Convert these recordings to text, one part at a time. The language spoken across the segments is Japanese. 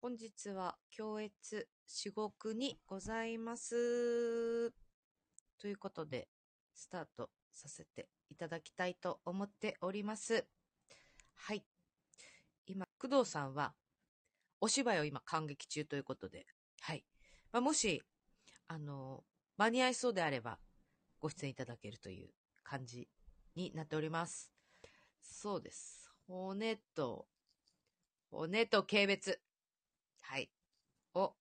本日は恐悦至極にございます。ということで、スタートさせていただきたいと思っております。はい。今、工藤さんは、お芝居を今、観劇中ということで、はい。まあ、もし、あの、間に合いそうであれば、ご出演いただけるという感じになっております。そうです。骨と、骨と軽蔑。はい。を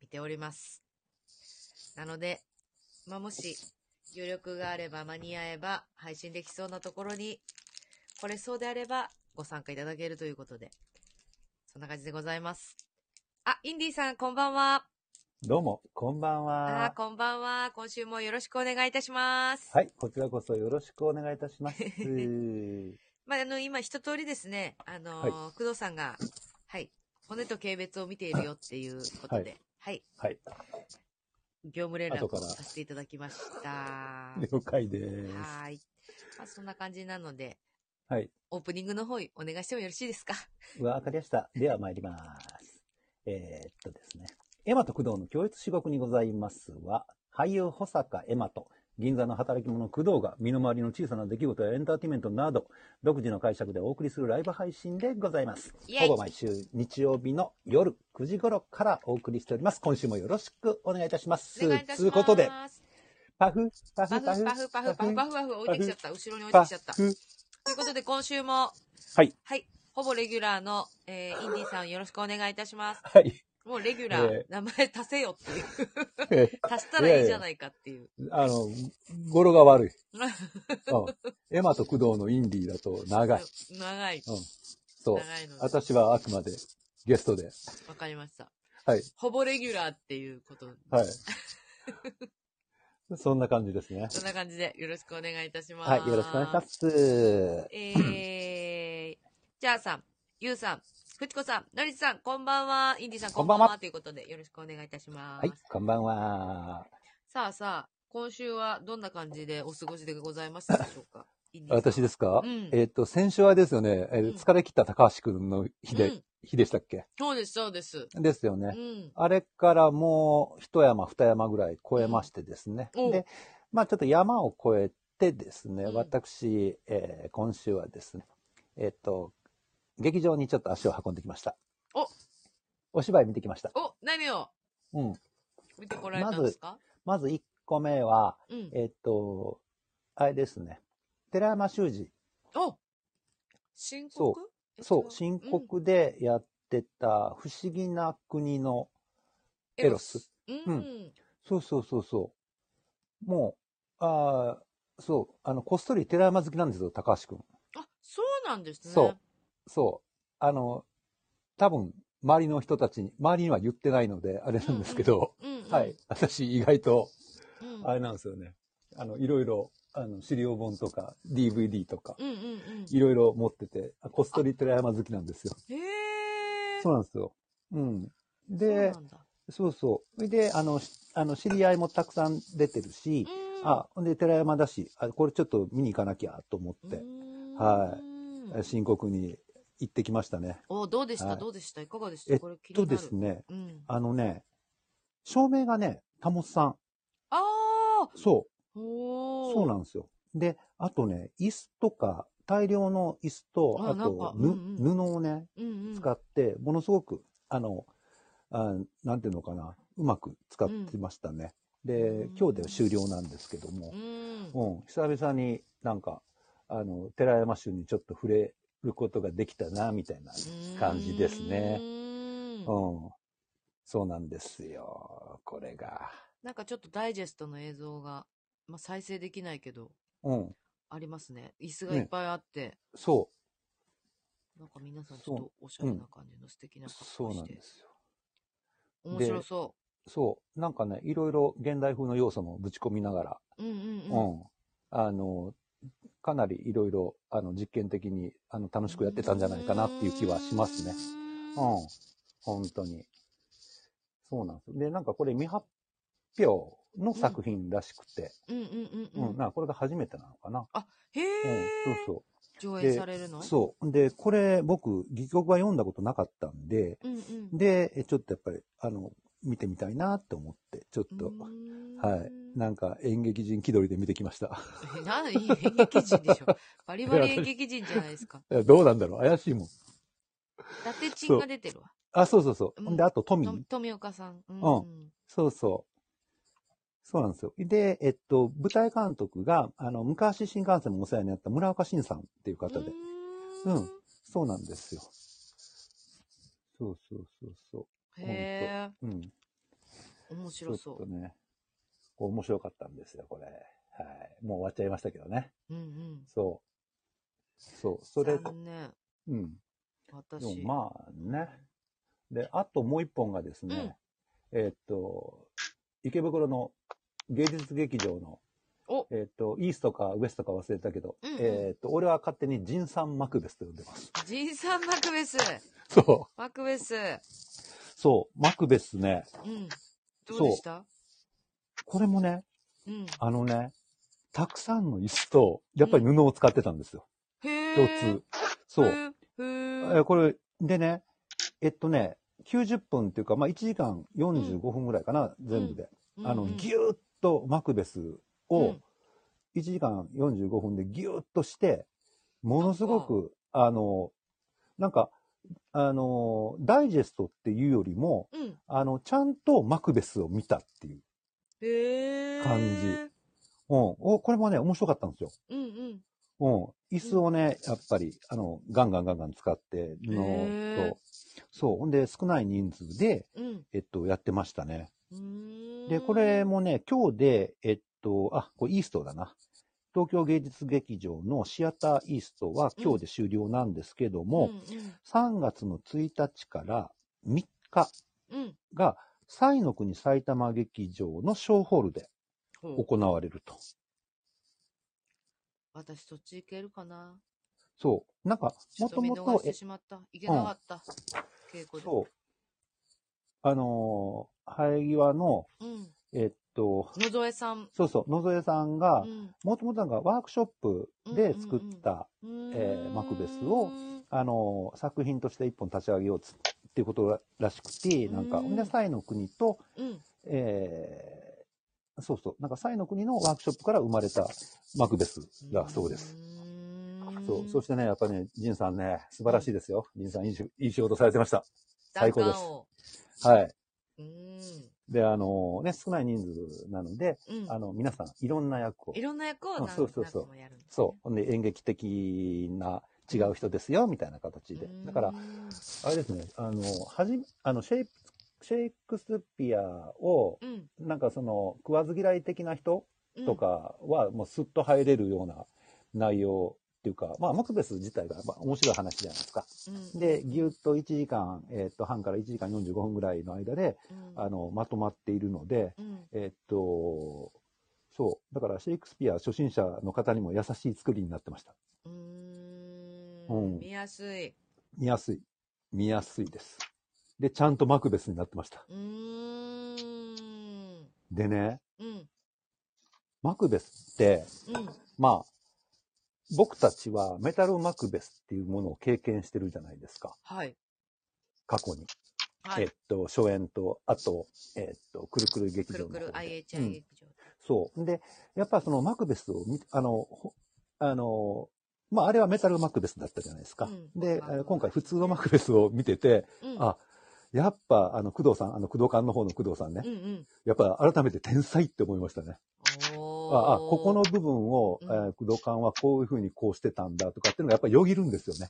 見ております。なので、まあ、もし、余力があれば間に合えば、配信できそうなところに、来れそうであれば、ご参加いただけるということで、そんな感じでございます。あ、インディーさん、こんばんは。どうも、こんばんあはー。こんばんは。今週もよろしくお願いいたします。はい、こちらこそよろしくお願いいた します。まあ、あの、今一通りですね、あのー工藤さんが、はい、骨と軽蔑を見ているよっていうことで、はい、はい、業務連絡後をからさせていただきました。は了解でーいす。。まあ、そんな感じなので、はい、オープニングの方お願いしてもよろしいですか。わかりました。では参ります。えーっとですね。エマと工藤の教室至極にございますは、俳優保坂エマと、銀座の働き者工藤が身の回りの小さな出来事やエンターテインメントなど、独自の解釈でお送りするライブ配信でございます。イェイほぼ毎週日曜日の夜9時頃からお送りしております。今週もよろしくお願いいたします。お願いいたします。つうことで、パフ、パパフ、フパパフ、フパフパフパフパフ置いてきちゃった。後ろに置いてパきちゃった。とフ。いうことで、今週も、はい、はい、ほぼレギュラーの、えーインディーさんよろしくお願いいたします。はい。 もうレギュラー、え名前足せよっていう。え足したらいいじゃないかっていう。ーあの、語呂が 悪い。うんエマと工藤のインディーだと長い。長い。うん。そう。長いので。わ私はあくまでゲストで。かりました。はい。ほぼレギュラーっていうこと。 はい。そんな感じですね。そんな感じでよろしくお願いいたします。はい。よろしくお願いしま。す。えー、じゃあさん、ゆうさん、ふちこさん、のりさん、こんばんは。インディさん、ここんんばんばんはは。ということでよろしくお願いいたします。はい。こんばんは。さあさあ、今週はどんな感じでお過ごしでございましたでしょうか。私ですすか、うんえっ、と、先週はですよね、えーうん疲れ切った高橋くんの日うで、ん、日でしたっけそうです、そうです。ですよね。うん。あれからもう一山二山ぐらい越えましてですね。うんおうで、まあちょっと山を越えてですね、うん私、えー今週はですね、えっ、と、劇場にちょっと足を運んできました。おお芝居見てきました。お、何をうん。見てこられたんですか、まず1個目は、うん。えっ、と、あれですね、寺山修司。お深そ刻えそう、違新国でやってた不思議な国の、うんエロス。うん。そうそうそうそう。もう、ああ、そう、あの、こっそり寺山好きなんですよ、高橋くん。あ、そうなんですね。そう。そう。あの、多分、周りの人たちに、周りには言ってないので、あれなんですけど、うん、うん。はい。。私、意外と、うん、あれなんですよね。あの、いろいろ、あの、資料本とか、DVD とか、うんうんうん。いろいろ持ってて、あこっそり寺山好きなんですよ。へえ。そうなんですよ。うん。そうでな、んだ。そうそう。それで、あの、しあの知り合いもたくさん出てるし、うん。。あ、ほんで、寺山だし、あこれちょっと見に行かなきゃと思って、はい深刻に行ってきましたね。お、どうでした、はいどうでしたいかがでしえたっこれ気になとる。ですね、うん。ああのね、照明がね、タモスさん。あそーう、おーそうなんですよ。で、あとね、椅子とか、大量の椅子と、ああなんかと、うぬんうん布をね、うんうん。使って、ものすごく、あの、あなんていうのかな、うまく使ってましたね。でうん、今日で終了なんですけども、うん。うん、久々になんか、あの、寺山州にちょっと触れることができたな、みたいな。感じですねうんうん。そうなんですよ。これが。なんかちょっとダイジェストの映像が、まあ、再生できないけど、うん。ありますね。椅子がいっぱいあって、そなんか皆さんちょっとおしゃれな感じの素敵なう。格そ好うなしんて。ですよ。面白そそう。なんかね、いろいろ現代風の要素もぶち込みながら、う。うんううんうん。ん。あの、かなりいろいろ、あの、実験的に、あの、楽しくやってたんじゃないかなっていう気はしますね。うん。うん。本当に。そうなんです。で、なんかこれ未発表の作品らしくて、うんうんうんううんん、なんかこれが初めてなのかな。へえうん、そう。そう。上で映されるのそう。で、これ僕、戯曲は読んだことなかったんで、うんうん。で、えちょっとやっぱり、あの、見てみたいなって思って、ちょっと、はい。な、なんか演劇人気取りで見てきました。 えな、演劇人でしょ。バリバリ演劇人じゃないですか。いやどうなんだろう怪しいもん。伊達チンが出てるわ。あ、そうそうそう。うんで、あと、トミーと富岡さん。うんうそうそう。そうなんですよ。で、えっと、舞台監督が、あの、昔新幹線もお世話になった村岡慎さんっていう方で。うーんうんそうなんですよ。そうそうそうそへえ、う。うん。面白ちょっそとね、こう面白かったんですよ、これ。はい。もう終わっちゃいましたけどね。う。うんうん。そう。そう。それ、残念。うん。でも私。まあね。で、あともう一本がですね、えーっと、池袋の芸術劇場の、おえーっと、イーストかウエストか忘れたけど、うんうんえーっと、俺は勝手にジンさんマクベスと呼ん でます。ジンさんマクベス。そう。マクベス。そう、マクベスね。うん。どうでしたこれもね、うん。あのね、たくさんの椅子と、やっぱり布を使ってたんですよ。へえ。共通。そう。へー。へえーーこれ、でね、えっとね、90分っていうか、まあ1時間45分ぐらいかな、全部で。あの、うんぎゅーっとマクベスうをん1時間45分でぎゅーっとして、ものすごく、あの、なんか、あの、ダイジェストっていうよりも、うん。うんあの、ちゃんとマクベスを見たっていう。へえ。感じうん。お、これもね、面白かったんですよ。うんうん。うん。椅子をね、やっぱり、あの、ガンガンガンガン使って、布へーと、そう。ほんで、少ない人数で、うん。えっと、やってましたね。うーんで、これ、もね、今日で、えっと、あ、これイーストだな。東京芸術劇場のシアターイーストは今日で終了なんですけども、3月の1日から3日うん、うん。が、西の国埼玉劇場の小ホールでほう行われると。私、そっち行けるかなそう。なんか、ちょもっとと見も逃とし、えてしまった。行けなかった。稽古で。そう。あのー、生え際の、う。ん。えっと、野添さん。そうそう、野添さんがう、ん。もともとなんかワークショップで作った、うーんえーマクベスをあの、作品として一本立ち上げようつっていうことららしくて、なんか、うほんんで、サイの国と、うん。えー、そうそう、なんか、サイの国のワークショップから生まれたマクベスだそうです。ーん。そう、そしてね、やっぱりね、ジンさんね、素晴らしいですよ。ジンさんいいし、いい仕事されてました。最高です弾丸をはい。うーん。で、あのね、少ない人数なので、うん。あの、皆さん、いろんな役をい、ろんな役をうん何そうそうそう何個もやるんだねそう、ほんで、演劇的な違う人ですよ、みたいな形で。だからう、ーんあれですね、あの、はじめ、あの、シェイプ、シェイクスピアを、うん。なんかその、食わず嫌い的な人うんと。かは、もうスッと入れるような内容っていうか、まあ、マクベス自体が、まあ、面白い話じゃないですか。うんで、ぎゅっと1時間、えっと、半から1時間45分ぐらいの間で、うんあの、まとまっているので、うん。えっと、そう。だから、シェイクスピア初心者の方にも優しい作りになってました。うー。うんん見やすい。見やすい。見やすいです。で、ちゃんとマクベスになってました。うーん。でね、うん。マクベスって、うん。まあ、僕たちはメタルマクベスっていうものを経験してるじゃないですか。はい。過去に。はえっい。と、初演と、あと、えっと、くるくるく劇場るの方くで。る IHI うん劇場。そう。で、やっぱそのマクベスを見、あの、ほあの、まあ、あれはメタルマクベスだったじゃないですか。うんで、えまあー今回普通のマクベスを見てて、うん。あ、やっぱ、あの、工藤さん、あの、工藤館の方の工藤さんね、うんうん。やっぱ改めて天才って思いましたね。おーああ、ここの、部分を、うんえー、工藤館はこういうふうにこうしてたんだとかっていうのがやっぱりよぎるんですよね。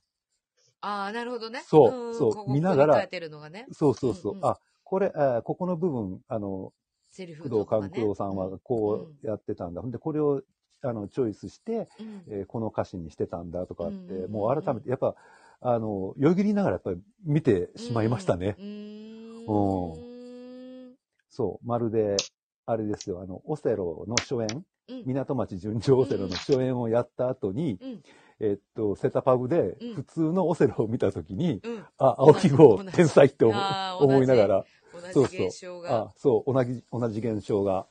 ああ、なるほどね。そううんそうここ見ながら書いてるのがね、そうそうそう。うんうんあ、これ、えーここの部分、あの、セリフ工藤とかね館、工藤さんはこうやってたんだ。ほんで、これを、あの、チョイスして、うんうんえーこの歌詞にしてたんだとかって、うんうんうんうんもう改めて、やっぱ、あの、よぎりながらやっぱり見てしまいましたね。うーん。うそう、まるで、あれですよ、あの、オセロの初演、うん港町純情オセロの初演をやった後に、うんえっと、セタパブでうん普通のオセロを見た時に、うん。あ、青木号同じ天才って思あー思いながら、同そうじそう現象が。あ、そう、同じ、同じ現象が、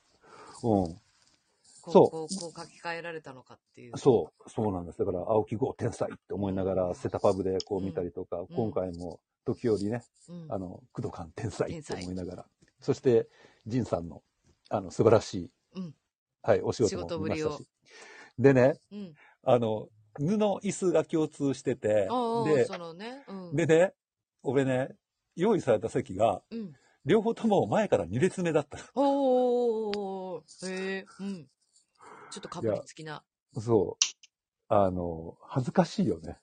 うん。こう、そこうう、こう書き換えられたのかっていう。そう、そうなんです。だから、青木号天才って思いながら、セタパブでこう見たりとか、ん今回も時折ね、うん。あの、工藤館天才天って才思いながら、そして、仁さんの、あの、素晴らしい、うんはい、お仕事仕事ぶも見ましりをたし。でね、うん。あの、布、椅子が共通しててあ、あ、でそ、のね。うん。でね、俺ね、用意された席が、うん。両方とも前から2列目だった。おー、へえ、うん。ちょっとかぶりつきな。 そう。あの、恥ずかしいよね。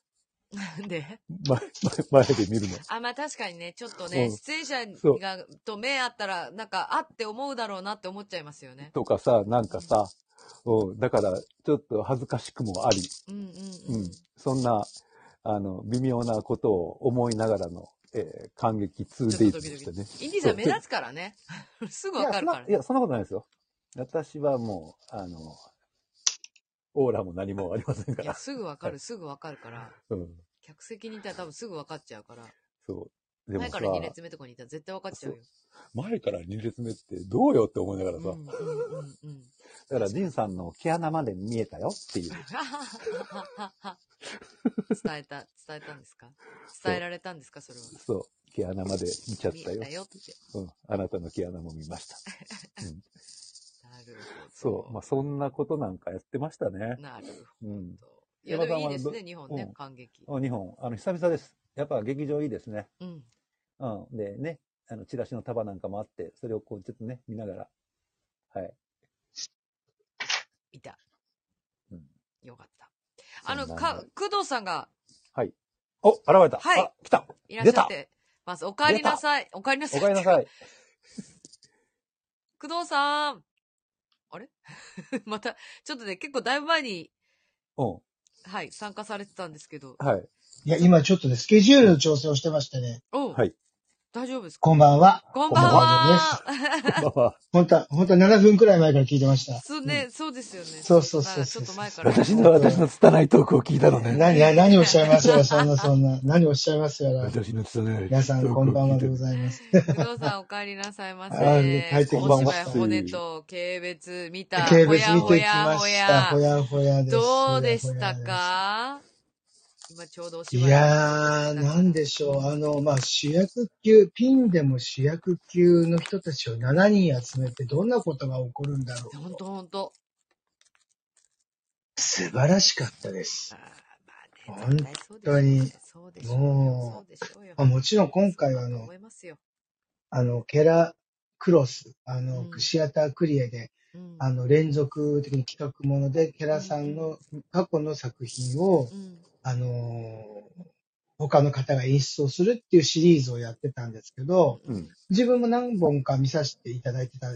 で、前、 前前で見るの。あ、まあ確かにね、ちょっとね、うん出演者そうが、と目あったら、なんか、あって思うだろうなって思っちゃいますよね。とかさ、なんかさ、うん、だから、ちょっと恥ずかしくもあり、うんうんううん。ん、そんな、あの、微妙なことを思いながらの、えー感激 2days でしたね。インディーさん目立つからね。すぐいわやかそんるかなら、いね。や、そんなことないですよ。私はもう、あの、オーラも何もありませんかいや、ら。すぐわかる、すぐわかるから。うん。客席にいたら多分すぐわかっちゃうから。そう。でも前さ、から2列目とかにいたら絶対わかっちゃうよ。前から2列目ってどうよって思いながらうさ、んうんうんうん。だから、ジンさんの毛穴まで見えたよっていう。伝えた、伝えたんですか伝えられたんですかそれは。そう。毛穴まで見ちゃっ見たえよた。よって。うん。あなたの毛穴も見ました。うん、なるほど。そう。まあ、そんなことなんかやってましたね。なるほうん。ど。いや、でもいいです山田さんはね、日本ねうん、感激。あ日本、あの、久々です。やっぱ劇場いいですね。うん。うん。でね、あの、チラシの束なんかもあって、それをこう、ちょっとね、見ながら。はい。いた。うん。よかった。あの、そんなか、工藤さんがお、現れた。はいあ、来た。いらっしゃってます。お帰りなさい。お帰りなさおい。かえりなさい。い。工藤さん。あれまた、ちょっとね、結構だいぶ前に、うん。はい、参加されてたんですけど。はい。いや、今ちょっとね、スケジュールの調整をしてましてね。おうはい。大丈夫ですかこんばんは。こんばんは。こんばんは本当は、本当は7分くらい前から聞いてました。そうね、そうですよね。そうそうそうちそょうっと前から。私の、私の拙いトークを聞いたの ね。何、何何をおっしゃいますやら、そんな、そんな。何をおっしゃいますやら。私の拙い。皆さん、こんばんはでございます。工藤さんお帰りなさいませ。あー帰ってきましたお芝居骨と軽蔑見た。軽蔑見てほきやまほしやた。ほほや。やほやです。どうでしたほやほやか今ちょうどおです芝居いやー、なんでしょう。あの、まあ、主役級、ピンでも主役級の人たちを7人集めて、どんなことが起こるんだろほんう。とほんと。素晴らしかったですあ。ーまあね本当にそうでしょうもね。そうでしょうよまあ、もちろん今回は、あそうだとの、思いますよあの、ケラクロス、あの、うんシアタークリエで、うんあの、連続的に企画もので、ケラさんの過去の作品う、をんあのー他の方が演出をするっていうシリーズをやってたんですけど、うん自分も何本か見させていただいてた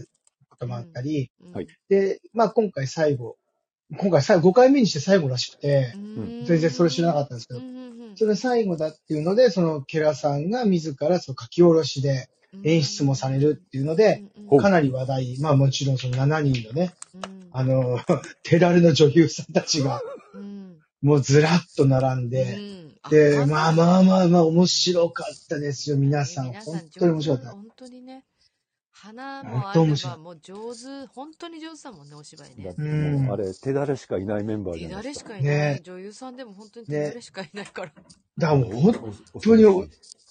こともあったり、うんはいで、まあ今回最後、今回最後、5回目にして最後らしくて、うん全然それ知らなかったんですけうど、んうんうんそれ最後だっていうので、そのケラさんが自らその書き下ろしで、演出もされるっていうので、うんうんほうかなり話題、まあもちろんその7人のね、うんあの、 手だれの女優さんたち が、うんもうずらっと並んうで、んで、まあまあまあまあ面白かったですよ、皆さん。皆本当に面白か上手った。本当にね。花も本あ当れ面白いば、もう上手、本当に上手だもんね、お芝居だっねて。うんもうあれ、手だれしかいないメンバーじ手ゃだないでれすしか。かいない、ね女優さんでも本当にね手だれしかいないから。だからもうほん当に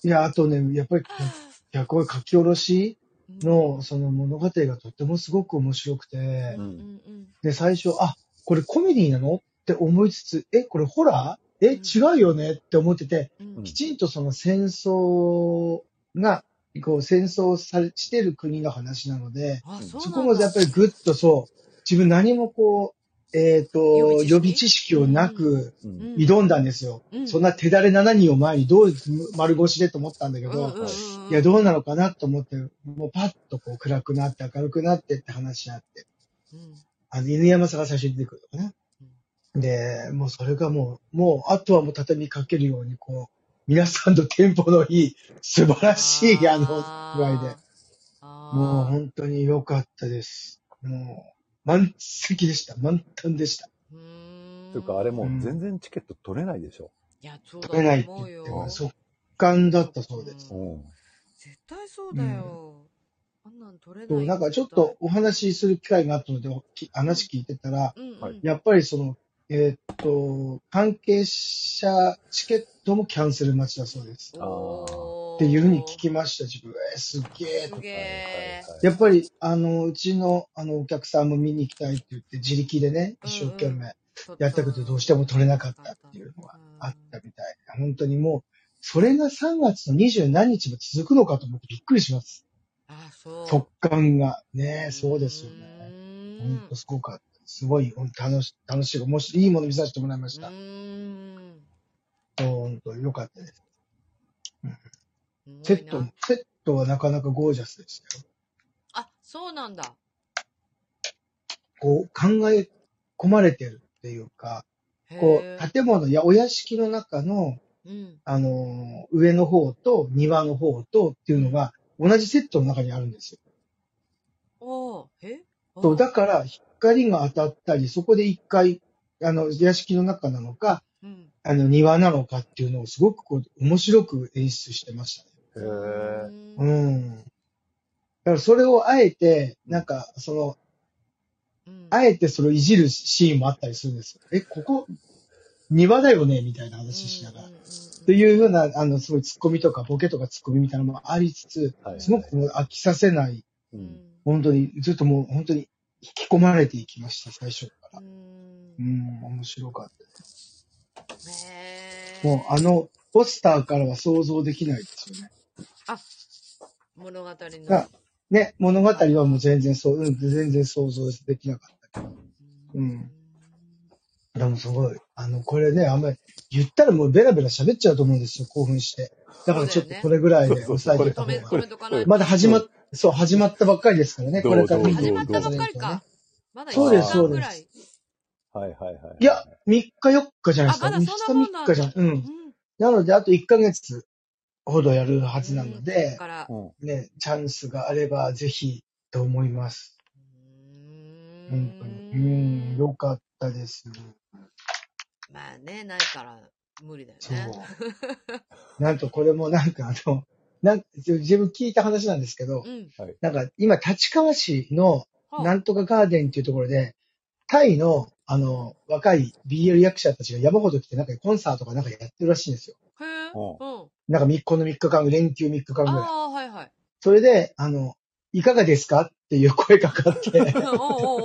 いや、あとね、やっぱり、いや、こういう書き下ろしの、その物語がとってもすごく面白くてう、んで、最初、あ、これコメディなのって思いつつ、え、これホラーえ、違うよねって思ってて、うんうんうんきちんとその戦争が、こう戦争をされしてる国の話なので、あ、そうそなんだこもやっぱりぐっとそう、自分何もこう、えっ、と、予予備備知知識をなくうんうん挑んだんですよ。うんそんな手だれ7人を前にどう丸腰でと思ったんだけうんど、うんうんうんいや、どうなのかなと思って、もうパッとこう暗くなって明るくなってって話し合って、うんあの、犬山さんが最初に出てくるのかな。で、もうそれがもう、もう、あとはもう畳みかけるように、こう、皆さんのテンポのいい、素晴らしい、あの、具合で。。あーもう本当に良かったです。もう、満席でした。満タンでした。うーんというか、あれもううん全然チケット取れないでしょ。いや、そうだ取れないってと思う言よって、速感だったそうです。うんうん絶対そうだよ。あんなん取れそなうい。なんかちょっと、お話しする機会があったので、おき話聞いてたら、うんうん、はいやっぱりその、えーっと、関係者チケットもキャンセル待ちだそうです。おっーていうふうに聞きました、自分。えーすげえすと。げえ。やっぱり、あの、うちの、あの、お客さんも見に行きたいって言って、自力でね、一生懸うんうん命やったけど、どうしても取れなかったっていうのがあったみたい。本当にもう、それが3月の20何日も続くのかと思ってびっくりします。あ、そう。速感が。ねえそうですよね。うほんーんとすごかった。すごい、ほんと楽し、楽しい。もし、いいもの見させてもらいましうた。ーんほんと、よかったです。すセごいットなも、セットはなかなかゴージャスでしたよ。あ、そうなんだ。こう考え込まれてるっていうか、へーこう建物やお屋敷の中の、うん。あのー上の方と庭の方とっていうのが同じセットの中にあるんですよ。おーえそうだかから光が当たったり、そこで一回、あの、屋敷の中なのか、うん。あの、庭なのかっていうのをすごくこう、面白く演出してましたね。へうえ。ーんうん。だからそれをあえて、なんか、その、うんあえてそれをいじるシーンもあったりするんですよ。え、ここ、庭だよねみたいな話しながら。うんうんうんというような、あの、すごいツッコミとかボケとかツッコミみたいなのもありつつ、はいすごくもう飽きさせない、ううんん本当に、ずっともう本当に引き込まれていきました、最初かうら。うんん、面白かった。へーもうあの、ポスターからは想像できないですよね。物語の。が、ね、物語はもう全然そう、うん、全然想像できなかったけど。うんでもすごい。あの、これね、あんまり、言ったらもうベラベラ喋っちゃうと思うんですよ、興奮して。だからちょっとこれぐらいで抑えてた止方め、止が。めとかないと。まだ始まっ、そう、始まったばっかりですからね、どうこれからどう始まったばっかりねか。。まだ1そうです時間ぐらい。はいはいはい。いや、3日4日じゃないですか。あまだそんなも3日んなん3だ日じゃない。う。うんん。なので、あと1ヶ月ほどやるはずなのうんだでか、らう。ん。ね、チャンスがあればぜひと思います。本当に。うん、よかったです。まあね、ないから無理だよそうね。。 なんとこれもなんかあの、なん自分聞いた話なんですけど、うん。なんか今、立川市のほうなんとかガーデンっていうところで、タイの、あの、若い BL 役者たちが山ほど来て、なんかコンサートかなんかやってるらしいんですよ。へえ。ううんん。なんかみこの3日間、連休3日間ぐらい。ああ、はいはい。それで、あの、いかがですかっていう声かかって、うんおうおうおうおう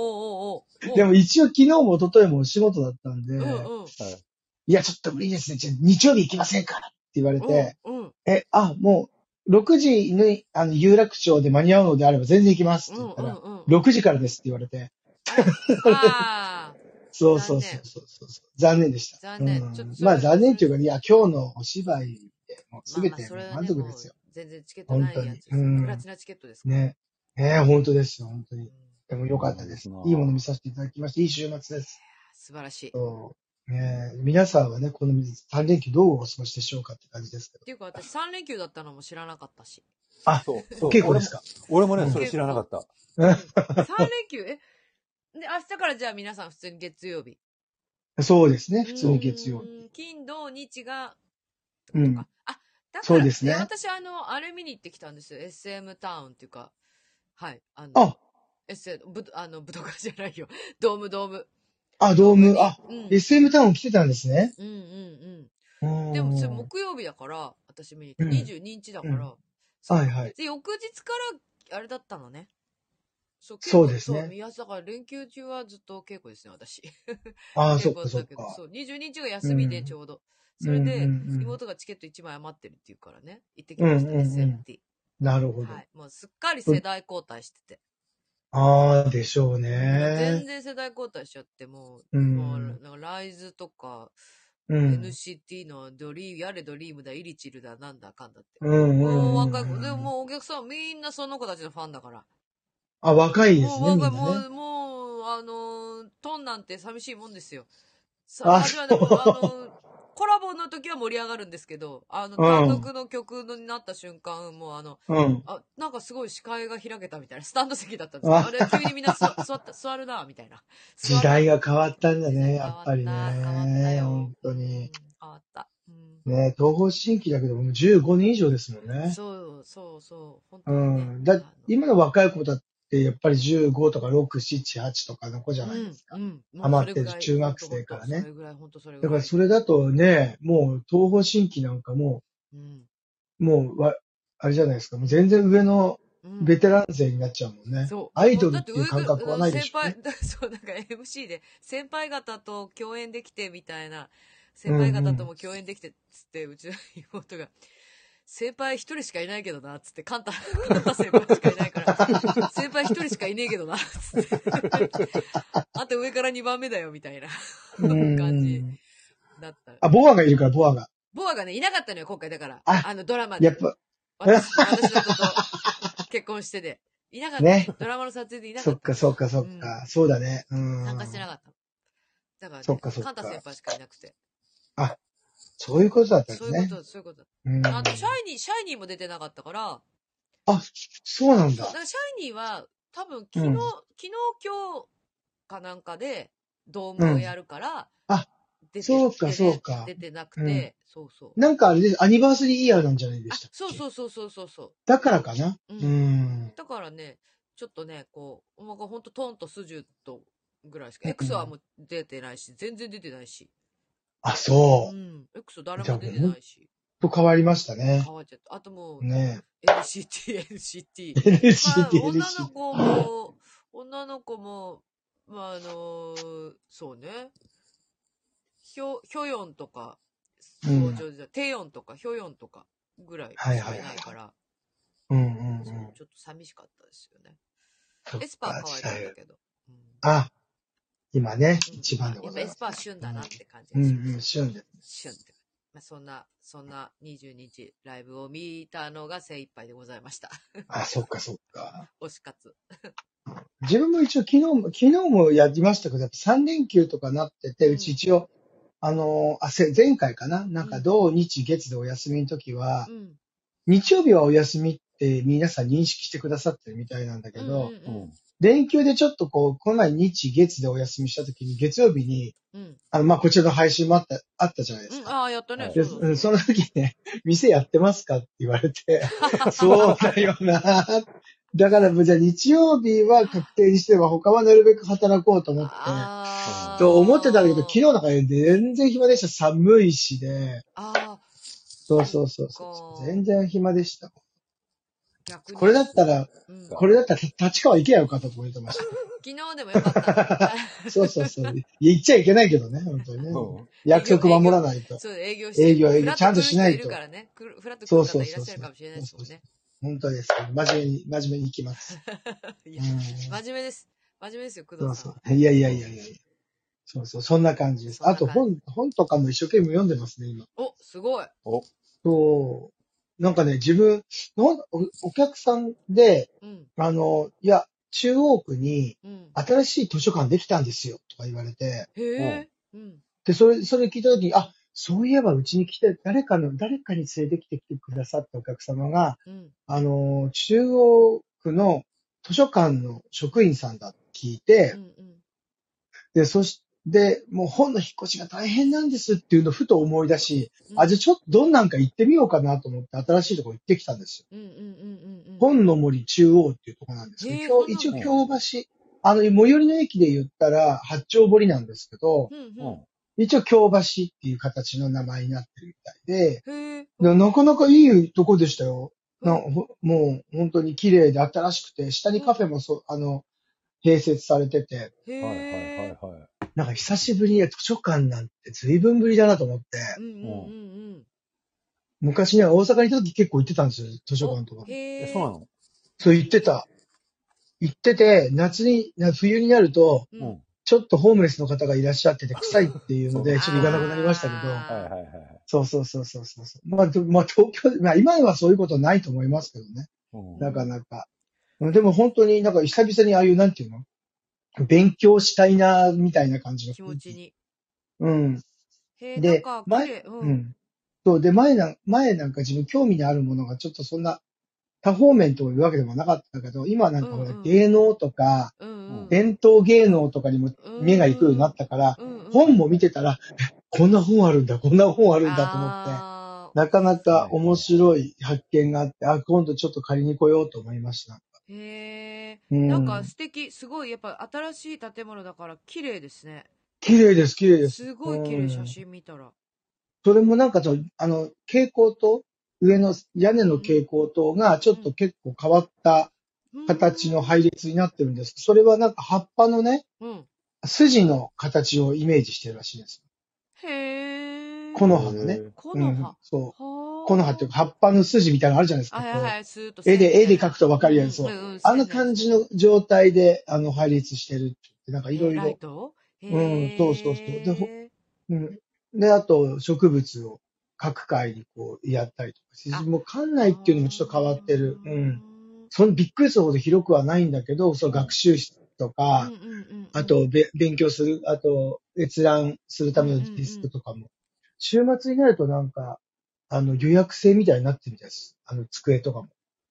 おう。 でも一応昨日も一昨日もお仕事だったんで、うんうん。いや、ちょっと無理ですね。じゃあ日曜日行きませんかって言われて、うんうんえ、あ、もう、6時に、あの、有楽町で間に合うのであれば全然行きますってう言んったら、うんうん。 6時からですって言われて、ああ、そうそうそうそうそうそう。残念でした。残念うんちょっとそれまあ残念というか、いや、今日のお芝居でまもうあ全まあてそれは満ね足ですよ。。もう全然チケットないやつ。本当にうんプラチナチケットですから。ね。ねえ、本当ですよ、本当うんに。でも良かったです。うんいいもの見させていただきまして、いい週末です。素晴らしい。っそうねえ皆さんはね、この3連休どうお過ごしでしょうかって感じですけど。ていうか私3連休だったのも知らなかったし。そう、そおう。稽古ですか俺も俺もね、うんそれ知らなかった。うん3連休えで、明日からじゃあ皆さん普通に月曜日。そうですね、普通に月曜う日。ーん金、土、日が、うとんか。あ、だから、そうですねいや私、あの、あれ見に行ってきたんですよ。SM タウンっていうか、はい、あの、あ、 SM、ぶあの、武道館じゃないよ。 ドーム、ドーム。あ、ドーム、あ、うん、うん、 SM タウン来てたんですね。うん、うん。うんでも、それ木曜日だから、私見に行った。う22ん日だから、うんそうはいはい。で、翌日から、あれだったのね。そうそうですねいや、だから連休中はずっと稽古ですね、私。ああ、稽そっ 古かそっだけど、か。そう、22日が休みでうんちょうど。それで、うんうんうん妹がチケット1枚余ってるって言うからね、行ってきました、うんうんうん SMT。なるほど。はい。もうすっかり世代交代してて。ああ、でしょうもう全ね。然世代交代しちゃって、もう、うんもうなんかライズとか、うん。 NCT のドリーム、やれドリームだ、イリチルだ、なんだかんだって。うんうんうんもううん。若い子、でももうお客さんみんなその子たちのファンだから。あ、若いですね。もうみん若、ないもねう、もう、あのー、トンなんて寂しいもんですよ。さああ、じゃあでもそうあのー、コラボの時は盛り上がるんですけど、あの、単独の曲になった瞬間、もうあの、うん。あ、なんかすごい視界が開けたみたいな、スタンド席だったんですよ。ああれ、急にみんな座 座った、座るな、みたいな。時代が変わったんだね、時代やっぱりね。変わったよ本当うんに。変わった。うんね東方新規だけど、もう15年以上ですもんね。そうそうそう。本当うにね、ん。だ、今の若い子だって、やっぱり15とか6、7、8とかの子じじゃないですか。うんうん、もうハマってるそれぐらい中学生からねそれぐらい、本当それぐだらかい。らそれだとね、もう東方新規なんかもうんう、もうわ、あれじゃないですか。もう全然上のうんベテラン勢になっちゃうもんね。そう。アイドルっていう感覚はないでしょもうだって上が先輩、 そう、なんか MC で、先輩方と共演できてみたいな、先輩方とも共演できて、つって、うちの妹が、先輩一人しかいないけどな、つって、カンタ、カンタ先輩しかいない から、先輩一人しかいねえけどな、つって。あと上から2番目だよ、みたいな、うん感じだった。あ、ボアがいるから、ボアが。ボアがね、いなかったのよ、今回、だから。ああの、ドラマでやっ。ぱ、私、私の子と結婚してて。いなかった。ねドラマの撮影でいなかそっったか。そっかそっか。そうだね。うん。参加してなかった。だから、ね、そっかそっかカンタ先輩しかいなくて。そういうことだったんでそうすいうねこ。と、そういうこと。うんあと、シャイニー、シャイニーも出てなかったから、あ、そうなんだだか。らシャイニーは、多分昨日、うん昨日今日かなんかで、ドームをやるから、あ出てそうか出てそうか出てなくて、そうそう。なんかあれです。アニバーサリーイヤーなんじゃないであしたっけそうそうそうそうそうそだからかな。う。う。うんん。だからね、ちょっとね、こう、まあ、ほんとトンとスジュとぐらいしか、うんエクソはもう出てないし、全然出てないし。あ、うそう。ん。エクソ誰も出てないし。と変わりましたね。変わっちゃった。あともう、ね LCT、LCT。え。まあ、女 LCT、の LCT。子も、女の子も、まあ、あのーそうね。ひょ、ひょよんとか、うん登場じゃ、てよんとか、ひょよんとか、ぐらいしかはいいなはいいかはいら、うんうんうん。そうちょっと寂しかったですよね。そっエスパーか可愛時かっ代たけど。うんあ、今ね、うん一番でございやまっす。ぱエスパー旬だなって感じうがんします。うん、旬で。旬って。まあ、そんな、そんな22日ライブを見たのが精一杯でございました。 あ、そっかそっか。推し活。自分も一応昨日も、昨日もやりましたけど、やっぱ3連休とかなってて、うんうち一応、あの、あ、せ前回かななんか土日月でお休みの時はう、ん。日曜日はお休みって皆さん認識してくださってるみたいなんだけうんど、うんうん連休でちょっとこう、この前日月でお休みした時に月曜日に、うん。あの、まあ、こちらの配信もあった、あったじゃないでうすん、か。ああ、やったね。でそで、うそだうんそそうの時ね、店やってますかって言われ て、そうだよな。だから、じゃあ日曜日は確定にしては他はなるべく働こうと思って、あーと思ってたんだけど、昨日なんかね全然暇でした。寒いしで、ああ、そうそうそうそう。そっか全然暇でした。逆に。これだったら、うん、昨これだったら立川行けばよかったと思ってまし日でもよかった。た。そうそうそう。い行っちゃいけないけどね、本当にね。約束守らない と。そう、営業して。営業営業フラッとちゃんとしない来る人といるからね。来るフラッと来る方いらっしゃるかもしれないですもんね。 本当です。真面目に、真面目に行きます。いうんや、真面目です。真面目ですよ、工藤そうさそんうは。。いやいやいやいやそうそう、そんな感じです。そんなあ感じと本、本とかも一生懸命読んでますね、今。お、すごい。そう。なんかね、自分、なんおお客さんで、うん、あの、いや、中央区にうん。新しい図書館できたんですよ、とか言われて、へえ。うん。で、それ、それ聞いたときに、あ、そういえばうちに来て、誰かの、誰かに連れてきてくださったお客様が、うん。あの、中央区の図書館の職員さんだって聞いてう、ん。うん。で、そして、もう本の引っ越しが大変なんですっていうのをふと思い出し、あ、じゃあちょっとどんなんか行ってみようかなと思って新しいとこ行ってきたんですうよ。んうんうんうんうん。本の森中央っていうとこなんですへえけど、そうなんだ一応京橋、あの、最寄りの駅で言ったら八丁堀なんですけど、うんうん。一応京橋っていう形の名前になってるみたいで、へえ。でなかなかいいとこでしたよ。なうんほもう本当に綺麗で新しくて、下にカフェもそう、あの、併設されてて、へはいはいはいえ。はい。なんか久しぶりに図書館なんて随分ぶりだなと思って、うんうんうん昔ね、大阪にいた時結構行ってたんですよ、図書館とうかん。。へえ、え。そうなのそう行ってた。行ってて、夏に、な冬になると、ううんん。はいちょっとホームレスの方がいらっしゃってて臭いっていうのうで、んちょっと行かなくなりましたけど、あーはいはいはい。そうそうそうそうそうそう。まあ、どまあ、東京、まあ今はそういうことないと思いますけどね、うんなかなか。でも本当になんか久々にああいう、なんていうの勉強したいな、みたいな感じの。気持ち。に。うん。へえ、なんでか、、綺麗。前、う。うんん。そう、で、前な、前なんか自分興味のあるものがちょっとそんな、多方面というわけでもなかったけど、今はなんかほうんらうん芸能とか、うんうん。伝統芸能とかにも目が行くようになったから、うんうん、本も見てたら、えこんな本あるんだ、こんな本あるんだと思って、なかなか面白い発見があって、あ、今度ちょっと借りに来ようと思いました。へえ。うんなんか素敵、すごい、やっぱ新しい建物だから綺麗ですね。綺麗です、綺麗です。すごい綺う麗、ん写真見たら。それもなんかその、あの、蛍光灯、上の屋根の蛍光灯がちょっと結構変わったうん形の配列になってるんです。それはなんか葉っぱのね、うん。筋の形をイメージしてるらしいです。へえ。木の葉のね。このうん葉。そう。はあ木の葉っていうか葉っぱの筋みたいなのあるじゃないですか。はいはいはい、スーッと絵線みたいな。で、絵で描くとわかるやつ。そううんうんうんあの感じの状態で、あの、配列してるって言って、なんかいろいライろ。トうんそうそうそうでほへえうん。で、あと、植物を各界にこう、やったりとあか。もう館内っていうのもちょっと変わってる。うん。。あそのびっくりするほど広くはないんだけど、その学習室とーか、うんうんうんうんあ、とべ、勉強する、あと、閲覧するためのディスクとかも。週末になるとなんか、あの、予約制みたいになってるみたいです。あの、机とかも。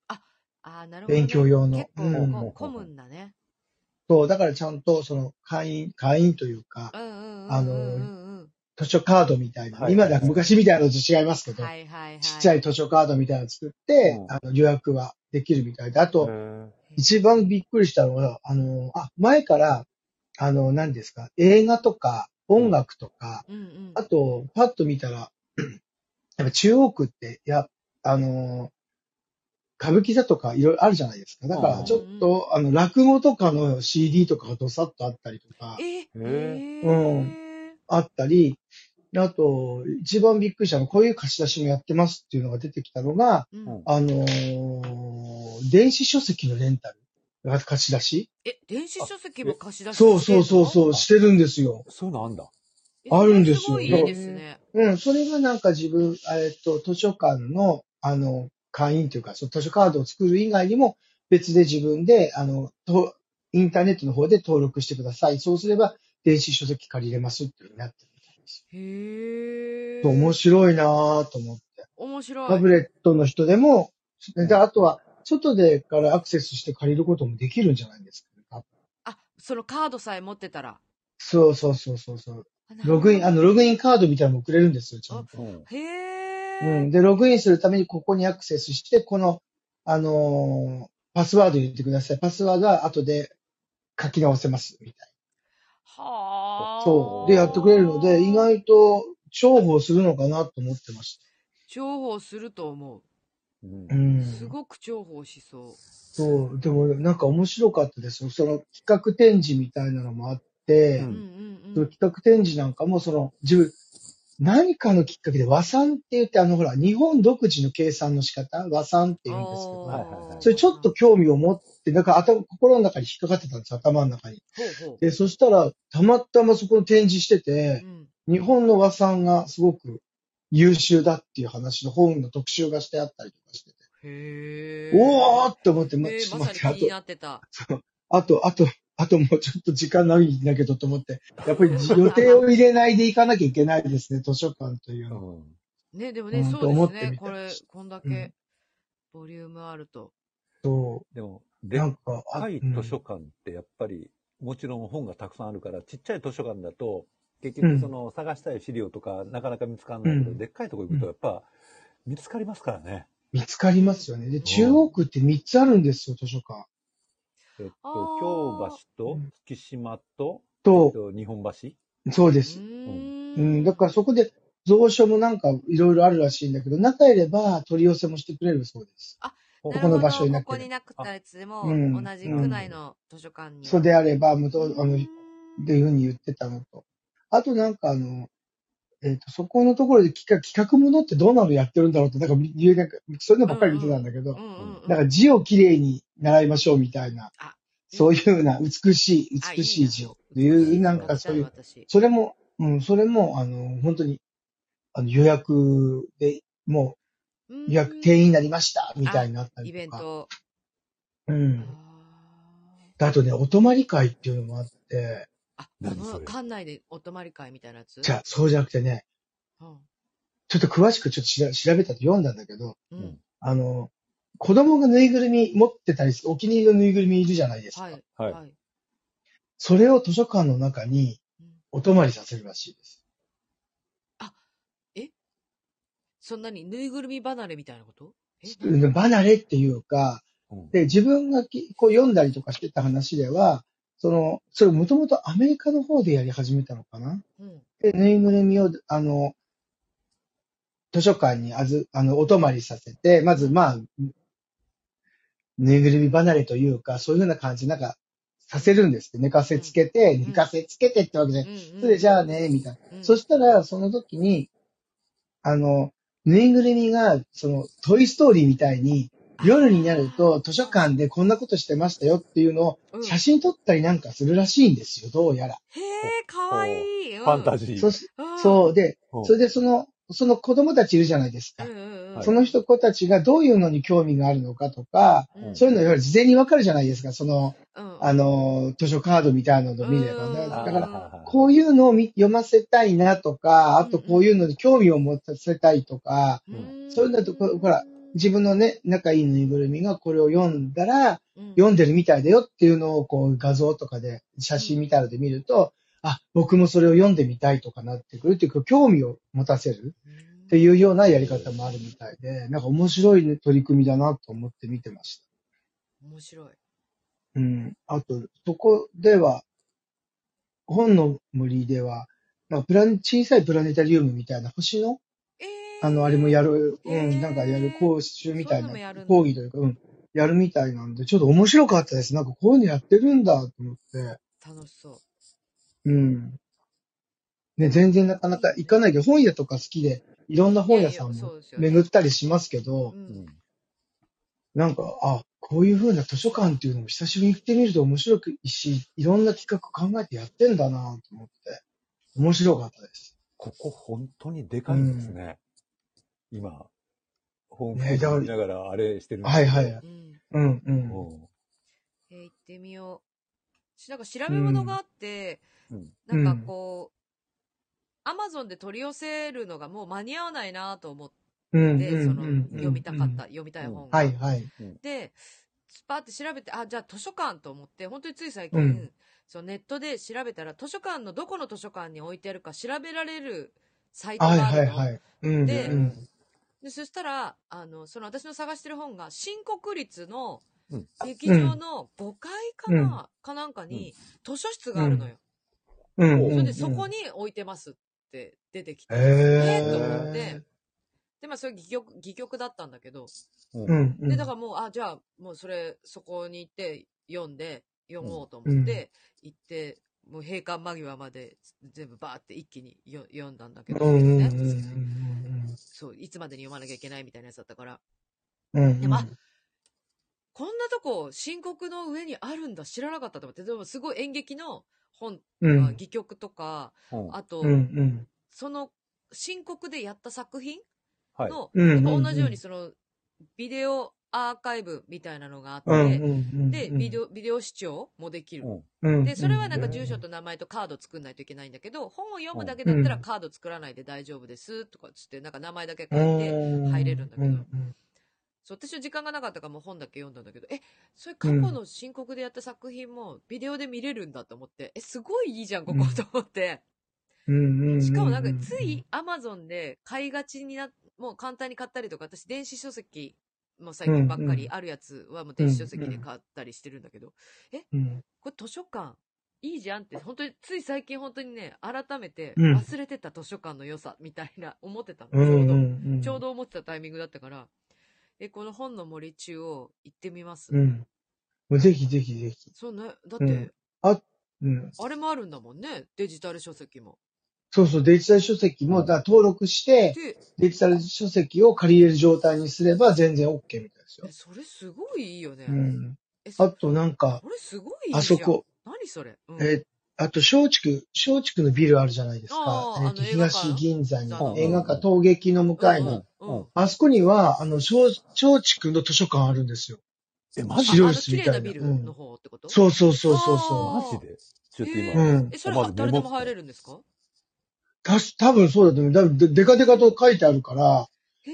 あーなるほどね勉強用の結うん構こ混むんだね。そう、だからちゃんと、その、会員、会員というか、うんうんうんうんうんあの図書カードみたいな。はい今だ、昔みたいなのと違いますけど、はいはいはい。ちっちゃい。い図書カードみたいなの作って、うんあの予約はできるみたいで、あと、うん一番びっくりしたのは、あの、あ、前から、あの、何ですか、映画とか音楽とか、うんうん。あと、パッと見たら、 やっぱ中央区って、や、あの、歌舞伎座とかいろいろあるじゃないですか。だかうらんちょっと、あの、落語とかの CD とかがどさっとあったりとか、えええうんあったり、あと、一番びっくりしたのは、こういう貸し出しもやってますっていうのが出てきたのが、うんあのー電子書籍のレンタルが貸し出しえ、電子書籍も貸し出しそうそうそうう。そう、してるんですよ。そういうのあんだ。えあるんですよそれすごいいいですね。うん、それがなんか自分、えっと、図書館の、あの、会員というか、その図書カードを作る以外にも、別で自分で、あの、とインターネットの方で登録してください。そうすれば、電子書籍借りれますっていうふうになってるみたいです。へえ。面白いなぁと思って。面白タいブ。レットの人でも、で、あとは、外でからアクセスして借りることもできるんじゃないですか。あ、そのカードさえ持ってたら。そうそうそうそうそう。あログイン、あ。の、ログインカードみたいなのもくれるんですよ、ちゃんと。うんへえ。うん。で、ログインするためにここにアクセスして、この、あのーパスワード入れてください。パスワードは後で書き直せます、みたいはあ。な。そう。で、やってくれるので、意外と重宝するのかなと思ってまし重宝すると思うんた。うんう。。すごく重宝しそそう。でも、なんか面白かったですよ。その企画展示みたいなのもあって、うう。うんんうんそうのん。企画展示なんかも、その、自分、何かのきっかけで和算って言って、あの、ほら、日本独自の計算の仕方、和算って言うんですけおどー、はいはいはいそれちょっと興味を持って、なんか頭、心の中に引っかかってたんですよ、頭の中に。ほうほう。で、そしたら、たまたまそこの展示しててう、ん日本の和算がすごく優秀だっていう話の本の特集がしてあったりとかしてて、へえ。おーって思って、まえちょー、っとま待って、さあに気にと、なってた。あと、あと、あともうちょっと時間ないんだけどと思って、やっぱり予定を入れないで行かなきゃいけないですね、図書館というのは。うんね、でもね、うんそとう思でっすてねみ。こたりれし、こんだうんけ、ボリュームあると。そでも、う、でなっんか、あかいうん図書館ってやっぱり、もちろん本がたくさんあるから、ちっちゃい図書館だと、結局その探したい資料とかなかなか見つかんないけど、うんでっかいとこ行くとやっぱ見つかりますからね。見つかりますよね。で、中央区って3つあるんですよ、図書館。えっとあ、ー京橋と月島と、えっと、と日本橋そうでうす。ー。うんん、だからそこで蔵書もなんかいろいろあるらしいんだけど、中いれば取り寄せもしてくれるそうです。なるこほのど場所になってるここになくたやつでも、うん同じ区内の図書館に。そうであれば、無とあの、うっんていうふうに言ってたのと。あとなんかあの、えっ、と、そこのところで企画、企画ものってどうなのやってるんだろうって、なんか見、言えなく、そういうのばっかり見てたんだけうど、んうんうんなんか字をきれいに習いましょうみたいなあ、そういうふうな美しい、あ美しい字を、いいないう、ななんかそういう、私それも、うん、それも、あの、本当に、あの予約で、もうう予ー約ん定員になりました、みたいになったりイとベか。ント。うあん。あとね、お泊まり会っていうのもあって、ーあ、こ何そのれ館内でお泊まり会みたいなやつじゃあ、そうじゃなくてね、うんちょっと詳しくちょっとしら調べたと読んだんだけど、ううんん。あの、子供がぬいぐるみ持ってたりする、お気に入りのぬいぐるみいるじゃないですか。はい。はいはい。それを図書館の中にお泊まりさせるらしいです。そんなにぬいぐるみ離れみたいなことえうん離れっていうか、うんで、自分がきこう読んだりとかしてた話では、その、それもともとアメリカの方でやり始めたのかなうん。で、ぬいぐるみを、あの、図書館にあず、あの、お泊まりさせて、まず、まあ、ぬいぐるみ離れというか、そういうような感じ、なんか、させるんですって。寝かせつけて、ん寝かせつけてってわけじゃない。それでじゃあね、みたいな。うん、そしたら、その時に、あの、ぬいぐるみが、その、トイストーリーみたいに、夜になると図書館でこんなことしてましたよっていうのをうん写真撮ったりなんかするらしいんですよ、どうやら。へえ、かわいい。ファンタジジー。そーそう。で、うんそれでその、その子供たちいるじゃないですうかん。うんうん。その人子たちがどういうのに興味があるのかとか、うんそういうのより事前にわかるじゃないですか。その、うんあの、図書カードみたいなのを見れば。うんだあーから、はいはいこういうのを見読ませたいなとか、あとうんうんこういうのに興味を持たせたいとか、うんそういうのとこほら、自分のね、仲いいぬいぐるみがこれを読んだら、うん読んでるみたいだよっていうのをこう画像とかで写真みたいので見ると、あ、僕もそれを読んでみたいとかなってくるっていうか、興味を持たせるっていうようなやり方もあるみたいで、なんか面白いね取り組みだなと思って見てました。面白い。うん。あと、そこでは、本の森では、なんかプラネ小さいプラネタリウムみたいな星の、えーあの、あれもやる、うへーん、なんかやる講習みたいそういうのもやなるんだ、講義というか、うん、やるみたいなんで、ちょっと面白かったです。なんかこういうのやってるんだと思って。楽しそう。うん。ね、全然なかなか行かないけど、本屋とか好きで、いろんな本屋さんいやいやそもうですよね巡ったりしますけう、どうんんなんか、あ、こういう風な図書館っていうのも久しぶりに行ってみると面白くいいし、いろんな企画考えてやってんだなと思って、面白かったです。ここ本当にでかいんですね。今、ホームページ見ながらあれしてるんですはいけどはいはい。うんうんうん。うんえー行ってみよう。しなんか調べ物があって、うんうんなんかこう、アマゾンで取り寄せるのがもう間に合わないなと思っうんて、うんそうんのうん。読みたかった、。読みたい本が。はいはい。で、スパーって調べて、あ、じゃあ図書館と思って、本当につい最近、うんそのネットで調べたら、図書館のどこの図書館に置いてあるか調べられるサイトがはあいるの。はいはい。うんでうん。でそしたら、あの、その私の探してる本が、新国立のうん劇場の5階かな、かなんかに、図書室があるのよ。うんうんんそれうで、ん。そこに置いてますって出てきて、へーえーと思って、で、まあ、それ、戯曲、戯曲だったんだけど、うんううんうん。で、だからもう、あ、じゃあ、もうそれ、そこに行って、読んで、読もうと思って、行って、もう閉館間際まで全部バーって一気によ読んだんだけど、うんうんうんねうんそう、いつまでに読まなきゃいけないみたいなやつだったから、うんうん。でもあこんなとこ、新国の上にあるんだ、知らなかったと思って、でもすごい演劇の本とか、うん戯曲とか、うんあと、うんうん。その、新国でやった作品はい。の、うんうんうんやっぱ同じようにその、ビデオアーカイブみたいなのがあって、で、ビデオ、オ、ビデオ視聴もできる。うんで、それはなんか住所とと名前とカード作んないといけないんだけど、本を読むだけだったらカード作らないで大丈夫ですとかっつって、なんか名前だけ書いて、入れるんだけどそう、私は時間がなかったからもう本だけ読んだんだけど、え、それ過去の申告でやった作品もビデオで見れるんだと思って、え、すごいいいじゃん、ここうんと思って。どしかもなんかつい、アマゾンで買いがちにな、もう簡単に買ったりとか、私電子書籍も最近ばっかうんうり、んあるやつはもう電子書籍で買ったりしてるんだけど、うんこれ図書館いいじゃんって、本当に、つい最近本当にね、改めてうん忘れてた図書館の良さみたいな思ってたの。うんうちんうんょうど、ちょうど思ってたタイミングだったから、え、この本の森中央行ってみます。うん。もうぜひぜひぜひ。そうね、だっうてん、あ、うん。あれもあるんだもんね、デジタル書籍も。そうそう、デジタル書籍も、だから登録して、で、デジタル書籍を借りれる状態にすれば全然 OK みたいですよえ、。それすごいいいよね。うん。え、そあとなんか、これすごいいいじゃん。あそこ、何それ。うん、えあと、松竹、松竹のビルあるじゃないですあか。ーえっあのと映画館東銀座にあの。映画館、陶劇の向かいうんうん。のうんあそこには、あの、松松竹の図書館あるんですよ。え、マジ白あいの椅子綺み麗たいななビルの方ってこと、そうそうそうそうあそマジでちょっとへ今、う。うん。え、それまずメモ誰でも入れるんですかたし、多分そうだと思う。だででかでかと書いてあるから、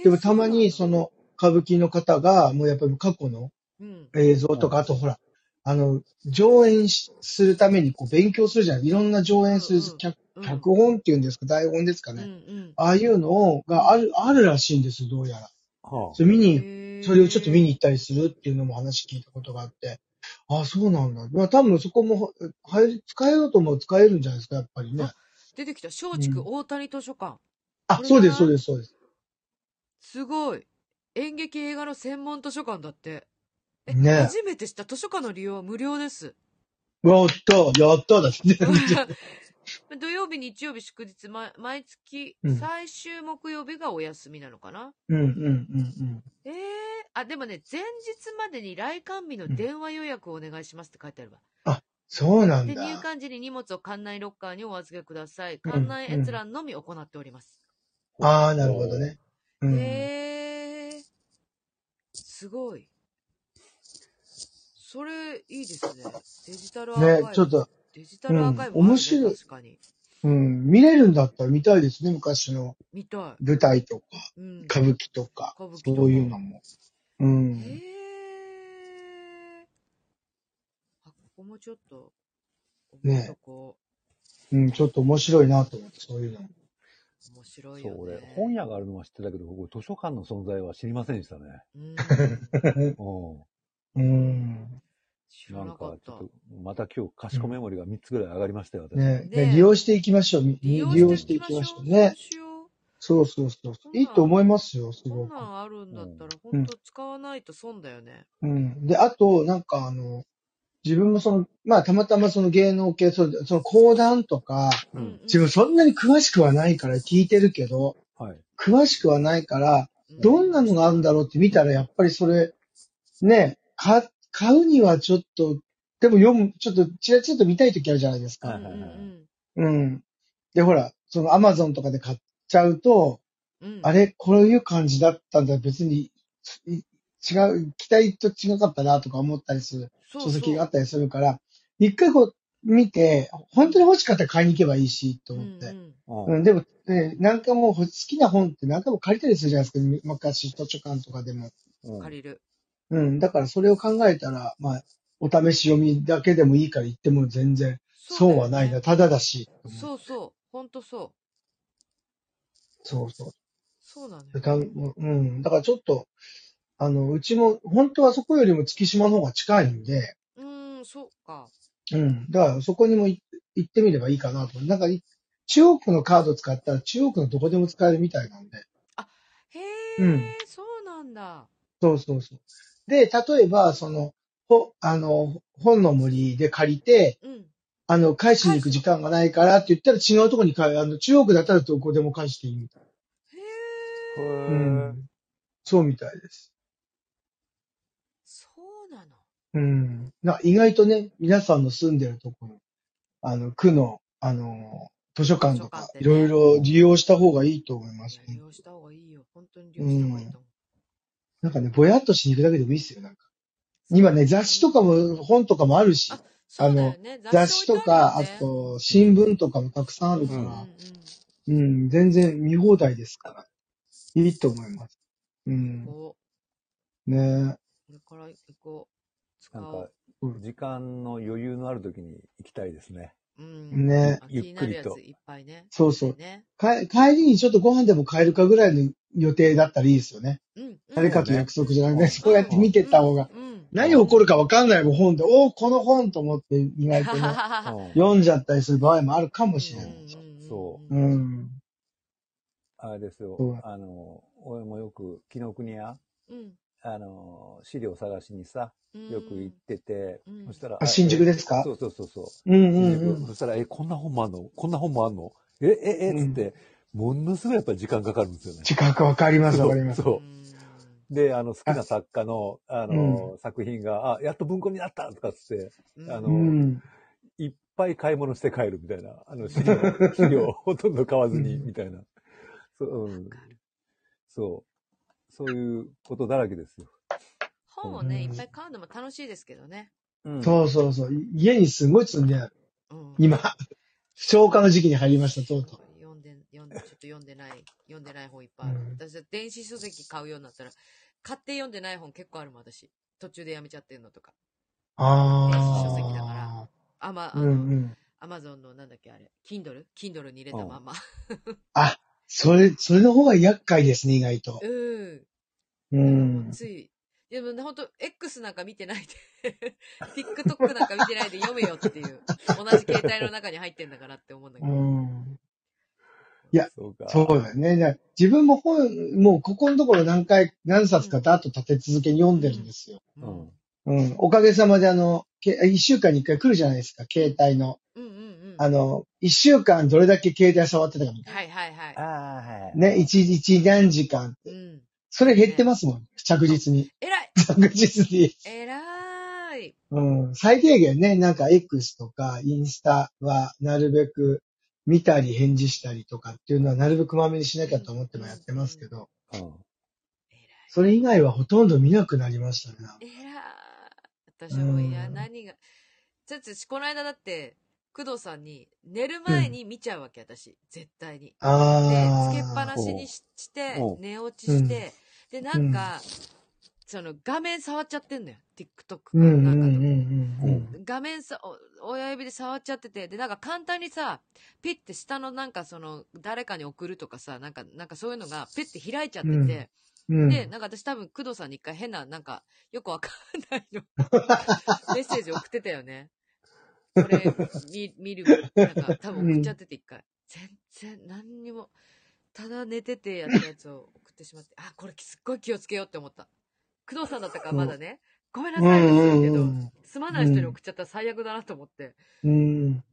でもたまにそ、へえうなんだの歌舞伎の方が、もうやっぱり過去のうん、映像とか、うんあとほら、あの、上演しするためにこう勉強するじゃないいろんな上演するうんうん脚,、うん脚本っていうんですか、台本ですかうんね。うんああいうのをがある、あるらしいんです、どうやら。はそれ見に、へーそれをちょっと見に行ったりするっていうのも話聞いたことがあって。ああ、そうなんだ。まあ多分そこも、は入り使えようとも使えるんじゃないですか、やっぱりね。出てきた松竹うん大谷図書館。あこ、れじゃそないうです、そうです、そうです。すごい。演劇映画の専門図書館だって。え、ねえ初めて知った図書館の利用は無料 です。 やった、やっただって。 土曜日、日曜日、祝日、ま、毎月うん最終木曜日がお休みなのかな、うん、うん、うん、ええあ、でもね、前日までに来館日の電話予約をお願いしますって書いてあるわ。そうなんで、だ。入館時に荷物を館内ロッカーにお預けください。うん館内閲覧のみ行っております。ああ、なるほどね。うへん。えー、すごい。それ、いいですね。デジタルアーカイブ。ね、ちょっと、デジタルアーカイブもあるね、うん面白い確かに。うん、見れるんだったら見たいですね、昔の見たい。舞台とか、うん。歌舞伎とか、歌舞伎とかそういうのも。うへん。えー。あ、ここもちょっと、ねえそこ、うん、ちょっと面白いなと思って、そういうのも。面あ。白いそよう、ね。俺、本屋があるのは知ってたけど、僕、図書館の存在は知りませんでしたね。うん。うん。うん。知らななんかかっ、ちたょっ。と、また今日、賢メモリが3つぐらい上がりましたよ、私。ねねね利用していきましょう。み利用していきましょうね。そうそうそう。いいと思いますよ、すこごんくな。んあるんだったら、ん本当使わないと損だよね。うん。で、あと、なんかあの、自分もその、まあ、たまたまその芸能系、その、その講談とか、うんうん自分そんなに詳しくはないから聞いてるけど、はい。詳しくはないから、うんどんなのがあるんだろうって見たら、やっぱりそれ、ね、か、買うにはちょっと、でも読む、ちょっと、ちらちらと見たい時あるじゃないですうんうか。んうんうん。で、ほら、そのアマゾンとかで買っちゃうと、うんあれ、こういう感じだったんだ、別に、い違う、期待と違かったなとか思ったりする、そう書そう籍があったりするから、一回こう、見て、本当に欲しかったら買いに行けばいいし、と思って。うんうんう。うんん、でも、ね、なんかもう好きな本って何回も借りたりするじゃないですか、昔図書館とかでも。うん借りる。うん、だからそれを考えたら、まあ、お試し読みだけでもいいから行っても全然そうだよ損ねはないな、ただだし。そうそう、本当そう。そうそうそうなのよ。だからうん、だからちょっと、あの、うちも、本当はそこよりも月島の方が近いんで、うーん、そうか。うん、だからそこにもい行ってみればいいかなと。なんかい、中央区のカード使ったら中央区のどこでも使えるみたいなんで。へうえん、そうなんだ。そうそうそう。で、例えば、その、ほ、あの、本の森で借りて、うん。あの、返しに行く時間がないからって言ったら違うとこに返、あの、中央区だったらどこでも返していいみたいへへえ、な。うーん。そうみたいです。そうなの。うん。な意外とね、皆さんの住んでるところ、あの、区の、あの、図書館と図書か館、っいてねろいろ利用した方がいいと思います。いや利用した方がいいよ。本当に利用した方がいいと思う。なんかね、ぼやっとしに行くだけでもいいですよ、なんか。今ね、雑誌とかも、本とかもあるし、そうだよね、雑誌とか、あ置いてるもんねと、新聞とかもたくさんあるかうら、んとうんうん、全然見放題ですから。いいと思います。ううんん。こねうこれから行こう。使なんおかう。、時間の余裕のある時に行きたいですね。うん。ねあゆ気にっなくるりやとついっぱいね。そうそうね。か帰りにちょっとご飯でも買えるかぐらいの予定だったらいいですよね。うんうん。誰かと約束じゃなくて、うんそうやって見てった方が。うん。うん何起こるかわかんないもん本で、おお、この本と思って意外とうね、ん読んじゃったりする場合もあるかもしれない。うそんうんううんうん。ん。あれですそうよ。あの、俺もよく、紀ノ国屋、うんあの、資料探しにさ、うんよく行ってて、うんそしたら、あ新宿えですかそうそうそうそう。うんう新んう宿んそ。したら、え、こんな本もあんのこんな本もあんのえ、え、え、うつんって、ものすごいやっぱり時間かかるんですよね。時間かわかりますわかります。そうう。んで、あの、好きな作家の、あの、作品が、あ、やっと文庫になったとかっつって、うんあうのん。いっぱい買い物して帰るみたいな、あ の、資料、資料をほとんど買わずに、うんみたいな。そう、うんわかるそう。そういうことだらけですよ。本をね、ういんっぱい買うのも楽しいですけどね。うんそうそうそう。家にすごい積んである。うん今、消化の時期に入りました、とうとう。読んで、読んで、ちょっと読んでない、読んでない本いっぱいある。うん私は電子書籍買うようになったら、買って読んでない本結構あるもん、私。途中でやめちゃってるのとか。あ電子書籍だからあ。あま、あうの、んうん。アマゾンのなんだっけあれ、Kindle?Kindle に入れたまま。あ、それ、それの方が厄介ですね、意外と。うん。うん。つい。でもね、ほんと、X なんか見てないで、TikTok なんか見てないで読めよっていう、同じ携帯の中に入ってんだからって思うんだけうど。ん。いやそうか。そうだよね。だから自分も本、もうここのところ何回、何冊かだと立て続けに読んでるんですよ。ううんん。うん。おかげさまであの、け一週間に一回来るじゃないですか、携帯の。うんうんうん。あの、一週間どれだけ携帯触ってたかみたいはいはいはいあ。あ、はい。な。ね、一日何時間ってう。ん。それ減ってますもん。着実に。えらい着実に。えらーいうん。最低限ね、なんか X とかインスタはなるべく見たり返事したりとかっていうのはなるべくまめにしなきゃと思ってもやってますけど、うん。それ以外はほとんど見なくなりましたね。えらーい私はもう、いや、うん何が。ちょっと、この間だって、工藤さんに、寝る前に見ちゃうわけ、私。絶対に。で、あつあ。けっぱなしにししておう、寝落ちして、で、なんか、その、画面触っちゃってんのよ。TikTok かうんうんなうんんかうの。ん画面さ、お親指で触っちゃってて、で、なんか簡単にさ、ピッて下のなんかその、誰かに送るとかさ、なんか、なんかそういうのが、ピッて開いちゃってて、うん。うん。で、なんか私多分、工藤さんに一回変な、なんか、よくわかんない の、メッセージ送ってたよね。これ、見、見る、なんか、多分送っちゃってて一回。全然、何にも、ただ寝ててやったやつを送ってしまって、あ、これすっごい気をつけようって思った。工藤さんだったからまだね、ごめんなうさいでするんけうど、んすまない人に送っちゃったら最悪だなと思って。うん。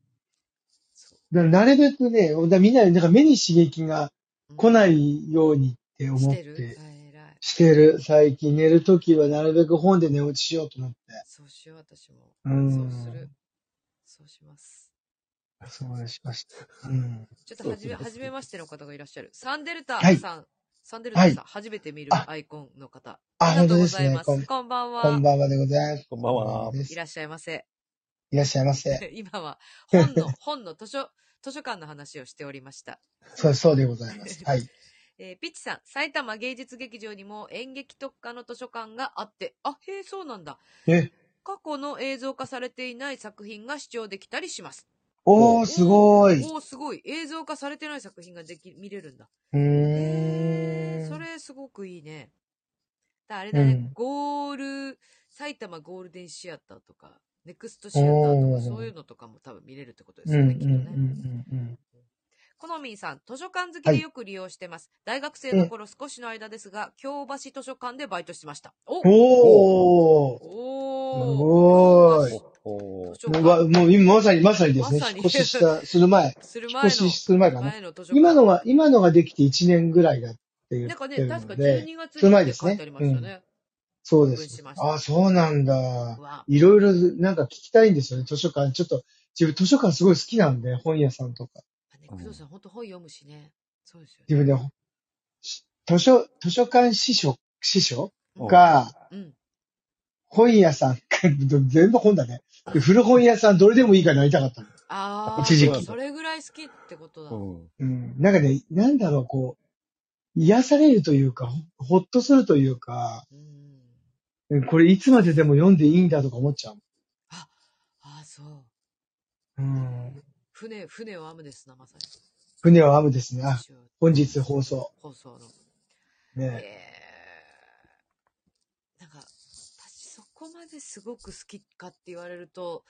そだからなるべくね、だからみんな、なんか目に刺激がう来ないいようにって思っしてるて、あ偉い。してる。最近寝るときはなるべく本で寝落ちしようと思って。そうしよう、私も。うん。そうする。そうします。そうしました。うん。ちょっとはじめ、そうはそうじめましての方がいらっしゃる。サンデルタはいさん。サンデルタさん、初めて見るあアイコンの方。あ、りがと本当うごですざいねま。す。こんこんばんは。こんばんはでございます。こんばんは。いらっしゃいませ。 いらっしゃいま せ。今は、本の、本の図書、図書館の話をしておりました。そう、そうでございます。はい。えーピッチさん、埼玉芸術劇場にも演劇特化の図書館があって、あ、へえ、そうなんだ。え、過去の映像化されていない作品が視聴できたりします。おー、すごい。うおお、すごい。映像化されてない作品ができ、見れるんだ。ーん。それすごくいいね。だあれだね、うんゴール、埼玉ゴールデンシアターとか、ネクストシアターとおーか、そういうのとかも多分見れるってことでうすん、ようん、ね、うん、きっうんとね。うん。コノミンさん、図書館好きでよく利用してます。大学生の頃少しの間ですが、京橋図書館でバイトしてました。おおー。すおごーい。お図ー書うわ館もう今まさにまさにですね、まさ引にっ越しした、する前、する引っ前越しの、する前かな。前の図書館。今のが、今のができて1年ぐらいだって言なんかっね、てる確かので、 12月そのに前ってです書ねいてありましたよね。そうでオープンしすま。したあ、そうなんだ。わいろいろなんか聞きたいんですよね、図書館。ちょっと、自分図書館すごい好きなんで、本屋さんとか。あね、う工ん藤さん、本当本読むしね。そうですよね。自分で、し図書、図書館司書、司書うんか、うん。本屋さん、全部本だね。で古本屋さん、どれでもいいからなりたかったの。ああ、一時期それぐらい好きってことだ。うん。うんなんかね、なんだろう、こう、癒されるというか、ほほっとするというか、うん。うんこれいつまででも読んでいいんだとか思っちゃう。ああ、そう。うん、船、船を編むですな、まさに。船は編むですね。あ、一応本日放送。放送の。ね。ええなんか、私そこまですごく好きかって言われると、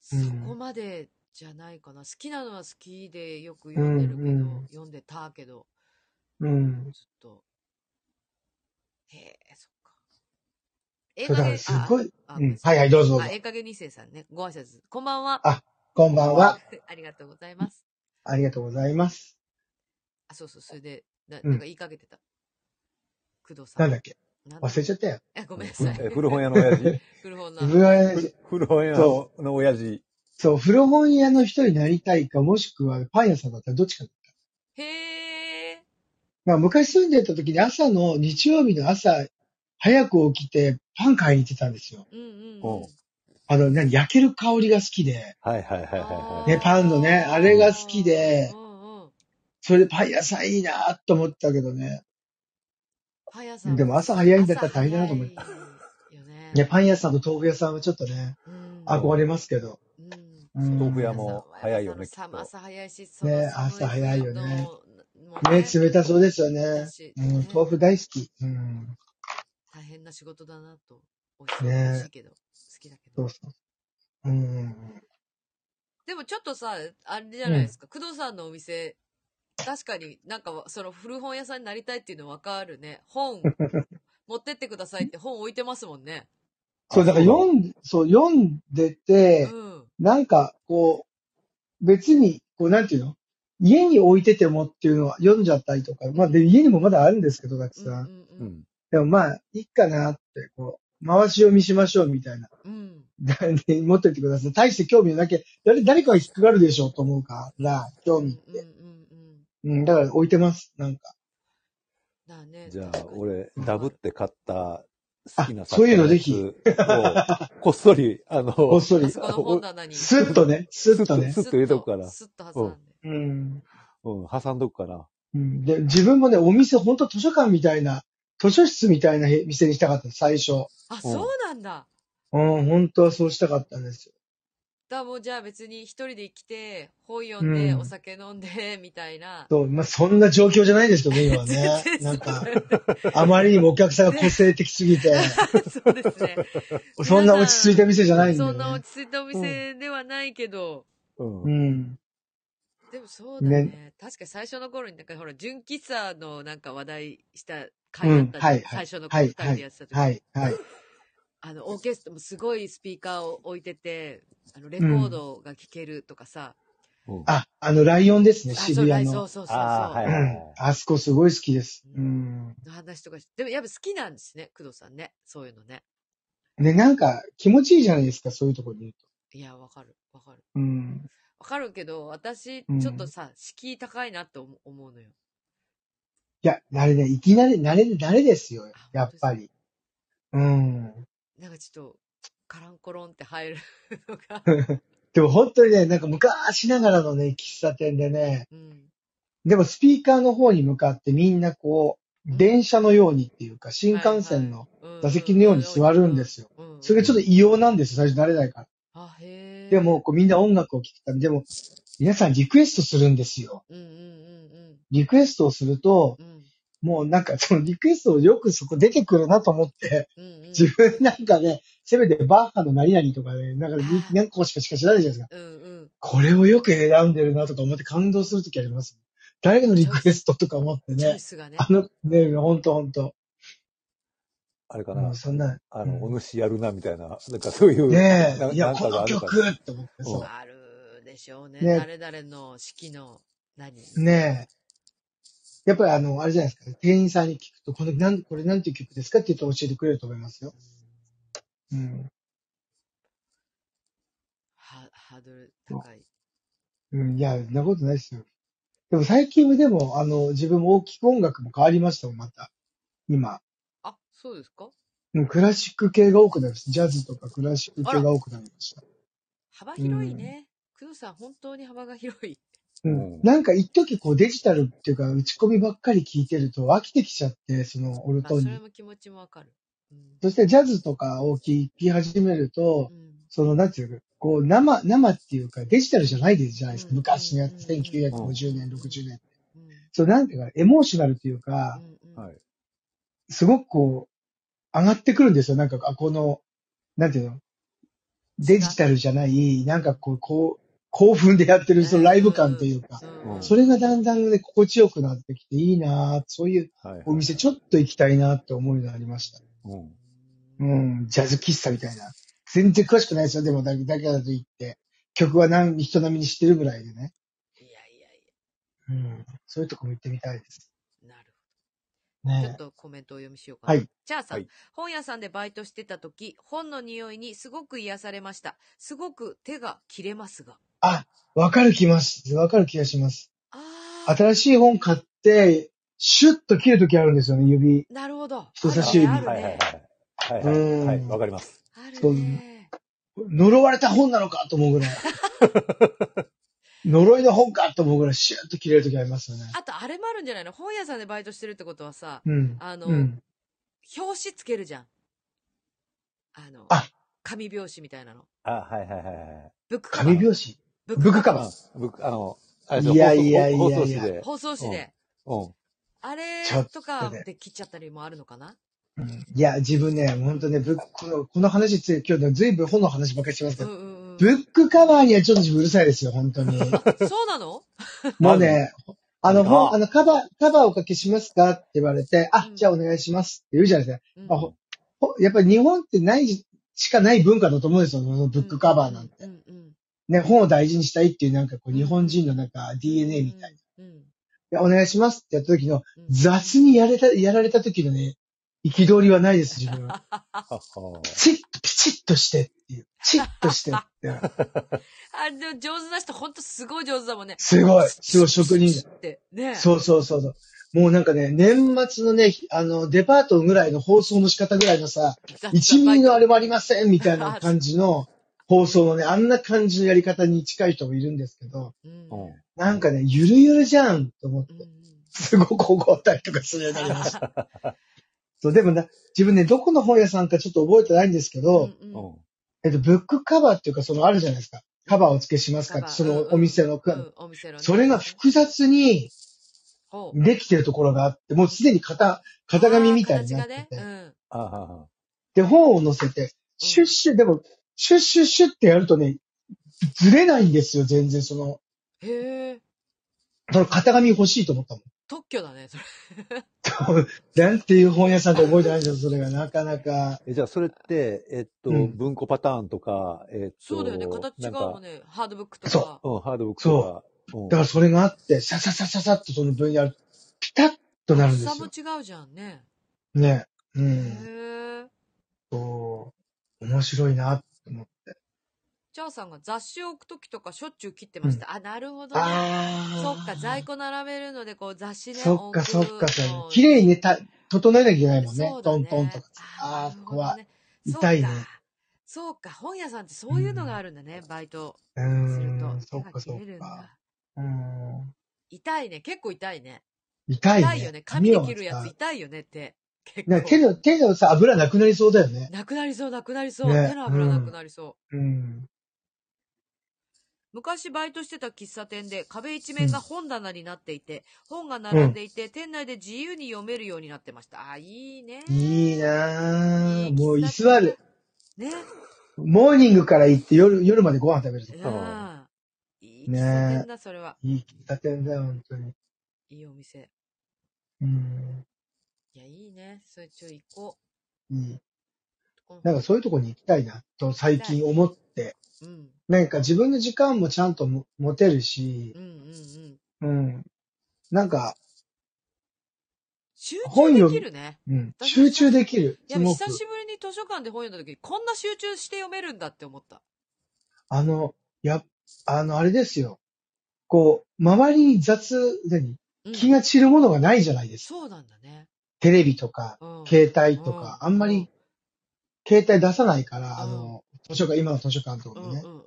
そうんこまでじゃないかな。好きなのは好きでよく読んでるけど、うんうん読んでたけど、うん。ずっと。へえ、そっか。映そうだ画からですごい。あ、あうごめんんな。さはいいはい、どうぞどうあ、ぞ。ええかげ二世さんね。ご挨拶。こんばんは。あこんばんは。 ありがとうございます。ありがとうございます。あ、そうそう、それで、なうんなんか言いかけてた。工藤さなんん。だっけなんだ忘れちゃったよ。え、ごめんなさい。え古本屋の親 父。古本な。古本屋ふ古本屋のの親父。そう、古本屋の人になりたいか、もしくはパン屋さんだったらどっちか。へえ。まあ、昔住んでた時に朝の、日曜日の朝、早く起きてパン買いに行ってたんですよ。うんうんうんおう。あの、何、焼ける香りが好きで、はいはいはいあはーいはね、い。パンのねあれが好きでうんうん。それでパン屋さんいいなと思ったけどね。パン屋さん。でも朝早いんだったら大変だなと思っ朝早いよね。ね。ね、パン屋さんと豆腐屋さんはちょっとね、うん憧れますけど。うんうん豆腐屋も早いよね朝きっと朝早いし、ねその朝早いよね。もうね、冷たそうですよねだ。しうん、豆腐大好き。うん。大変な仕事だなと。美味しいね美味しいけど、好きだけそどう。そう。うん。でもちょっとさ、あれじゃないですか、工藤さんのお店、確かになんかその古本屋さんになりたいっていうのわかるね。本、持ってってくださいって本置いてますもん ね。そう、だから読ん、そう、読んでうて、ん。なんか、こう、別に、こう、なんていうの家に置いててもっていうのは読んじゃったりとか、まあ、で、家にもまだあるんですけど、たくさん。うんううんん。でもまあ、いいかなって、こう、回し読みしましょうみたいな。 うん。うん。で持ってってください。大して興味なきゃ、誰、誰かが引っかかるでしょうと思うから、興味っうんうんて。うんうん。うん、だから置いてます、なんか。だね。じゃあ確、かに俺、うんダブって買った好きなあそういうのぜひを、こっそり、あの、こっそありそ。この本棚に。スッとね、スッとね。スッと入れとくからスッと挟んで。うん。うん、挟んどくかな。うんで、自分もね、お店、本当図書館みたいな、図書室みたいなへ店にしたかった、最初。あ、そうなんだ。うん、本当はそうしたかったんですよ。だもうじゃあ別に一人で生きて、本読んで、うんお酒飲んで、みたいな。そう、まあ、そんな状況じゃないですけどね、今はね 全。然なんそかう、だよねあまりにもお客さんが個性的すぎて、そう ですね。 そんな落ち着いた店じゃないんだそよんな落ね。ち着いたお店ではないけど、うん。うん。でもそうだねね確かに最初の頃に、なんかほら、純喫茶のなんか話題した回だったうんじゃんはいは最い初のは頃い二人でやってた時、はい、はい。あの、オーケストラもすごいスピーカーを置いてて、あの、レコードが聴けるとかさ、うんあ、あの、ライオンですね、あ渋谷そうの。そうそうそう。あーはういん。あそこすごい好きです。うん。の話とかしでもやっぱ好きなんですね、工藤さんね。そういうのね。ね、なんか気持ちいいじゃないですか、そういうところにいると。いや、わかる。わかる。うん。わかるけど、私、ちうんょっとさ、敷居高いなと思う思うのよ。いや、慣れね、いきなり、慣れ、慣れですよ、やっぱり。うん。なんかちょっと、カランコロンって入るのが。でも本当にね、なんか昔ながらのね、喫茶店でね、うん。でもスピーカーの方に向かってみんなこう、電車のようにっていうか、新幹線の座席のように座るんですよ。はいはい。うんうんそれがちょっと異様なんですよ、最初慣れないから。あ、へえ。でも、、こうみんな音楽を聴くために、でも、皆さんリクエストするんですよ。うんうんリクエストをするとうんう、ん。うんもうなんかそのリクエストをよくそこ出てくるなと思って、うんうん。自分なんかね、せめてバッハの何々とかね、なんかリあー何個しかしか知らないじゃないですか。うんうん。これをよく選んでるなとか思って感動するときあります。誰のリクエストとか思ってチョイね。スがねあ。の、ね、ほんとほんと。あれかもなう、そんな、あうの、んお主やるな、みたいな、なんかそういう、ねなえ、いや、なんかこがあのるから曲って思って、そあるでしょうね。ね誰々の式の何。う。ねえ。やっぱりあの、あれじゃないですか、店員さんに聞くと、この、なん、これなんていう曲ですかって言うと教えてくれると思いますよ。うん。はハードル高い。うん、いや、そんなことないですよ。でも最近はでも、あの、自分も大きく音楽も変わりましたもん、また。今。あ、そうですかうんクラシック系が多くなりました。ジャズとかクラシック系が多くなりました。幅広いね。工藤さん、本当に幅が広い。うんうんなんか一時こうデジタルっていうか打ち込みばっかり聞いてると飽きてきちゃって、そのオルあ、トそンれに。も気持ちもわかる。うん。そしてジャズとかを聞き始めるとう、んそのなんていうか、こう生、生っていうかデジタルじゃないですじゃないですか。うん昔のやつ、うん1950年、60年。うんそうなんていうか、エモーショナルっていううか、んうんはい。すごくこう、上がってくるんですよ。なんか、あ、この、なんていうのデジタルじゃない、なんかこう、こう、興奮でやってるそのライブ感というか。うんうんそれがだんだんね、心地よくなってきていいなぁそういうはいはい。お店ちょっと行きたいなって思うようになりました。うん。うん、ジャズ喫茶みたいな。全然詳しくないですよ、でもだけだけだと言って。曲は何人並みに知ってるぐらいでね。いやいやいうん、そういうとこも行ってみたいです。や、なるほど。ちょっねとコメントをお読みしようかな。はいチャーさん、はい本屋さんでバイトしてた時、本の匂いにすごく癒されました。すごく手が切れますが。えわかる気ます。わかる気がします。ああ、新しい本買って、シュッと切るときあるんですよね、指。なるほど。人差あし指あはるいね。あはいるはいね。。はいはい。はうい、んわかります。あそるうね呪われた本なのかと思うぐ らい。呪いの本かと思うぐらい、シュッと切れるときありますよね。あと、あれもあるんじゃないの本屋さんでバイトしてるってことはさ、うん。あのうん。表紙つけるじゃん。あの、あ紙拍子みたいなの。あ、はいはいはいはい。ブックカバ紙ー。拍子。ブブックカババあー。僕、あの、あれですよいやいやいやいや放送放送紙でー。。放送紙で。うん。あれちょっととかねで切っちゃったりもあるのかなうんいや、自分ね、本当ね、ブック、この、この話について今日ね、ずいぶん本の話ばっかりしてますけうんど、うんうん。ブックカバーにはちょっと自分うるさいですよ、本当に。あ、そうなのもうね、あの、本、あの、カバー、カバーおかけしますかって言われて、あう、んじゃあお願いしますって言うじゃないですか。うんあほほやっぱり日本ってないし、しかない文化だと思うんですよ、そのブックカバーなんて。うんうんね、本を大事にしたいっていうなんかこううん日本人のなんか DNA みたいな。いうんうんや、お願いしますってやった時のうん雑にやれた、やられた時のね、憤りはないです、自分は。ははピチッ、ピチッとしてっていう。ピチッとしてって。あ、でも上手な人ほんとすごい上手だもんね。すごい、すごい職人だ。って。ね。う。そうそうそうそう。もうなんかね、年末のね、あの、デパートぐらいの放送の仕方ぐらいの さ、1ミリのあれもありませんみたいな感じの放送のね、あんな感じのやり方に近い人もいるんですけど、うんうん。なんかね、ゆるゆるじゃんと思ってう、んすごく怒ったりとかするようになり ました。そう、でもな、自分ね、どこの本屋さんかちょっと覚えてないんですけうど、んうんうん。えっと、ブックカバーっていうか、そのあるじゃないですか。カバーをお付けしますかって、そのお店の、うんうんお店のねそれが複雑に、ほうできてるところがあって、もうすでに型、型紙みたいになってあー形て、がねあはは。で、本を載せて、シュッシュ、でも、シュッシュッシュッってやるとね、ずれないんですよ、全然その、うんへえ。その型紙欲しいと思ったもん。特許だね、それ。なんていう本屋さんか覚えてないんですよ、それが。なかなか。え、じゃあ、それって、えっと、うん文庫パターンとか、えっと、そうだよね、形違うもんね。ね。ハードブックとかそ。うん、ハードブックとか。うんだからそれがあって、さささささっとその分野、ピタッとなるんで厚さすもよ。違うじゃんね。ね。うへえ。ん。そう。面白いなって思って。チャーさんが雑誌を置くときとかしょっちゅう切ってました。あ、なるほどね。ああ。そっか、在庫並べるので、こう雑誌ね。そっかそ置くっか、そうねの綺麗にね、た、整えなきゃいけないもんね。そうだトントンとか。ああ、なるそほこどは。ね痛いねそうか。そうか、本屋さんってそういうのがあるんだね、バイトうすーるとん、。そ手っがかそ切っれるんか。だ。うーん。痛いね、結構痛いね。痛いね。痛いよね。髪で切るやつ痛いよねって。結ね、手構。の、手のさ、油なくなりそうだよね。なくなりそう、なくなりそう。ね手の油なくなりそう。うん。昔バイトしてた喫茶店で壁一面が本棚になっていて、本が並んでいて、店内で自由に読めるようになってました。あ、いいね。いいないい喫ぁ。茶店もう居座る。。ね。モーニングから行って夜、夜までご飯食べると。うん。いい喫ね茶店だ、それは。いい喫茶店だよ、本当に。いいお店。うん。いや、いいね。それちょ、行こいい。う。なんかそういうとこに行きたいな、と最近思って。うん。なんか自分の時間もちゃんとも持てるしう、んうんうん。うん。なんか、集本中よできるね。うん。私集中できる。いや、久すごしくぶ。りに図書館で本読んだ時に、こんな集中して読めるんだって思った。あの、や、あの、あれですよ。こう、周りに雑、何うん、気が散るものがないじゃないですか。そうなんだね。テレビとか、うん。携帯とか、うんあんまり、携帯出さないから、あうの、図書館、今の図書館とうかんうもんね。うん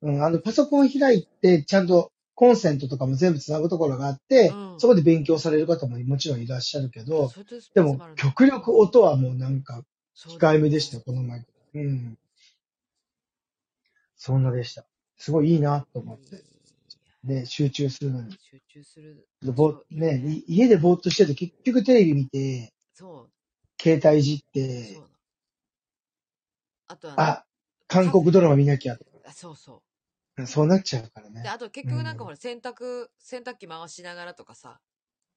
うん。うん、あの、パソコン開いて、ちゃんとコンセントとかも全部繋ぐところがあって、うんそこで勉強される方ももちろんいらっしゃるけど、それとスペでースもある、ね極力音はもうなんか、控えめでしたよ、。この前。うん。そんなでした。すごいいいなそとうだ思っよねて。で、集中するのに。集中する。でぼそういいねい家でぼーっとしてると結局テレビ見て、そう。携帯いじっそうてな、のあとはね、あ、韓国ドラマ見なきゃ。あそうそそうなっちゃうからう。で、ね。あと結局なんかうんほら、洗濯、洗濯機回しながらとかさ、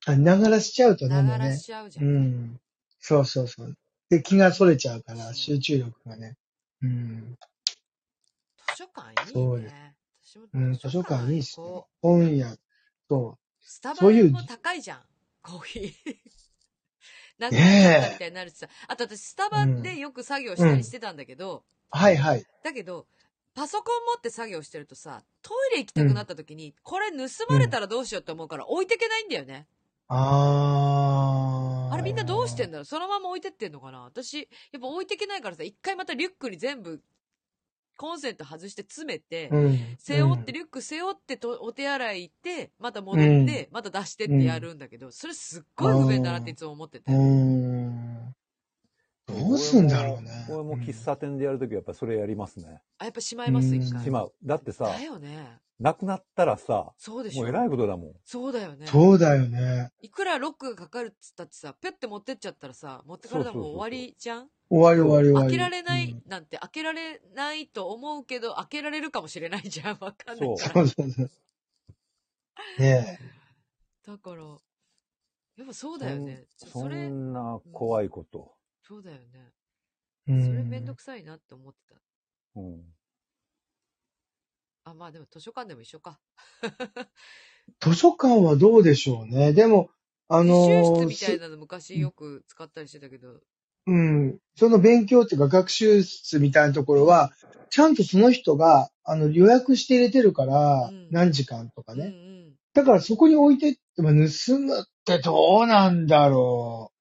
あ、ながらしちゃうとね、なもがうらねし。ちゃうじゃ。うんん。そうそうそう。で、気が逸れちゃうから、集中力がね。うん。図書館いいそうでね。私もうん、図書館いいし、図書館行こ本屋、そうスタそバういうも高いじゃん。コーヒー。 なんか買ったみたいになるしさ。あと私、スタバでよく作業したりしてたんだけど、う。はいはい。だけど、パソコン持って作業してるとさ、トイレ行きたくなった時に、これ盗まれたらどうしようって思うから置いてけないんだよね。あー。あれみんなどうしてんだろうそのまま置いてってんのかな私、やっぱ置いてけないからさ、一回またリュックに全部、コンセント外して詰めて、うん。背負っうて、んリュック背負ってと、お手洗い行って、また戻って、また出してってやるんだけど、それすっごい不便だなっていつも思ってて。うーん。どうすんだろうね。俺も喫茶店でやるときはやっぱそれやりますね。あ、やっぱしまいます、うん一回。しまう。だってさ、だよね。なくなったらさ、そうでしもょ。うえらいことだもん。そうだよね。そうだよね。いくらロックがかかるっつったってさ、ペッて持ってっちゃったらさ、持ってかれたらもうそうそう終そうそうわりじゃん終わり終わり終わり。開けられないうんなんて、開けられないと思うけど、開けられるかもしれないじゃん。 わかんないそうから。そうそうそう。ねだから、やっぱそうだよね。そんそれそ、んな怖いこと。そうだよね。え。うんそれめんどくさいなって思ってた。うん。あ、まあでも図書館でも一緒か。図書館はどうでしょうね。でも、あ 自の習室ーみたいすなの昔よく使ったりしてたけど、うん、その勉強っていうか学習室みたいなところは、ちゃんとその人が、あの、予約して入れてるからうん、何時間とかうんうね。ん。だからそこに置いてって、まあ盗むってどうなんだろ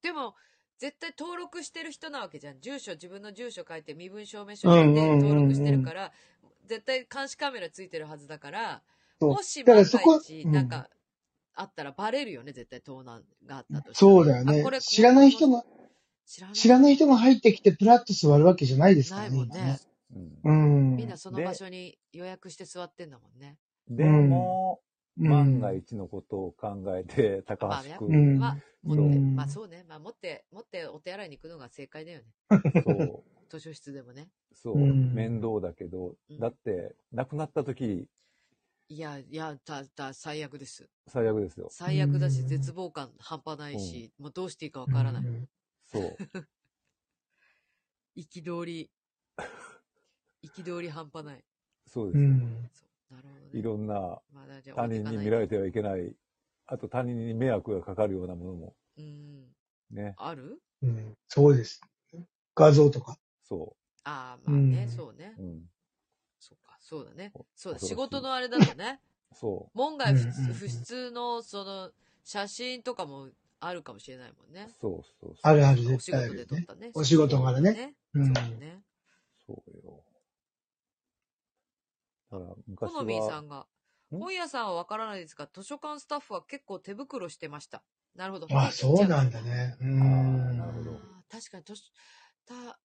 でも、絶対登録してる人なわけじゃん。住所、自分の住所書いて、身分証明書書いてうんうんうんうん登録してるから、絶対監視カメラついてるはずだから、そうもしだか万らそがこ一、うんなんか、あったらバレるよね、絶対盗難があったとう。したらそうだよねあこれ。知らない人が、知らない。知らない人が入ってきてプラッと座るわけじゃないですかならいね。もん今ねね。うんうん。みんなそので場所に予約して座ってんだもんね。でも、うん万が一のことを考えて、高橋う君、ん。まあ、持って、うんまあそうね。まあ持って、持ってお手洗いに行くのが正解だよね。そう、図書室でもね。そう、うん面倒だけど、うんだって、亡くなった時、いや、いや、た、た、最悪です。最悪ですよ。最悪だし、うん絶望感半端ないし、もうどうしていいかわからない。そう。憤り、憤り半端ない。そううですよ。ん。そうなるほどね。いろんなまあ、じゃあ他人に見られてる。はいけない、あと他人に迷惑がかかるようなものも、うん。ね、あるうん。そうです。画像とか。そああ、まあね、うんそうねう、。うん、そうか、そうだね。そうだ、恐ろしい仕事のあれだとね、そ門外不うんうんうん不出の、その、写真とかもあるかもしれないもんうね、。そうそうそう。あるある、お絶仕対あ事でるよ撮っね。たね。お仕事柄ね。う。そうんだね。そうよ。だからコ昔は、ノミーさんが、ん本屋さんはわからないですが、図書館スタッフは結構手袋してました。なるほど。あ、そうなんだね。ね。あうーなるほん。どあー確かに図書、た、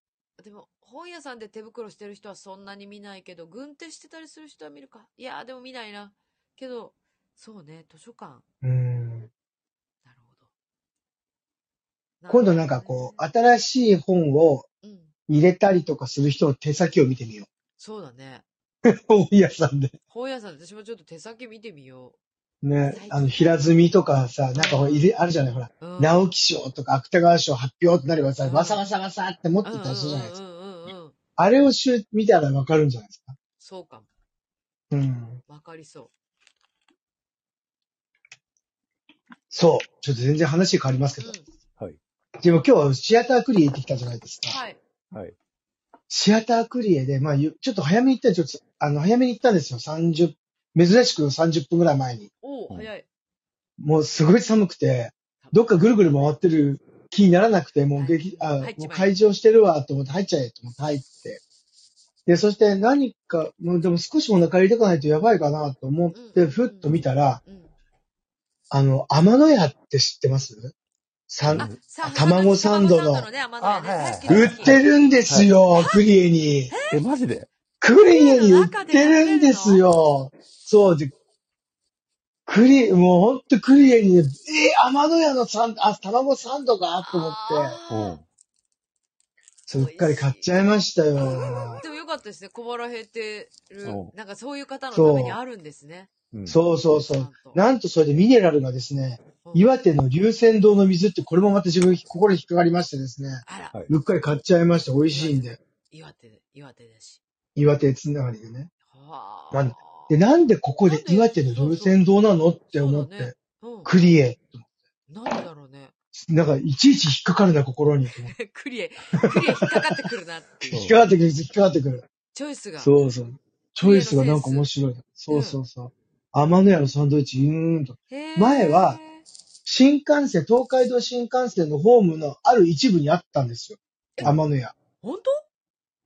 でも、本屋さんで手袋してる人はそんなに見ないけど、軍手してたりする人は見るか。いやー、でも見ないな。けど、そうね、図書館。うん。なるほど。今度なんかこう、新しい本をう、うん、入れたりとかする人の手先を見てみよそうだね。う。本屋さんで。本屋さん、私もちょっと手先見てみよね。あの、平積みとかさ、なんかほら、入れ、あるじゃない、ほら。う。うん、直木賞とか芥川賞発表ってなればさ、うんわさわさわさって持ってたりするじゃないですか。うんうんうんうんうん。あれをしゅ見たらわかるんじゃないですか。そうかも。うん。わかりそう。そう。ちょっと全然話変わりますけど。うはい。でも今日はシアタークリエ行ってきたじゃないですか。ん、はい。はい。シアタークリエで、まあ、ゆちょっと早めに行ったんですよちょっと、あの、早めに行ったんですよ。30、珍しく30分ぐらい前に。おお、うん早い。もうすごい寒くて、どっかぐるぐる回ってる気にならなくて、もう激、はいあ、入っちまえもう会場してるわと思って入っちゃえと思って入って。で、そして何か、もうでも少しお腹入れてかないとやばいかなと思っうて、んふっと見たら、うん。あの、天野屋って知ってますさあん、、さ卵サンドの卵ね、甘菜ねあはいさっきの売ってるんですよ、クリエに。え、マジでクリエに売ってるんですよ。そうで、クリ、もうほんとクリエに、えー、天野屋のサンあ、卵サンドかと思って、あそううっかり買っちゃいましたよ。ーでもよかったですね。小腹減ってるそ。うなんかそういう方のためにあるんですね。うん。うん、そうそうそちゃう。んとなんとそれでミネラルがですね、うん岩手の流泉堂の水ってこれもまた自分心に引っかかりましてですね、あら、はいうっかり買っちゃいました。美味しいんで。岩手で、岩手だし。岩手つながりでね。はなんでで、なんでここで岩手の流泉堂なのって思っそうだねて、うん。クリエ。なんでだろうね。 なんか、いちいち引っかかるな、心に。クリエ、クリエ引っかかってくるなっていう。引っかかってくる、引っかかってくる。チョイスが。そうそう。チョイスがなんか面白い。そうそうそう。天の屋のサンドイッチ、うーんと。へー前は、新幹線、東海道新幹線のホームのある一部にあったんですよ。え天の屋。本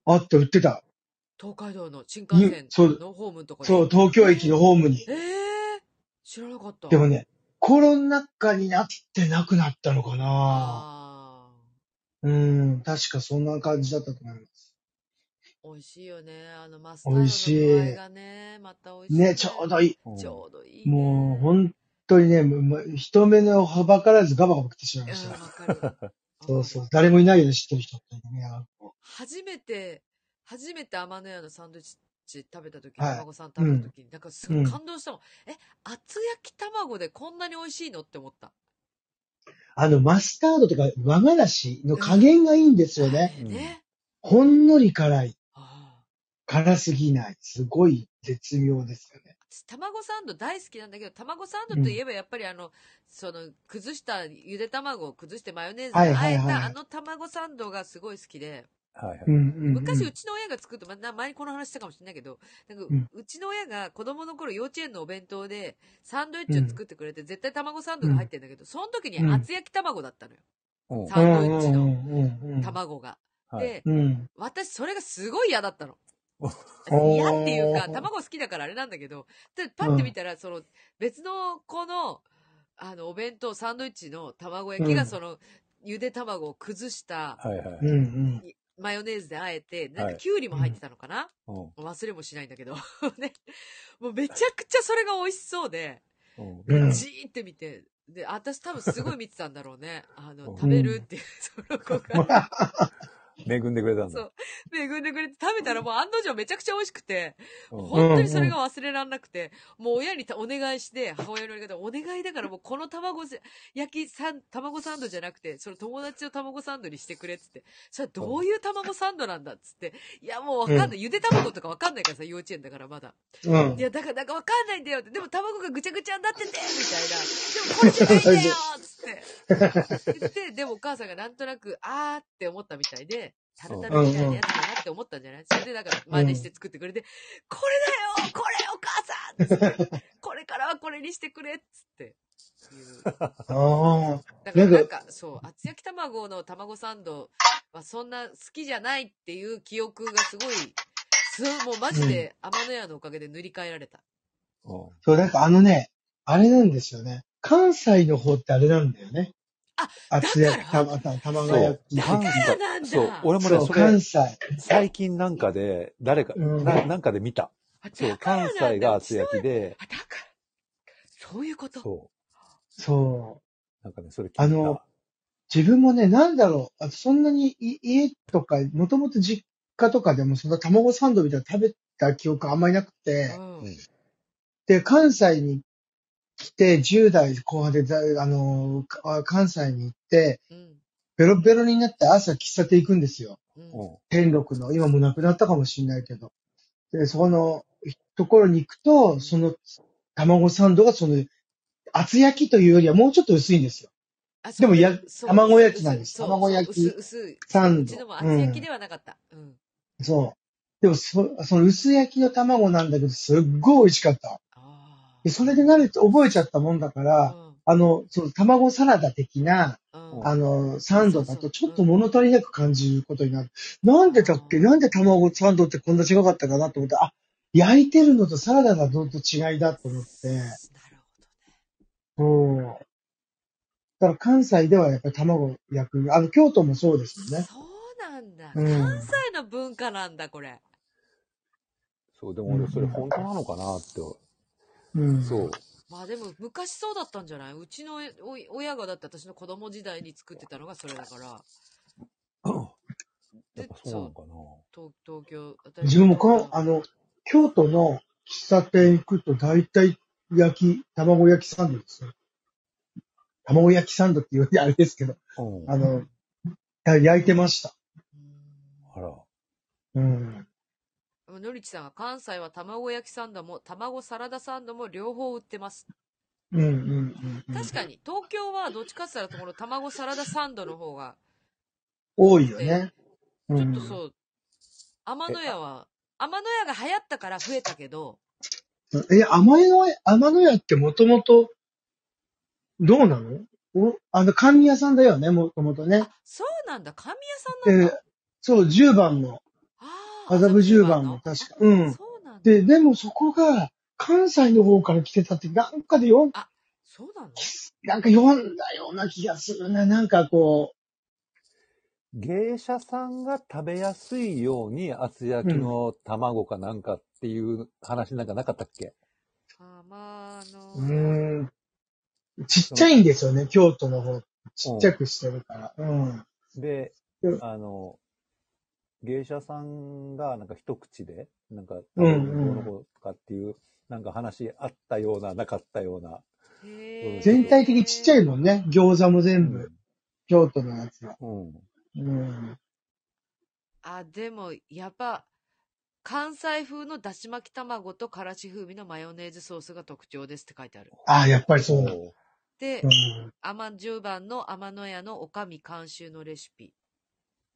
あって売ってた。当東海道の新幹線にそうのホームのとかに。そう、東京駅のホームに。えー、知らなかった。でもね、コロナ禍になってなくなったのかなあうん、確かそんな感じだったと思います。美味しいよね。あのマスタードの美味しい具合がね、また美味しい、ね、ちょうどいい。うんちょうどいい、ね。もう、本当にね、もうもう人目のはばからずガバガバ食ってしまいましうんた。わかる。そうそう。誰もいないように知ってる人ってね。あ初めて、初めて天の屋のサンドイッチ食べた時、はい卵さん食べた時に、なんかすごういん感動したもん。え、厚焼き卵でこんなに美味しいのって思った。あの、マスタードとか和がらしの加減がいいんですよね。ね。ねほんのり辛い。ああ辛すぎない。すごい絶妙ですよね。私卵サンド大好きなんだけど、卵サンドといえばやっぱりあの、その、崩した、ゆで卵を崩してマヨネーズではいはあいえはいたあの卵サンドがすごい好きで、はいはい。うんうん、うん。昔うちの親が作ると、まな前にこの話したかもしれないけど、なんかうんうちの親が子供の頃幼稚園のお弁当でサンドイッチを作ってくれて、絶対卵サンドが入ってるんだけど、その時に厚焼き卵だったのよ。うんサンドイッチのうんうんうん卵が。はいで、うん。私それがすごい嫌だったの。おー嫌っていうか、卵好きだからあれなんだけど、でパッて見たら、その、別の子の、あの、お弁当、サンドイッチの卵焼きうが、んその、ゆで卵を崩した、はいはい。うんうん。マヨネーズであえて、なんはか、いきゅうりも入ってたのかな、うん忘れもしないんだけど。 ね。もうめちゃくちゃそれが美味しそうで、うんうんじーって見て、で、私多分すごい見てたんだろうね。あの、食べるっていう、その子が。恵んでくれたんそだ。う恵んでくれて食べたらもう案の定めちゃくちゃ美味しくて、うん本当にそれが忘れられなくて、もう親にたお願いして、母親のやり方、お願いだからもうこの卵せ焼きサン、卵サンドじゃなくて、その友達の卵サンドにしてくれっつって、それはどういう卵サンドなんだっつって、いやもうわかんない、ゆで卵とかわかんないからさ、幼稚園だからまだ。うんい。や、だからなんかわかんないんだよって、でも卵がぐちゃぐちゃになってて、みたいな。でもこれじゃないんだよっつって。 言って、でもお母さんがなんとなく、あーって思ったみたいで、タルタルみたいなやつだなって思ったんじゃないそれでだから真似して作ってくれて、これだよこれお母さんっつって、これからはこれにしてくれっつって。いうああ。だからななんんか、そう、厚焼き卵の卵サンドはそんな好きじゃないっていう記憶がすごい、すもうマジで天の屋のおかげで塗り替えられた。うんそう、なんかあのね、あれなんですよね。関西の方ってあれなんだよね。あ、厚焼き、たま、た玉が焼き。そうだから関なんだ西そう、俺もそね、う、それ関、西。最近なんかで、誰か、うんななんかで見た。あそだう、からな関んだ西が厚焼きで、あ、だから。そういうこと。そ、そうなんかね、それ聞いた。あのう。自分もね、なんだろう。あそんなにい家とか、もともと実家とかでもそんな卵サンドみたいなの食べた記憶あんまりなくて。うん。うんで、関西に来て、10代後半でざ、あの、か関西に行って、うん。ベロベロになって朝喫茶店行くんですよ。うん。うん天禄の、今もうなくなったかもしれないけど、で、そこのところに行くと、その卵サンドがその、厚焼きというよりはもうちょっと薄いんですよ。あでもやそう卵焼きなんですそう卵焼きそう薄薄いサンドうちのも厚焼きではなかった。うん。そう。でもそ、その薄焼きの卵なんだけど、すっごい美味しかった。あでそれで慣れて覚えちゃったもんだから、あ。あの、その卵サラダ的な、うん。うん。あの、サンドだそうそうとちょっと物足りなく感じることになる。なんでだっけなんで卵サンドってこんな違かったかなと思って、あ、焼いてるのとサラダがどんと違いだと思って。なるほどね。そう。だから関西ではやっぱり卵焼く。あの、京都もそうですよね。そうなんだ。うん関西の文化なんだ、これ。そう、でも俺それ本当なのかなって。うん。そう。まあでも、昔そうだったんじゃないうちのお親がだって私の子供時代に作ってたのがそれだから。やでっぱそうなのかな。そう東東京、私自分もこの、ああの、京都の喫茶店行くと大体焼き、卵焼きサンドですよ。卵焼きサンドって言うてあれですけど、うん。ああの、焼いてました。ら。うん。のりちさんが関西は卵焼きサンドも卵サラダサンドも両方売ってます。うんうんうん、うん。確かに、東京はどっちかって言ったら、この卵サラダサンドの方が、多いよね。ちちょっとそう、天の屋は、天の屋が流行ったから増えたけど、え、甘いの、甘の屋ってもともと、どうなのおあの、甘味屋さんだよね、もともとねあ。、そうなんだ、神え屋さんなんだ。そう、10番の、あー麻布十番の確か。うあん。そうなんだ。で、でもそこが、関西の方から来てたって、なんかでよ、そうなのなんか読んだような気がするな。なんかこ芸者さんが食べやすいように厚焼きの卵かなんかっていう話なんかなかったっけ、玉の。うーん。ちっちゃいんですよね、京都の方。ちっちゃくしてるから。うん。でうん、あの、芸者さんがなんか一口で、なんか、うんうんどの子とかっていう、なんか話あったような、なかったような。へー全体的にちっちゃいもんね。餃子もう全部、ん。京都のやつは。うん。うん。あ、でも、やっぱ、関西風のだし巻き卵とからし風味のマヨネーズソースが特徴ですって書いてある。ああ、やっぱりそうだ。そでう、ん。甘10番の天野屋のおかみ監修のレシピっ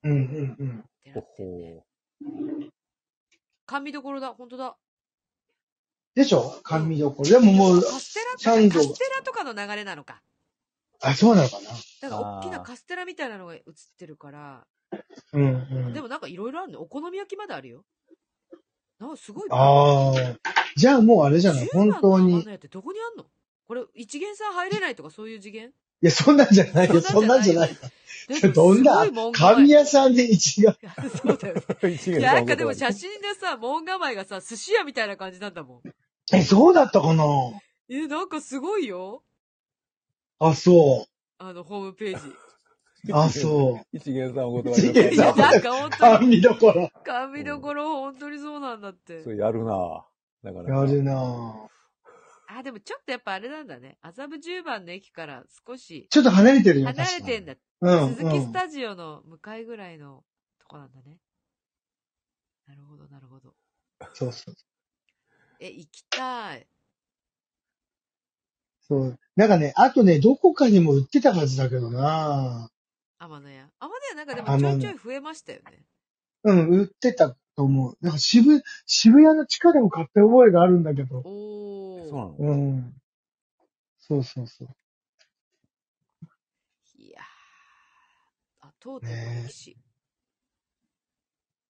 うんうんうん。てう。ほなってんね。ほ甘味どころだ、本当だ。でしょ甘味どころ。でももう、カステラサンドカステラとかの流れなのか。あ、そうなのかなだから、大きなあーカステラみたいなのが映ってるから、うんうん。でもなんかいろいろあるの。お好み焼きまであるよ。なんかすごい。ああ。じゃあもうあれじゃない10番本当のに。天い野屋ってどこにあんのこれ、一元さん入れないとかそういう次元や、そんなんじゃないよ。そんなんじゃない。 どんなすごい門構え神屋さんで一 が。いやそうだよね。う。一い元や、さなんんおかで断もり写真でさ、門構えがさ、寿司屋みたいな感じなんだもん。え、そうだったかなえ、なんかすごいよ。あ、そあの、ホームページ。う。あ、そう。一元さんお断り。一 元いさや、んなんか本当に、 甘味どころ。神どころ、本当にそうなんだってそ。れやるなだから。やるなぁ。あ、でもちょっとやっぱあれなんだね。麻布十番の駅から少しちょっと離れてるよ、離れ確かに。てんだ。うん、鈴木うスん。タジオの向かいぐらいのとこなんだね。なるほど、なるほど。そうそう。え、行きたい。そう。なんかね、あとね、どこかにも売ってたはずだけどな天野屋。天野屋なんかでもちょいちょい増えましたよね。うん、売ってたと思う。なんか渋、渋谷の地下でも買った覚えがあるんだけど。おー。そうなのうん。そうそうそう。いやー、あ、とうとうのねえ歴史。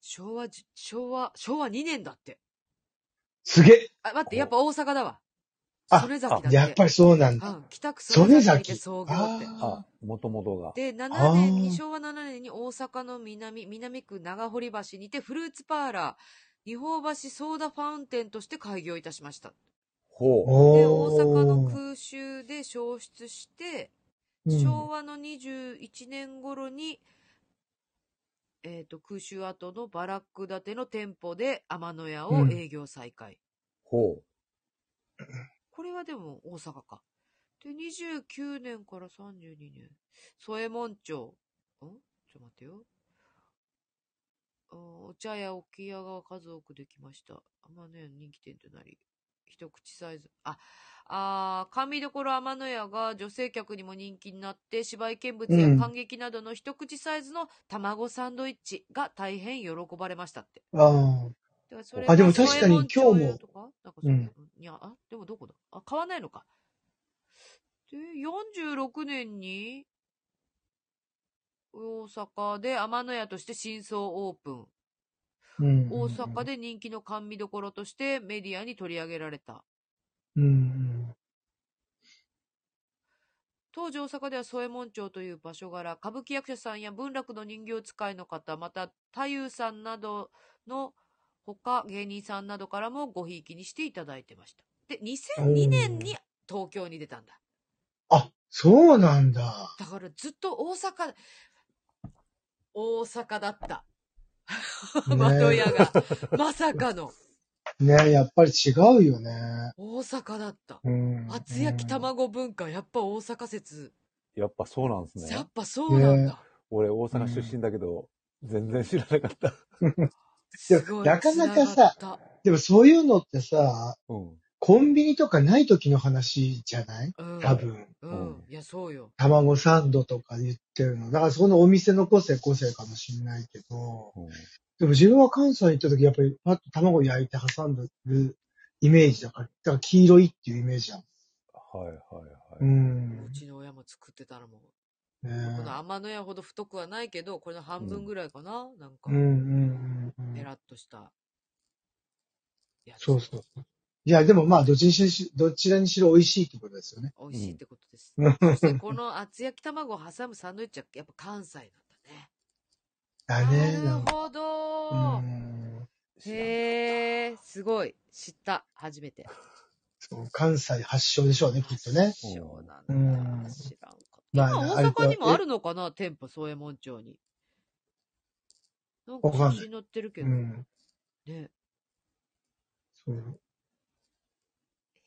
昭和じ、昭和、昭和2年だって。すげえ。あ、待って、やっぱ大阪だわ。あ曽根崎だって。やっぱりそうなんうだ。ん、北区曽曽根根崎で崎。創業って。ああ、もともとが。で、7年あに、ー昭和7年に大阪の南、南区長堀橋にてフルーツパーラー、日本橋ソーダファウンテンとして開業いたしました。あ。ほう。で、お大阪のー空襲で消失して、うん昭和の21年頃に、えっ、と、空襲後のバラック建ての店舗で天野屋を営業再開。ほう。これはでも大阪か。で、29年から32年。添右衛門町。んちょっと待ってよ。あーお茶屋沖屋が数多くできました。天野屋の人気店となり、一口サイズ。あ、あー甘味どころ天野屋が女性客にも人気になって、芝居見物うやん感激などの一口サイズの卵サンドイッチが大変喜ばれましたって。あだからそれあでもが確かに添右衛門今日も町とかなんかそううんいや、あ、でもどこだあ、買わないのか。で、46年に、大阪で天野屋として新装オープン。ーうん。大阪で人気の甘味どころとしてメディアに取り上げられた。うん。当時大阪では添右衛門町という場所柄、歌舞伎役者さんや文楽の人形使いの方、また太夫さんなどの他芸人さんなどからもごひいきにしていただいてました。で、2002年に東京に出たんだ。あ、そうなんだ。だからずっと大阪、大阪だった。え窓屋が。まさかのねえ、やっぱり違うよね。大阪だった。うん。厚焼き卵文化、やっぱ大阪説。やっぱそうなんですやねっ。ぱそうなんだ。俺、大阪出身だけど、全然知らなかった。いやすごい。なかなかさ繋がった、でもそういうのってさ、うん。コンビニとかない時の話じゃないうん、多分。うん。いや、そうよ。卵サンドとか言ってるの。だからそのお店の個性個性かもしれないけど、うんでも自分は関西行った時やっぱりパッと卵焼いて挟んでるイメージだから、だから黄色いっていうイメージだもはいはいはい。ん。うちの親も作ってたのも。うん。ねこの天の屋ほど太くはないけど、これの半分ぐらいかな、なんかうんう、んうんうペん。ラッとしたやつ。そうそう。いや、でもまあ、どっちにしろ、どちらにしろ美味しいってことですよね。美味しいってことです。うんそしてこの厚焼き卵を挟むサンドイッチはやっぱ関西なんだね。だね、ななんるか。ほうど。ん。へえ、すごい。知った。初めて。そう関西発祥でしょうね、きっとね。そうなんだ。うん知らんかった。まあ今、あれ大と阪にもあるのかな店舗、宗右衛門町に。なんかわかんない写真載ってるけうど。ん。ね。そう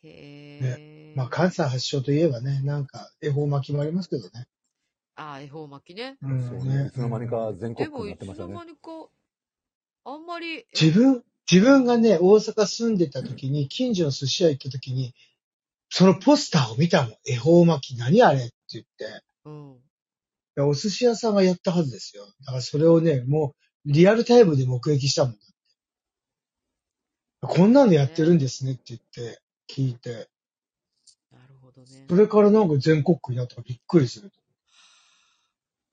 へえ。まあ、関西発祥といえばね、なんか、恵方巻きもありますけどね。ああ、恵方巻きね。うん、そうね。いつの間にうんか全で国区も、にないってつましたのよね間。にか、あんまり、自分、自分がね、大阪住んでた時に、近所の寿司屋行った時に、そのポスターを見たもん。恵方巻き、何あれって言って。うん。いやお寿司屋さんがやったはずですよ。だからそれをね、もう、リアルタイムで目撃したもん。こんなのやってるんですねって言って、聞いて。なるほどね。それからなんか全国区になったらびっくりする。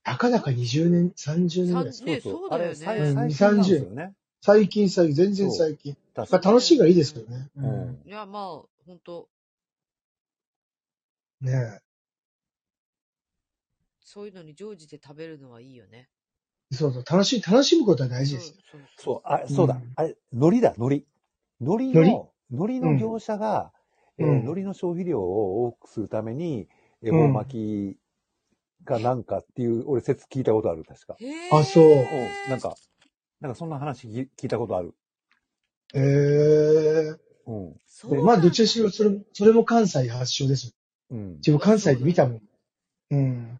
たかだか20年、30年ぐらい。さんねそうだよねあれ、最うん最近なんですよね。最近、最近、全然最近。確まかあ、楽しいがいいですよね。に。うん。いや、まあ、ほんと、うんねそういうのに常時で食べるのはいいよね。え。そうそう。楽しい、楽しむことは大事そでうすよ。そう。そうう、あ、そうだ。うんあれ、海苔だ、海苔。海苔の、海苔うんの業者が、うんえー海苔の消費量を多くするために、恵方巻きがなんかっていう、俺説聞いたことある、確か。へえ。あそううん、なんか、なんかそんな話聞聞いたことある。ええうん。そうなんだまあ、どっちにしろ、それ、それも関西発祥ですよ。うん。自分関西で見たもん。うん。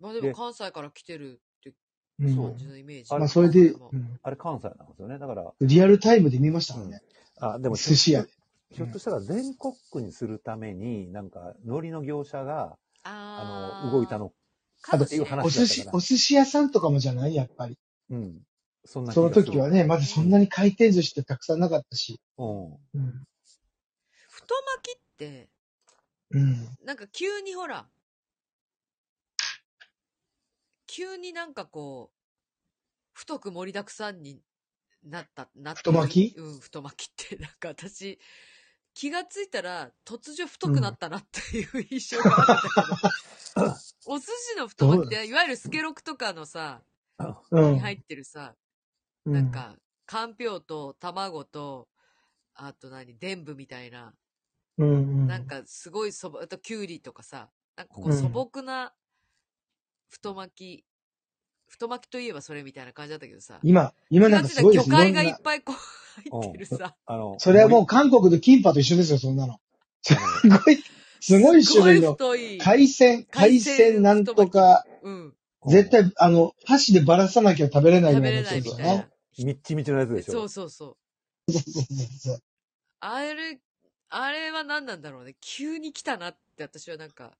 まあでも関西から来てるってうんそ感じのイメージ。うまあ、それで、もうんあれ関西なんですよね。だから、リアルタイムで見ましたもんね。あ、でも、寿司屋で。ひょっとしたら全国区にするために、なんか、海苔の業者が、ああーの、動いたの。かもしれんっていう話お寿司、お寿司屋さんとかもじゃないやっぱり。うん。そんな気そがのする時はね、まだそんなに回転寿司ってたくさんなかったし。うん。うん。太巻きって、うん。なんか急にほら、急になんかこう、太く盛りだくさんになった、なった。太巻きうん、太巻きって、なん か私、気がついたら突如太くなったなっていう印象があるんだけ ど、お寿司の太巻きって、いわゆるスケロクとかのさ、うにん。入ってるさ、うんなん、か、かんぴょうと卵と、あと何、伝部みたいな、うんうん。なんかすごいそば、あときゅうりとかさ、なんかこううん素朴な太巻き、太巻きといえばそれみたいな感じだったけどさ、今、今なんかすごいです魚介がいいろっんなぱいこう入ってるさ、あ の、それはもうう、韓国のキンパと一緒ですよ、そんなの。あすごい、すごい種類の。 すごい太い。海鮮、海鮮なんとか、うん。の絶、対、あの、箸でばらさなきゃ食べれない食ぐべらいのれないやつでみすよたいねな。。みっちみちのやつでしょ。そうそうそう。そうそうそうあれ、あれは何なんだろうね。急に来たなって私はなんか、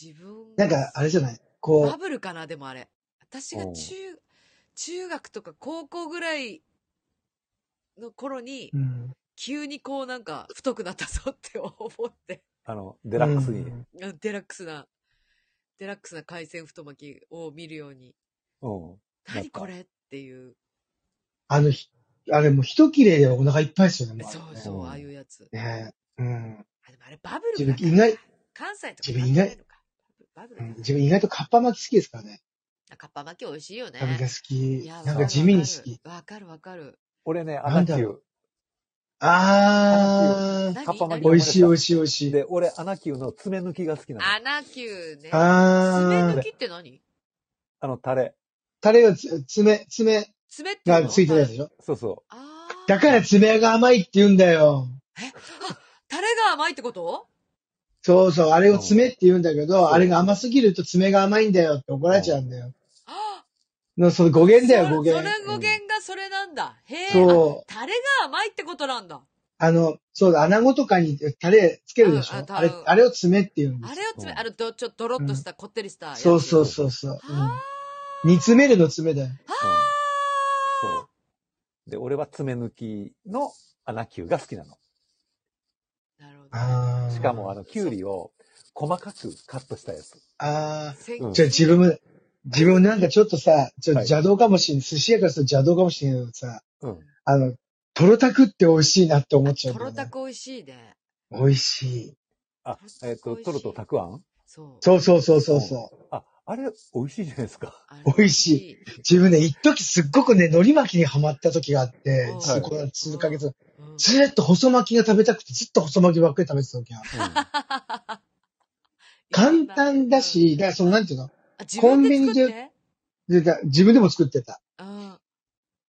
自分がなんか、あれじゃないこうバ、ブルかな、でもあれ。私がうん中、中学とか高校ぐらいの頃に、うん急にこうなんか、太くなったぞって思って、 あの、デラックスに。うん。うんデラックスな、デラックスな海鮮太巻きを見るように、なんか何これっていう。あのひ、あれもう一切れでお腹いっぱいですよね、もうあれそねうそうう、んああいうやつ。ねえうん。あでもあれバブル自分意外関西とか自分意外関西のかバブルうバブんルだ自分意外とカッパ巻き好きですからね。あかっぱ巻き美味しいよね。食べが好いきや。なんわかる地味に好き。わかるわかる。俺ね、な穴んだろ球う。あ何カッパ巻きー、美何味しい美味しい美味しい。で、俺、穴球の爪抜きが好きなの。穴球ね。爪抜あー、きって何あの、タレ。タレがつ、爪、爪爪っていうがのついてるやつでしょそうそあーだから爪が甘いって言うんだよ。タレが甘いってことそうそう、あれを爪って言うんだけうんど、あれが甘すぎると爪が甘いんだよって怒られちゃうんだよ。あの、その語源だよ、そ語そ源れ。語源がそれなんだ。へえ。そうあタレが甘いってことなんだ。あの、そうだ、穴子とかにタレつけるでしうんょうんあれう、んあれを爪って言うんであすれを爪、うんあの、どちょっとドロッとした、こってりしたやつ。そうそうそうそう。はうん煮詰めるの爪だよ。う。うんそう。で、俺は爪抜きの穴球が好きなの。あ。なるほど。あーしかも、あの、キュウリを細かくカットしたやつ。あ千うんあ。じゃ自分も、自分もなんかちょっとさ、ちょはい邪道かもしん、寿司屋からすると邪道かもしんないけどさ、うん。あの、トロタクって美味しいなって思っちゃうとんだろよね、たく美味しいね。美味しい。あ、えっ、と、トロとたくあんそう。そうそうそうそうそあ、あれ、美味しいじゃないですか。あれ美味しい。自分ね、一時すっごくね、海苔巻きにハマった時があっては、いついこの数ヶ月、うん ずーっと細巻きが食べたくて、ずっと細巻きばっかり食べてた時は。簡単だし、だからその、なんていうのあ自分でコンビ作っニでてでだ自分でも作ってた。うん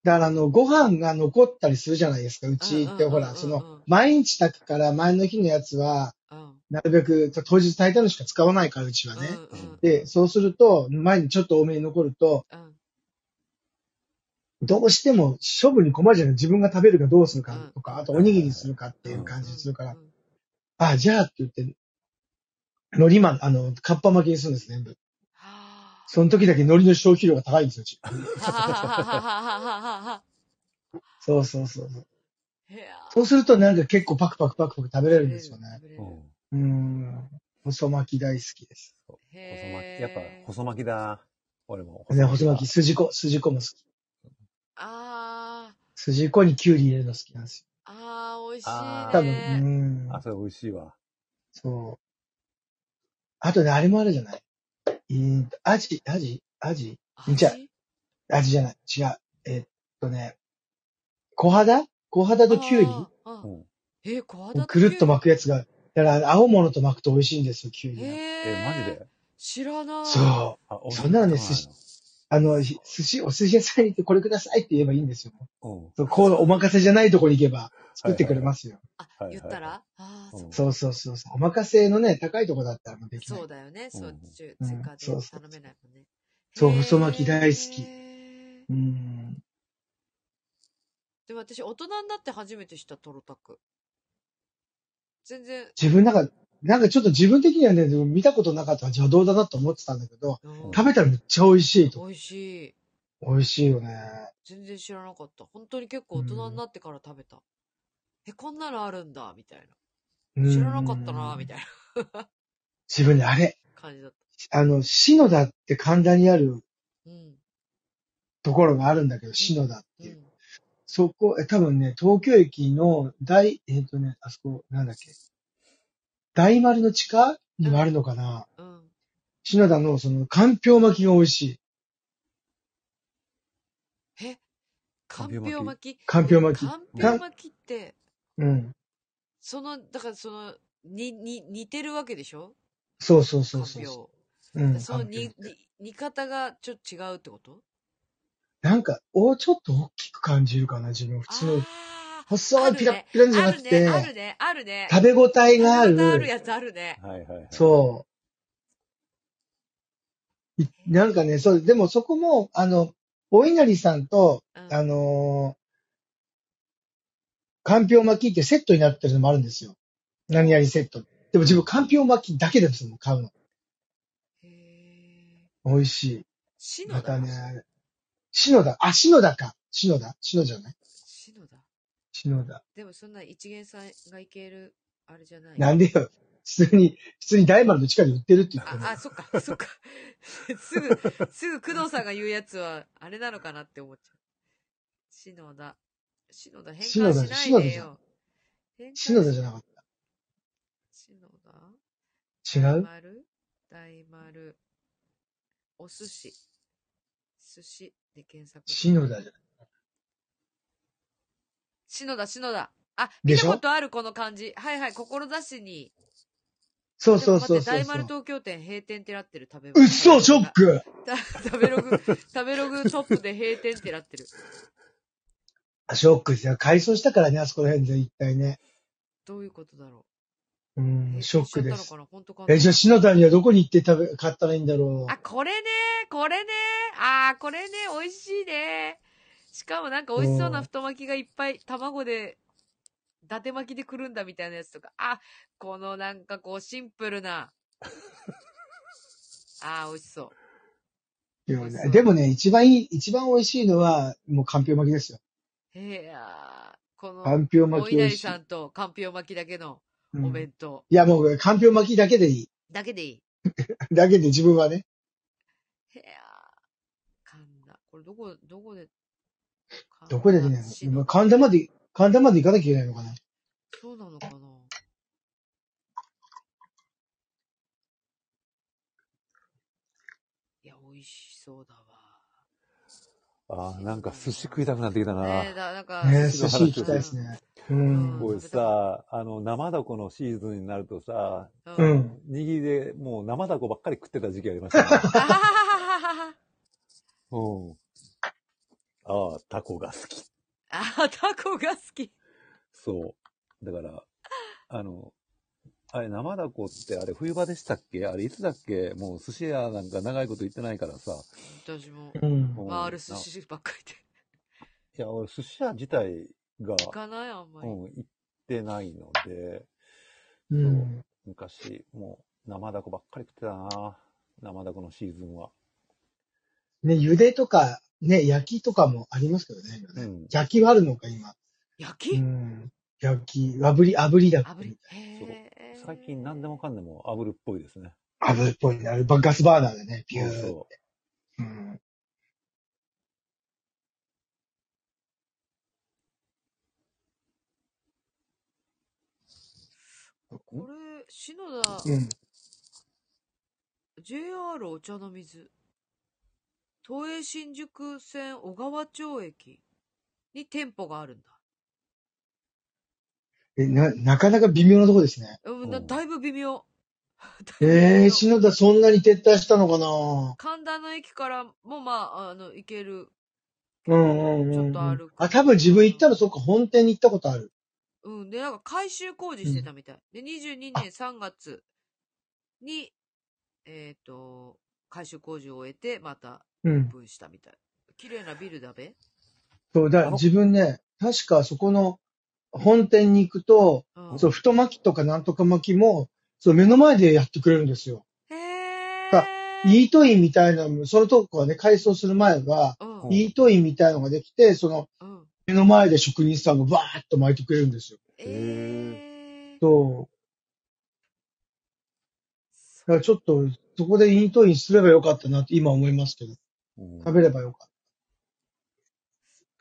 だからあの、ご飯が残ったりするじゃないですか、うちっうんうんて、ほうんうんら、その、毎日炊くから前の日のやつは、うんなるべく当日炊いたのしか使わないから、うちはね。うんうんで、そうすると、前にちょっと多めに残ると、うんどうしても処分に困るじゃない自分が食べるかどうするかとか、あとおにぎりするかっていう感じするからう、んあ、じゃあって言って、海苔まん、あの、カッパ巻きにするんです、全部。はその時だけ海苔の消費量が高いんですよ、うち。あそうそうそうそう。へやそうするとなんか結構パクパクパクパク食べれるんですよね。食べれうるん。うん。細巻き大好きです。細巻へき。やっぱ、ー細巻きだ。俺もね、細巻き、き筋子、筋子も好き。あー筋子にキュウリ入れるの好きなんですあー美味しいあねーよ。多分、うんうん。あ、それ美味しいわ。そう。あとね、あれもあるじゃない。えーとアジ、アジ、アジ、じゃあアジじゃない。違う。えっとね、小肌小肌とキュウリうウん。リえ小肌くるっと巻くくやつが、だから青物と巻くと美味しいんですよ、キュウリが。ええ、マジで知らないそう。あ、おそんなのねそう寿あの、ひ寿司、お寿司屋さんに行ってこれくださいって言えばいいんですよ。なのそうこう、お任せじゃないとこに行けば作ってくれますよ。あ言ったはらあーうんそっかそうそうそうそう。お任せのね、高いとこだったらもうできない。そうだよねそううん追うん加でそ頼うそうめないもんねそうへー細巻き大好きうん。でも私大人になって初めてしたトロタク全然自分なんか、なんかちょっと自分的にはね、でも見たことなかった邪道だなと思ってたんだけど、うん食べたらめっちゃ美味しいと。美味しい美味しいよね。全然知らなかった本当に結構大人になってから食べたえこんなのあるんだみたいな知らなかったなみいな。たいな自分ね、あれ、感じだっあの、篠田って神田にあるたうんところがあるんだけど、篠田ってういう。んそこ、え、多分ね、東京駅の大、えっ、とね、あそこ、なんだっけ。大丸の地下にもあるのかな、うん篠田のその、かんぴょう巻きが美味しい。えかかんんぴぴょう巻ょう巻ききかんぴょう巻き。かんぴょう巻きってうん。そのだからそのにに似てるわけでしょそうそうかそんうそうぴそょう。う。うんでそのかんぴょうにに似方がちょっと違うってことなんか、おちょっと大きく感じるかな、自分。普通の。あー細あいるピねラッピラじゃあなるくねて、あるねあるね食べ応えがあ食べ応えあるる。やつあるねいはいはい。う。そう。いなんかね、そう、でもそこも、あの、お稲荷さんと、うんあのー、かんぴょう巻きってセットになってるのもあるんですよ。何々セット。でも自分、かんぴょう巻きだけですもん、買うの。へえ美味しい。篠ま田たね、あれ。篠田。あ、篠田か。篠田。篠じゃない篠田篠田。でもそんな一元さんがいけるあれじゃないなんでよ。普通に、普通に大丸の地下で売ってるって言ってるのああそっかそっか すぐすぐ工藤さんが言うやつはあれなのかなって思っちゃう篠田篠田変篠換田しない篠田でじゃよ変換し篠田じゃなかっ篠田た。違大う丸大丸お寿司寿司で検索篠田じゃない。篠田篠田あ見でしたょことあるこの漢字はいはい志にそうそうそうでそもう待って大そ丸う。東京店閉店ってなってる食べうっそ、ショックた 食べログ食べログトップで閉店ってなってるあショックですよ。改装したからね、あそこら辺で一体ね。どういうことだろううん閉、店ショックしちゃでったのすか。な本当かなえ、じゃあ、篠田にはどこに行って食べ、買ったらいいんだろあこれねこれねあーこれね美味しいねしかもなんか美味しそうな太巻きがいっぱい卵で伊達巻きでくるんだみたいなやつとかあこのなんかこうシンプルなあー美味しそうう美味しそうでもね、一番いい、一番美味しいのは、もう、かんぴょう巻きですよ。へえあーこかのんぴょう巻おき美稲荷味しいさ。んとかんぴょう巻きだけのうんおい弁当、や、もう、かんぴょう巻きだけでいい。 だけでいい。だけで自分はね。へやー。神田。これどこ、どこで、どこでね神田、市の神田まで、神田まで行かなきゃいけないのかな。そうなのかな味しそうだわ。ああ、なんか寿司食いたくなってきたな。ねえ、だなんか、ねえ、寿司寿司行きたいですね。う。うんこれさ、あの、生ダコのシーズンになるとさ、うん。ううんん。握りでもう生ダコばっかり食ってた時期ありました あね。はははははうん。ああ、タコが好き。あ、タコが好き。そう。だから、あの、あれ、生ダコってあれ冬場でしたっけあれいつだっけもう寿司屋なんか長いこと行ってないからさ。私も、うん。うん回る寿司ばっかりで。いや、俺寿司屋自体が、行かないあんまうり。ん、行ってないので、うん。昔、もう生ダコばっかり食ってたな。生ダコのシーズンは。ね、茹でとか、ね、焼きとかもありますけどね。今ねうん焼きはあるのか、今。焼うきん。焼き、炙り、炙りだっけ炙り。へえ。最近何でもかんでも炙るっぽいですね。炙りっぽいね。あれ、ガスバーナーでね、ピューそうそう。うん。これ、篠田、うん。 JR お茶の水。東映新宿線小川町駅に店舗があるんだ。え、な、なかなか微妙なとこですね。うん、うだんだいぶ微妙。 ええー、し篠田そんなに撤退したのかな神田の駅からも、まあ、あの、行ける。うんうんうん。ちょっと歩くあ、多分自分行ったの、そっか、本店に行ったことある。うん。で、なんか改修工事してたみたい。で、22年3月に、えっ、と、改修工事を終えて、またうオーん。プンしたみたい。綺麗なビルだべ。そう、だあからの自分ね、確かそこの本店に行くと、うん。そう、太巻きとかなんとか巻きも、そう、目の前でやってくれるんですよ。へあえ。イートインみたいなのも、そのとこはね、改装する前は、うん。うんイートインみたいなのができて、その、うん。目の前で職人さんがバーッと巻いてくれるんですよ。ええ。そう。だからちょっと、そこでイートインすればよかったなって今思いますけど、うん食べればよかっ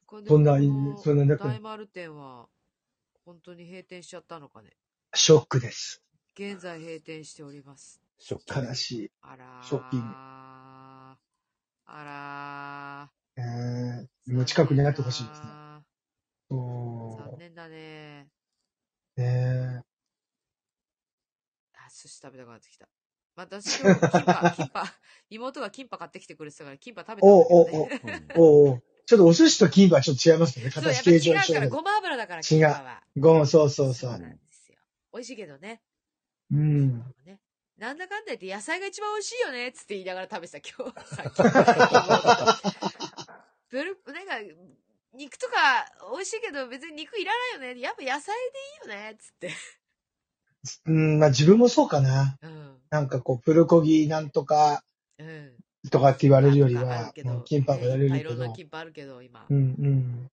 これそんなでもそんな中に大丸店は、本当に閉店しちゃったのかね。た。ショックです。現在閉店しております。ショッキング悲しい。あらー。ショッキングあらえー、ー。もう近くにあってほしいですね。残そ念だね。う。ねあ、寿司食べたくなってきた。また私今日キン パ、キンパ、妹がキンパ買ってきてくれてたから、キンパ食べておうおたうんだけおどうね。うんおうおうちょっとお寿司とキンパはちょっと違いますけどね。そう、や形っぱ形状一違うから、緒だけど。ごま油だから、違うキンパは。ゴン、そうそうそそうう。なんですよ。美味しいけどね。うキンんパ。もね。なんだかんだ言って野菜が一番美味しいよねっつって言いながら食べてた今日。さ っき。ブルなんか、肉とか美味しいけど別に肉いらないよね。やっぱ野菜でいいよねっつって。うん、まあ自分もそうかな。うん。なんかこう、プルコギなんとかうん。とかって言われるよりパンとかあはるけ、どもうキンパがやれねいっぱいるいけろんなどキ。ンパあるけど、今う。んうん。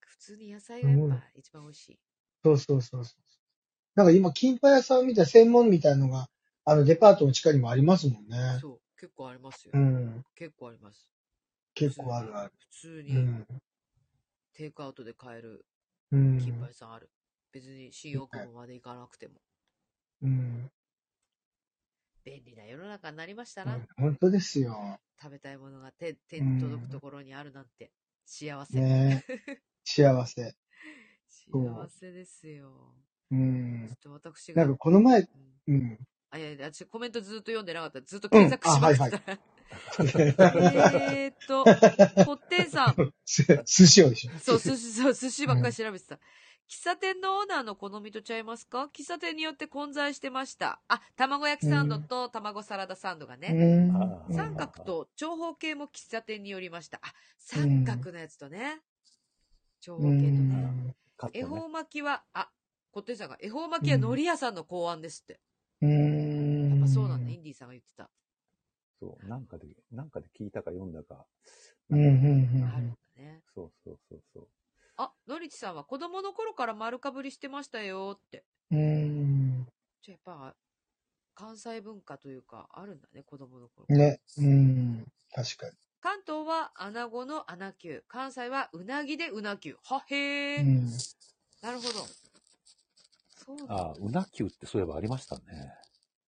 普通に野菜がやっぱ一番美味しい。そうそうそうそう。なんか今、キンパ屋さんみたい、専門みたいのが、あの、デパートの地下にもありますもんね。そう。結構ありますよう。ん。結構あります。結構あるある。普通うにん。テイクアウトで買えるキうンんパ。屋さんある。別に新大久保まで行かなくても。うん。便利な世の中になりましたうな。ん本当ですよ。食べたいものが手手うんに届くところにあるなんて幸せ、ねえ幸せ。幸せですよ。うんち。ょっと私が、なんかこの前、うんうん。あいやいや私コメントずっと読んでなかったずっと検索しました、えーっとホッテンさん す寿司をでしょ。そう寿司そう寿司ばっかり調べてた、喫茶店のオーナーの好みとちゃいますか喫茶店によって混在してましたあ卵焼きサンドと卵サラダサンドがね、うんあー三角と長方形も喫茶店によりました。あ、三角のやつとね。長方う形とね。ん。カッ恵トね方巻きは、あ、小手さんが、恵方巻きは海苔屋さんの考案ですって。うん。やっぱそうなんだ、インディーさんが言ってた。そう、なんかで、なんかで聞いたか読んだか。うんうんうんあるんだね。そうそうそうそう。あ、のりちさんは子供の頃から丸かぶりしてましたよって。うん。うん。じゃあやっぱ、関西文化というか、あるんだね、子供の頃。ね。うん。確か関東は穴子の穴球。関西はうなぎでうな球。はへえ、に。うん。なるほど。そうなんだああ、うなきゅうってそういえばありましたね。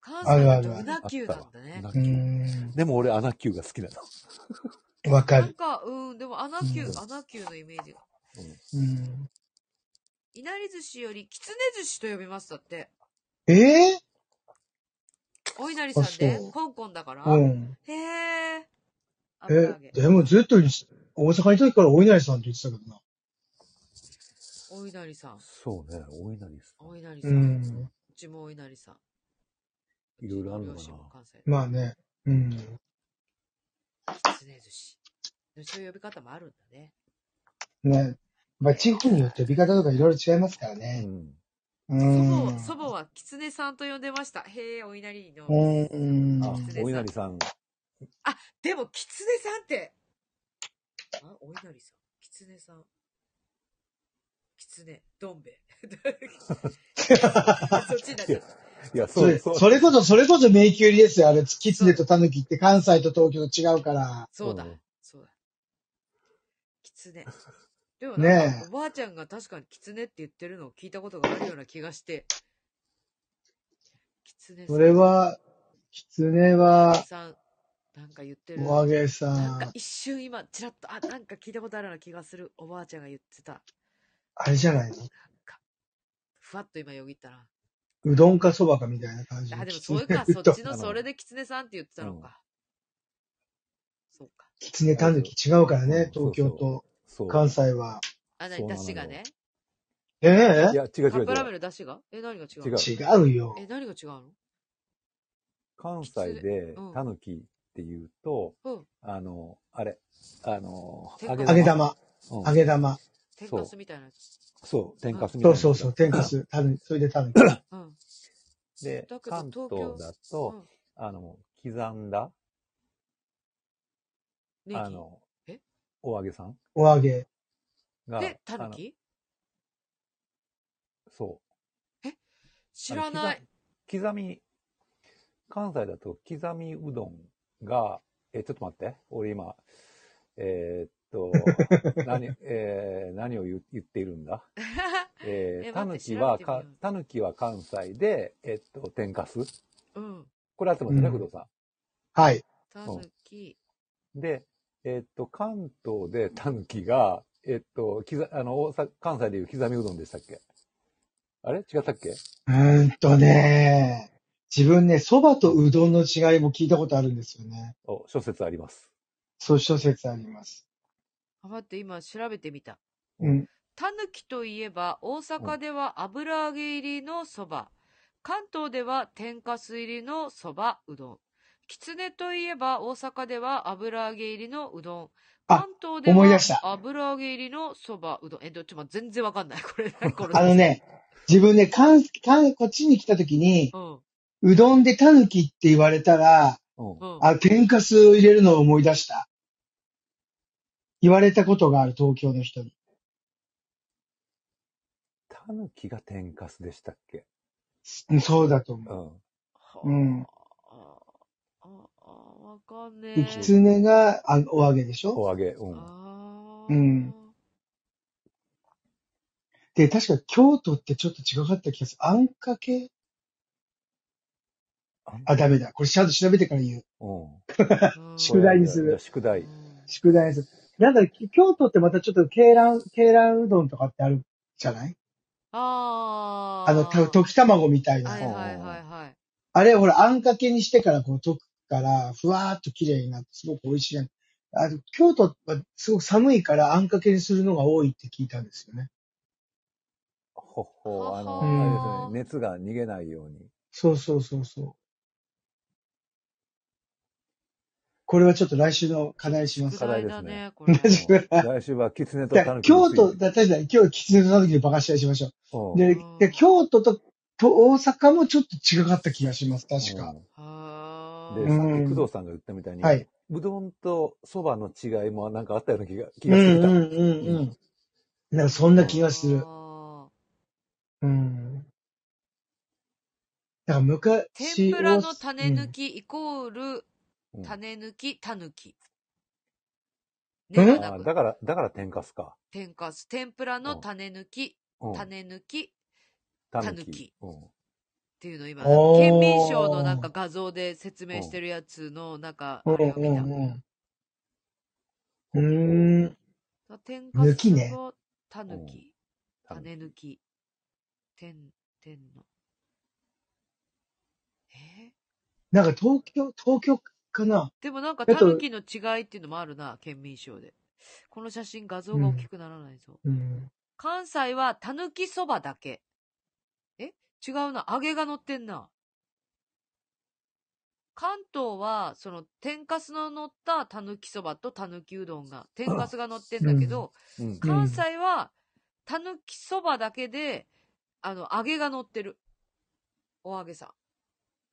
関あ西るだとあるうなきゅうなんだねあっ。たわううなきゅんう。でも俺、アナキューが好きなの。わかなんる。か、うん、でも穴きゅう、うん穴きゅうのイメージが。うん、いなり寿司より、きつね寿司と呼びます、だって。ええお稲荷さんねあそう、香港だから。うん。へえ。油揚えげ、でもずっと大阪にいた時からお稲荷さんって言ってたけどな。お稲荷さん。そうね、お稲荷さん。お稲荷さ。うん。うんちもお稲荷さん。いろいろあるのかな両親も関西。まあね。うん。きつね寿司。そういう呼び方もあるんだね。ね。まあ、地方によって呼び方とかいろいろ違いますからうね。ん。う祖ん。母、祖母はきつねさんと呼んでました。へえ、お稲荷の。うん。あきつね、さんお稲荷さん。でも、きつねさんって。あ、お稲荷さん。きつねさん。きつね、どんべ衛。そっちになっちゃった。いや、そそうれ、そう。それこそ、それこそ迷宮入りですよ。あれ、キツネとタヌキって関西と東京と違うから。そうだうん、そうだ。きつね。でもなんかねえおばあちゃんが確かにきつねって言ってるのを聞いたことがあるような気がして。きつねさん。それは、キツネは、さん、なんか言ってる。お揚げなんさかん。一瞬今、ちらっと、あ、なんか聞いたことあるような気がする。おばあちゃんが言ってた。あれじゃないのふわっと今よぎったな。うどんかそばかみたいな感じ。あ、でもキツそネれか、そっ ちの、それできつねさんって言ってたのか。そうか。キツネタヌキ違うからね、そう東京とそう。関西は。あ、なそに、うなだのよしがね。いえや、カ違う違ッうプラーメン違う。のだしがえ、何が違う違うのえ違うよ。え、何が違うの関西でうん、タヌキって言うと、うん。あの、あれ、あの、天かす揚げ。玉、うん揚げ玉。天かすみたいなやつ。そう、天かすみたいなやそうつそが。うそう、天かす、タヌキ、それでタヌキ。 うん。だ、でけど関東京東だうと、ん。あの、刻んだ、ネあギ。のえ、お揚げさんお揚げ。が、で、たあぬのきそう。知らない。あの。刻刻み、関西だと刻みうどんが、え、ちょっと待って。俺今、えーっ と、何、えー何を言う言っているんだええー、た待ぬってき調はべてみかよう、たぬきは関西で、えっと、天かす。 うん。これ合ってますよね、うん工藤さはい。たぬき。ん。で、えっと、関東でたぬきが、えっと、刻あの、大阪、関西でいう刻みうどんでしたっけあれ違ったっけうーんとね、自分ね、蕎麦とうどんの違いも聞いたことあるんですよね。お、諸説あります。そう諸説あります。あ、待って、今調べてみた。うん。たぬきといえば、大阪では油揚げ入りのそば。関東では天かす入りのそばうどん。きつねといえば、大阪では油揚げ入りのうどん。あ関東で思い出したは油揚げ入りのそばうどん。え、どっちも全然わかんない。こ れ、こあの。ね、自分ね、関、関、こっちに来た時に、うん、うどんでタヌキって言われたら、うん。うん。あ、天かすを入れるのを思い出した。言われたことがある、東京の人に。たぬきが天かすでしたっけうんそうだとう思う。ん。うんああ、あ、わかんねで、え。キツネが、あお揚げでしょお揚げ、うん。あうーんで、確か京都ってちょっと違かった気がする。あんかけあ、ダメだ。これちゃんと調べてから言う。うん。うん 宿題にするじゃあ宿題う。ん宿題です。なんか、京都ってまたちょっと、鶏卵、鶏卵うどんとかってあるじゃないあーあの、た溶き卵みたいはな。いはいはいはい。あれ、ほら、あんかけにしてからこう溶くから、ふわーっと綺麗になって、すごく美味しいやん。あの、京都はすごく寒いから、あんかけにするのが多いって聞いたんですよね。ほっほ、あの、ははあれですね、熱が逃げないように。そうそうそうそう。これはちょっと来週の課題します。宿課題題でだすねね、これ。 うん来週は狐とじゃ狸あの京都、ついだ確かに今日、キツネの時にバカし合いしましょうんう。でうん、で京都とと大阪もちょっと違かった気がします、確か。はうーんいで、さっうきん工藤さんが言ったみたいに、はい。うどんとそばの違いもなんかあったような気が、気うがんすうんる。うんうん。なんかそんな気がする。あーうん。だから昔、天ぷらの種う抜んきイコールうん種抜きたぬき。うねんがなあーくだから、だから天かすか。天かす。天ぷらのうん種抜き、うん。種抜き、狸狸うん。っていうのを今、おー県民省のなんか画像で説明してるやつの、なんか、あうんれを見た。うんうん。うーん。天かす抜きねをたぬき、うん種抜き、天、天の。えーなんか東京、東京かなでもなんかえっタとヌキの違いっていうのもあるな、県民賞で。この写真画像が大きくならないぞ。うん。関西はタヌキそばだけ。え違うな。揚げが乗ってんな。関東は、その、天かすの乗ったタヌキそばとタヌキうどんが、天かすが乗ってんだけど、うん。関西は、タヌキそばだけで、あの、揚げが乗ってる。お揚げさん。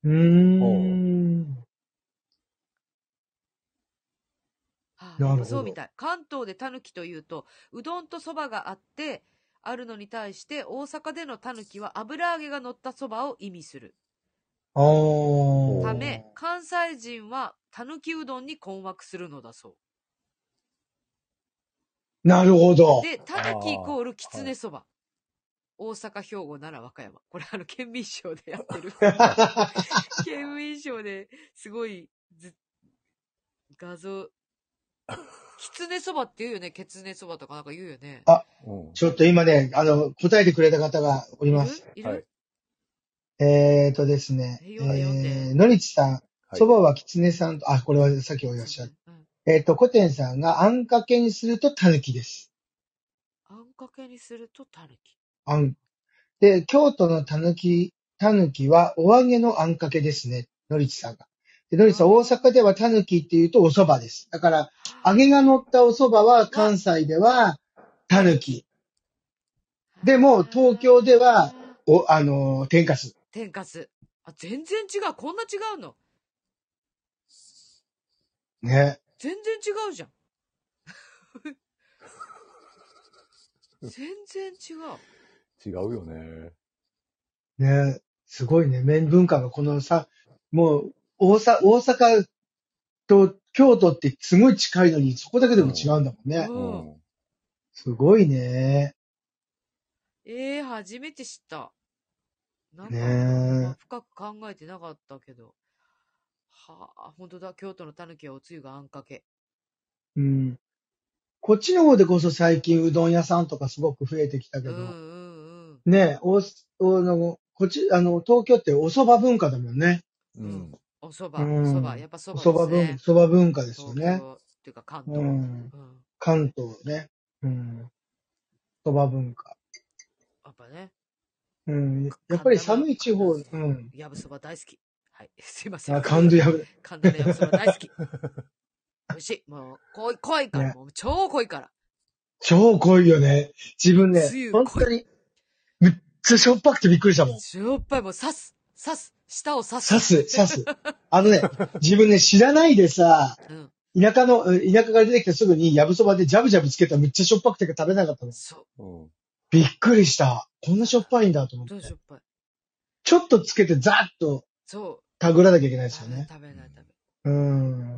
うーん。はなるあ、でほどもそうみたい。関東でタヌキというと、うどんとそばがあって、あるのに対して、大阪でのタヌキは油揚げが乗ったそばを意味する。ああ。ため、関西人はタヌキうどんに困惑するのだそなるほう。ど。で、タヌキイコールきつねそば。大阪、兵庫、奈良、和歌山。これあの、県民省でや ってる。県民賞ですごいず画像きつねそばって言うよねきつねそばとかなんか言うよねあうん。ちょっと今ね、あの、答えてくれた方がおりいるます。いはいる、えーとですね、読んで読んでえー、野口さん、はいそばは狐さんと、あ、これはさっきおっいしゃった。うんえっ、と、古典さんが、あんかけにすると狸です。あんかけにするとたぬきあん。で、京都の狸、狸は、お揚げのあんかけですね。のりちさんが。で、のりちさん、大阪では狸っていうとお蕎麦です。だから、揚げが乗ったお蕎麦は、関西では、狸。でも東京ではお、あのー天かす。天かすあ全然違うこんな違うのね。全然違うじゃん全然違う違うよね。ね。すごいね。麺文化がこのさ、もう、大阪、大阪と京都ってすごい近いのに、そこだけでも違うんだも んね。ううんん。すごいね。ええ初めて知った。なんか、ねえまあ深く考えてなかったけど。はあ、本当だ。京都の狸はおつゆがあんかけ。うん。こっちの方でこそ最近うどん屋さんとかすごく増えてきたけうんど、うんうん。ね、お、おの、こっち、あの、東京ってお蕎麦文化だもんね。ううんん。お蕎う麦、ん。蕎麦、やっぱ蕎お麦で蕎すね。麦文、蕎麦文化ですよ東ね。京っていうか関東。ううん。ん。関東ね。うん。蕎麦文化。やっぱね、うん。やっぱり寒い地方、うん。やぶそば大好き。はい、 すいません。あ、感度やぶ。神田のやぶそば大好 き。美味しい。もう、濃い、濃いから。ねもう超濃いから。超濃いよね。自分ねつゆ、濃い本当に、めっちゃしょっぱくてびっくりしたもん。しょっぱい、もう刺す、刺す、舌を刺す。刺す、刺す。あのね、自分ね、知らないでさ、うん。田舎の、うん田舎から出てきてすぐに、やぶそばでジャブジャブつけたらめっちゃしょっぱくて食べなかったの。そうん。びっくりした。こんなしょっぱいんだと思う。っどうてし。ょっぱい。ちょっとつけてザーッとそ。たぐらなきゃいけないうです食よべないね。食べない食べない。う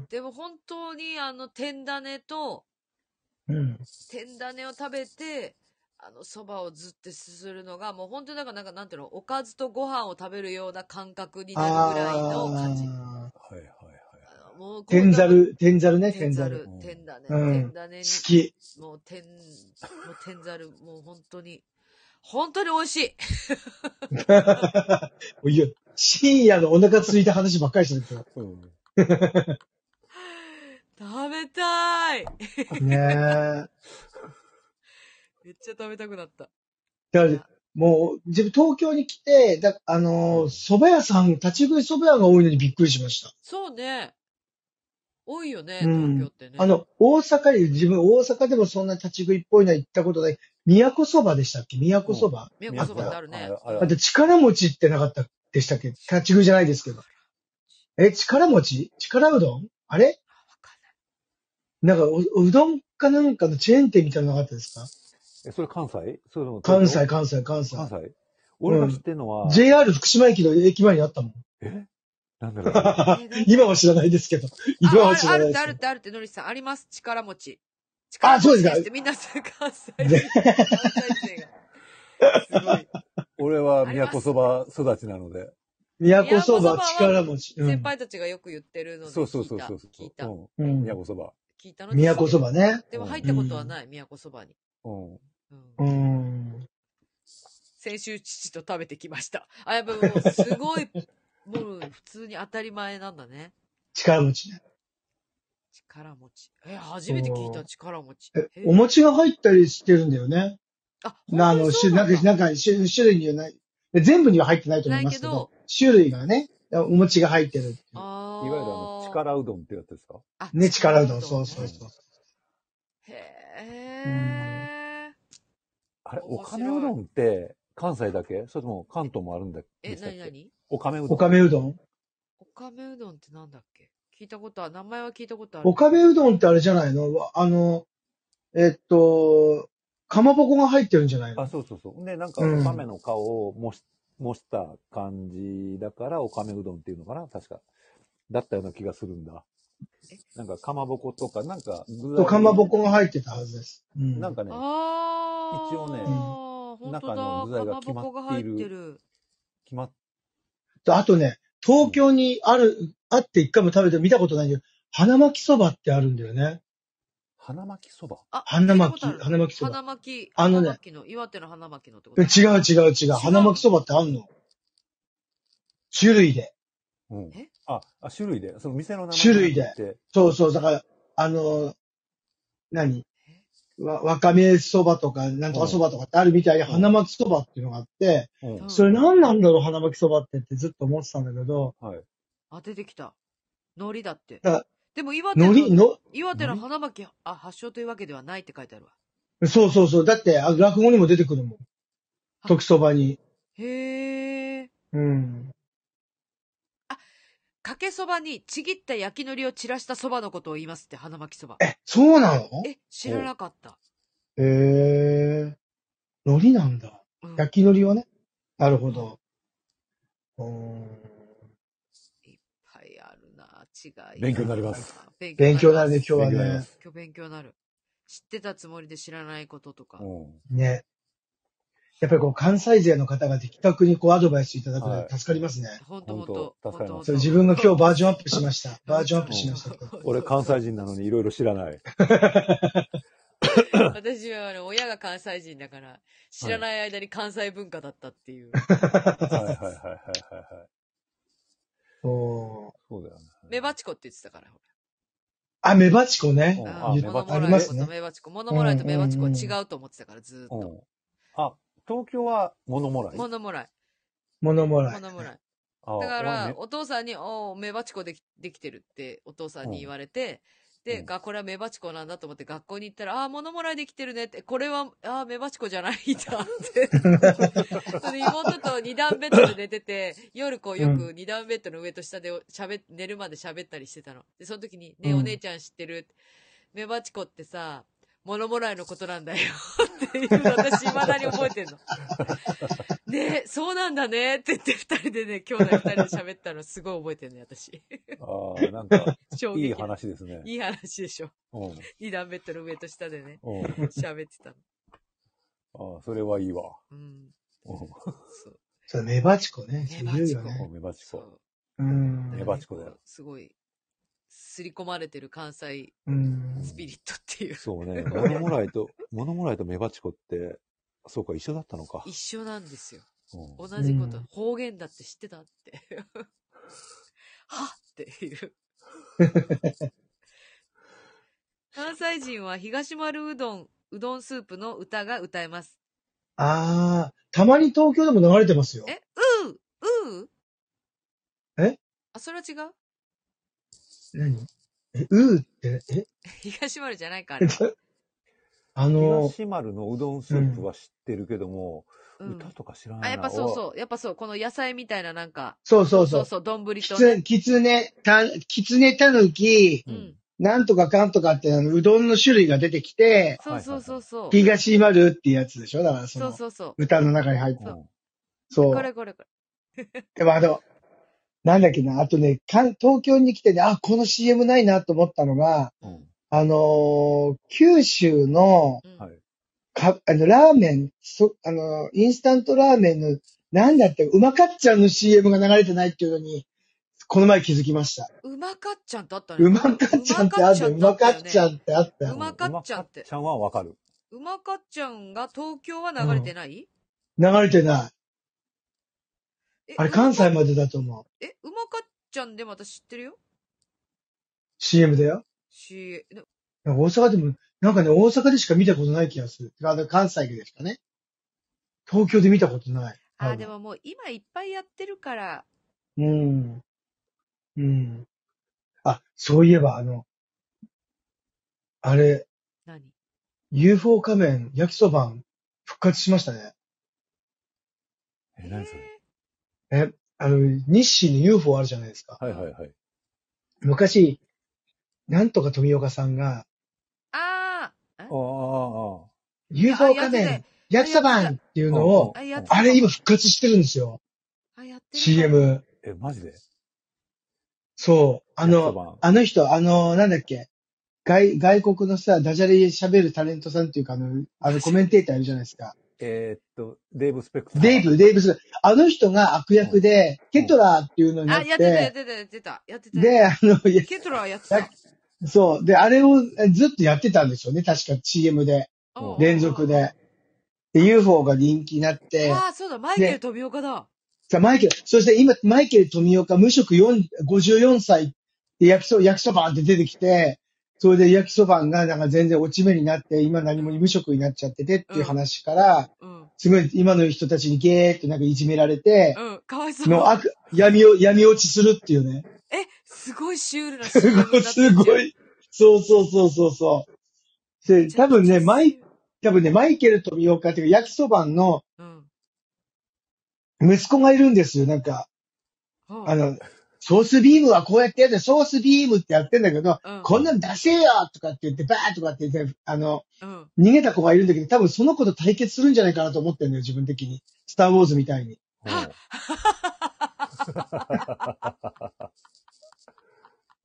ん。でも本当にあの天種と、うん。天種を食べて、あの蕎麦をずってすするのが、もう本当になんか、なんかなんていうの、おかずとご飯を食べるような感覚になるぐらいの感じ。あー。はいはいはい。あのもうこれ天ざがる、天ざるね、天天ざざる。る、天だね、うん天だね好き。に、もう天、もう天ざる、もう本当に、本当に美味しい。もういいよ。深夜のお腹空いた話ばっかりしてるけど。うん。食べたい。ねえ。めっちゃ食べたくなった。だから、もう、自分東京に来て、だあのー、蕎麦屋さん、立ち食い蕎麦屋が多いのにびっくりしました。そうね。多いよね、うん東京ってね。あの、大阪より、自分大阪でもそんな立ち食いっぽいのは行ったことない。宮古蕎麦でしたっけ宮古蕎麦、宮古古そばってあるあねる。あるあと力持ちってなかったでしたっけ立ち食いじゃないですけど。え、力持ち力うどんあれわかんないなんかお、うどんかなんかのチェーン店みたいなのなかったですかえ、それ関西それとも関東西、京関西、関西。関西俺が知ってんのは、 JR 福島駅の駅前にあったもん。えなんだろうな。 えーなんか今は知らないですけど。今はあ知あ、あらなるいっでてあるってあすけど。るって、のりさん、あります。力持ち。力あ持ち そうですかしてみんな、関西人、関西勢が。すごい。俺は都そば育ちなので。都そば力持ち。う先ん。輩たちがよく言ってるので聞いた。そうそうそうそう。聞いた。う。うんん、宮古そば。聞いたので宮古そばね。でも入ったことはない、宮古そばに。うん。うんうん。先週父と食べてきました。あ、やっぱもうすごい、 もう普通に当たり前なんだね。力持ちね。力持ち。え、初めて聞いた力持ち。えへ、お餅が入ったりしてるんだよね。あ、な、あ本当の、にそしうななんんだか、なんか、し種類にはない。で全部には入ってないと思いますけないど、種類がね、お餅が入ってるっていう。あーいわゆるあの、力うどんってやつですかあね、力うどん、ねそうそうそう。へえ。あれ、お面か白めいうどんって関西だけそれとも関東もあるんだっけえ、なにでしなたっけにおかめうどん。おかめうどんおかめうどんってなんだっけ聞いたことは、名前は聞いたことある。おかめうどんってあれじゃないのわあの、えっと、かまぼこが入ってるんじゃないあ、のそうそうそう。で、なんか、うんおかめの顔を模し、模した感じだから、おかめうどんっていうのかな確か。だったような気がするんだ。なんか、かまぼことか、なんか、具と、かまぼこが入ってたはずです。うん。なんかね、あー。一応ね本当だ。中の具材が決まっていかるまぼこが入ってる。決まっ、とあとね、東京にある、あって一回も食べて見たことないけど、花巻そばってあるんだよね。花巻きそば。あ、花巻聞いたことある花巻そば花巻、あの花ね巻の、岩手の花巻のってことえ違う違う違う。う花巻そばってあんの種類で。うんえ。あ、あ、種類で。その店の名前種類でじゃなくて。そうそう。だから、あの、何えわ、わかめそばとか、なんとかそばとかってあるみたいに、ん花巻そばっていうのがあって、うん。それ何なんだろう、花巻そばってってずっと思ってたんだけど、はい。あ、出てきた。海苔だってだ。でも岩手海苔の、の、岩手の花巻、あ、発祥というわけではないって書いてあるわ。そうそうそう。だって、あ落語にも出てくるもん。あ時そばに。へえ。うん。かけそばにちぎった焼き海苔を散らしたそばのことを言いますって、花巻そば。え、そうなのえ、知らなかった。へえー。海苔なんだ。うん焼き海苔はね。なるほど。うんいっぱいあるな、違い。勉強になります。勉勉強になるね、今今日勉強はになりまね。す。日。今日勉強になる。知ってたつもりで知らないこととか。うん。ね。やっぱりこう、関西勢の方が的確にこう、アドバイスいただくのははい助かりますね。本当ほん本と当助かりますそう、自分が今日バージョンアップししました。バージョンアップしました。俺、関西人なのにいろいろ知らない。私はあの親が関西人だから、知らない間に関西文化だったっていう。はいはいはいはいはいはい。おーそうだよね。メバチコって言ってたから。あ、メバチコね。うんあああ、言モっノたあモラりまイすコとね。メバチコ。モノモライとメバチコはうんうん違うんうと思ってたから、ずーっうと。ん。あ、東京はモノモライモノモライ。モノモライ。モノモライ。あだか俺らね、お父さんに、おーメバチコできできてるって、お父さんに言われて、うんで、うんがこれはメバチコなんだと思って学校に行ったら、あー、モノモライできてるねって、これは、あー、メバチコじゃないんだって。 その妹と二段ベッドで寝てて、夜こうよく二段ベッドの上と下で喋っ、寝るまで喋ったりしてたの。で、その時に、ね、うんお姉ちゃん知ってるメバチコってさ、モノモライのことなんだよ。 っていうの私未だに覚えてんの。ねえ、そうなんだねって言って二人でね、兄弟二人で喋ったのすごい覚えてるね、私。ああ、なん か、衝いい撃な。話ですね。いい話でしょ。うん。二段ベッドの上と下でね、うん。あ喋ってたの。あ、それはいいわ。うん。うん。そう。そう、メバチコね。そう言うよメバチもうね。メバチそコ。う。うなんかメねん。バチコだよこうすごい、刷り込まれてる関西うん。スピリットっていう。そうね。モノモライ と、モノモライとメバチコって、そうか、一緒だったのか。一緒なんですよ。う同んじこと。うん方言だって知ってたって。 はっって いう。関西人は東丸うどん、うどんスープの歌が歌えます。あー、たまに東京でも流れてますよ。えううううえあ、それは違う 何え、うーって、え東丸じゃないか、あれ。あの、東丸のうどんスープは知ってるけども、 うん歌とか知らないな。あ、やっぱそうう。そう。やっぱそう。この野菜みたいななんか、そうそうそそうう。そう、丼とね。きつ、きつね、た、きつねたぬき、ううんん。なんとかかんとかって、あのうどんの種類が出てきて、そうそうそうそう。東丸ってやつでしょだからそそうの、そうそう。歌の中に入って。うんそこう。れこれこれ。でもあの、なんだっけな、あとね、かん東京に来てね、あ、この CM ないなと思ったのが、ううんん。あのー九州の、うんはい。か、あの、ラーメン、そ、あのーインスタントラーメンのなんだって、うまかっちゃんの CM が流れてないっていうのに、この前気づきました。うまかっちゃんってあったね。うまかっちゃんってあったよ。うまかっちゃん。んってあったうよ。まかっちゃんってうまかちゃんはわかる。うまかっちゃんが東京は流れてない、流れてない。えあれ関西うまかまでだと思う。え、うまかっちゃんでも私知ってるよ。 CM だよ。し、で大阪でも、なんかね、大阪でしか見たことない気がする。あの関西でしかね。東京で見たことない。あ多ー、分でももう今いっぱいやってるから。うん。うん。あ、そういえば、あの、あれ、何 UFO 仮面、焼きそばん、復活しましたね。え、何それ。あの、日清の UFO あるじゃないですか。はいはいはい。昔、なんとか富岡さんが、ああー、えあ、あ UFO や仮ってたよ面、焼きそばんっていうのを、あ、やってたあれ今復活してるんですよ。あ、やってる。。 CM。あ。え、マジでそう。あ焼きそばんの、あの人、あの、なんだっけ。外、外国のさ、ダジャレ喋るタレントさんっていうか、あの、あのコメンテーターいるじゃないですか。えーっと、デーブ・スペクター。デイブ、デイブス。あの人が悪役で、ケトラーっていうのになあ、っ、やってた、やっててた、やってた。やってた。で、あの、いやケトラーやってた。そう。で、あれをえずっとやってたんですよね。確か CM で。うん連続。で。で、UFO が人気になって、ああ、そうだ、マイケル富岡だ。さマイケル、そして今、マイケル富岡、無職4 54歳で焼きそ、焼きそばって出てきて、それで焼きそばがなんか全然落ち目になって、今何も無職になっちゃっててっていう話から、うん。すごい今の人たちにゲーってなんかいじめられて、うん、かわいそう。の悪、闇を、闇落ちするっていうね。え、すごいシュールな す CM だっごたい、じゃすんご。い。そうそうそうそうそう。で、多分ね、マイ、、多分ね、マイケル富岡っていう焼きそばのうん。息子がいるんですよ。なんか、ああの、の、ソースビームはこうやってやって、ソースビームってやってんだけど、うんこんなの出せよとかって言って、バーとかって言って、あの、うん。逃げた子がいるんだけど、多分その子と対決するんじゃないかなと思ってるんだよ、自分的に。スターウォーズみたいに。うん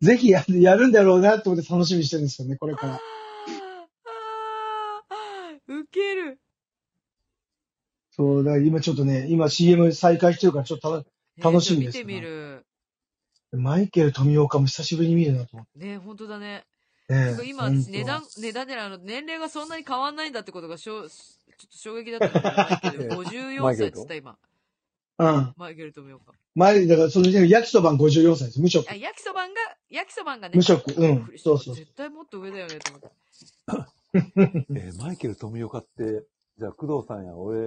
ぜひややるんだろうなと思って楽しみにしてるんですよね、これから。ああ、ウケる。そう、だから今ちょっとね、今 CM 再開してるから、ちょっと楽 楽しみねですちょっと見てみる。マイケル富岡も久しぶりに見るなと思って。ね本当だね。ねてかえ今、本当値段、値段であの、年齢がそんなに変わんないんだってことが、しょう、ちょっと衝撃だったのマイ ケえル。えマ54イケ歳ルっつとった今。うん。マイケル富岡。前、だからその時点で焼きそばん54歳です。無職あ、。焼きそばんが、焼きそばんがね。無職。びっうくん。りしたそうそう。絶対もっと上だよね、と思って。えーマイケル富岡って、じゃあ工藤さんや俺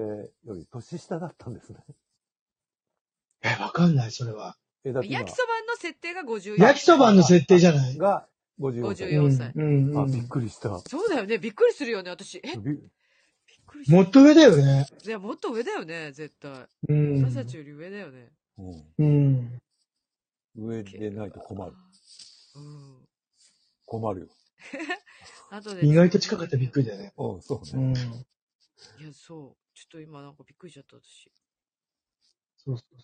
より年下だったんですね。え、わかんない、それは。え、だって今焼きそばんの設定が54歳。焼きそばんの設定じゃない。が54歳。 54歳うん。うんあ、うびっん、くりした。そうだよね。びっくりするよね、私。え、びっびくりした。もっと上だよね。いや、もっと上だよね、絶対。う私んたち。より上だよね。うんうん。上でないと困る。うん。困るあとで。意外と近かったらびっくりだよね。よ。うん、そううね。ん。いや、そう。ちょっと今なんかびっくりしちゃった、私。そうそうそう。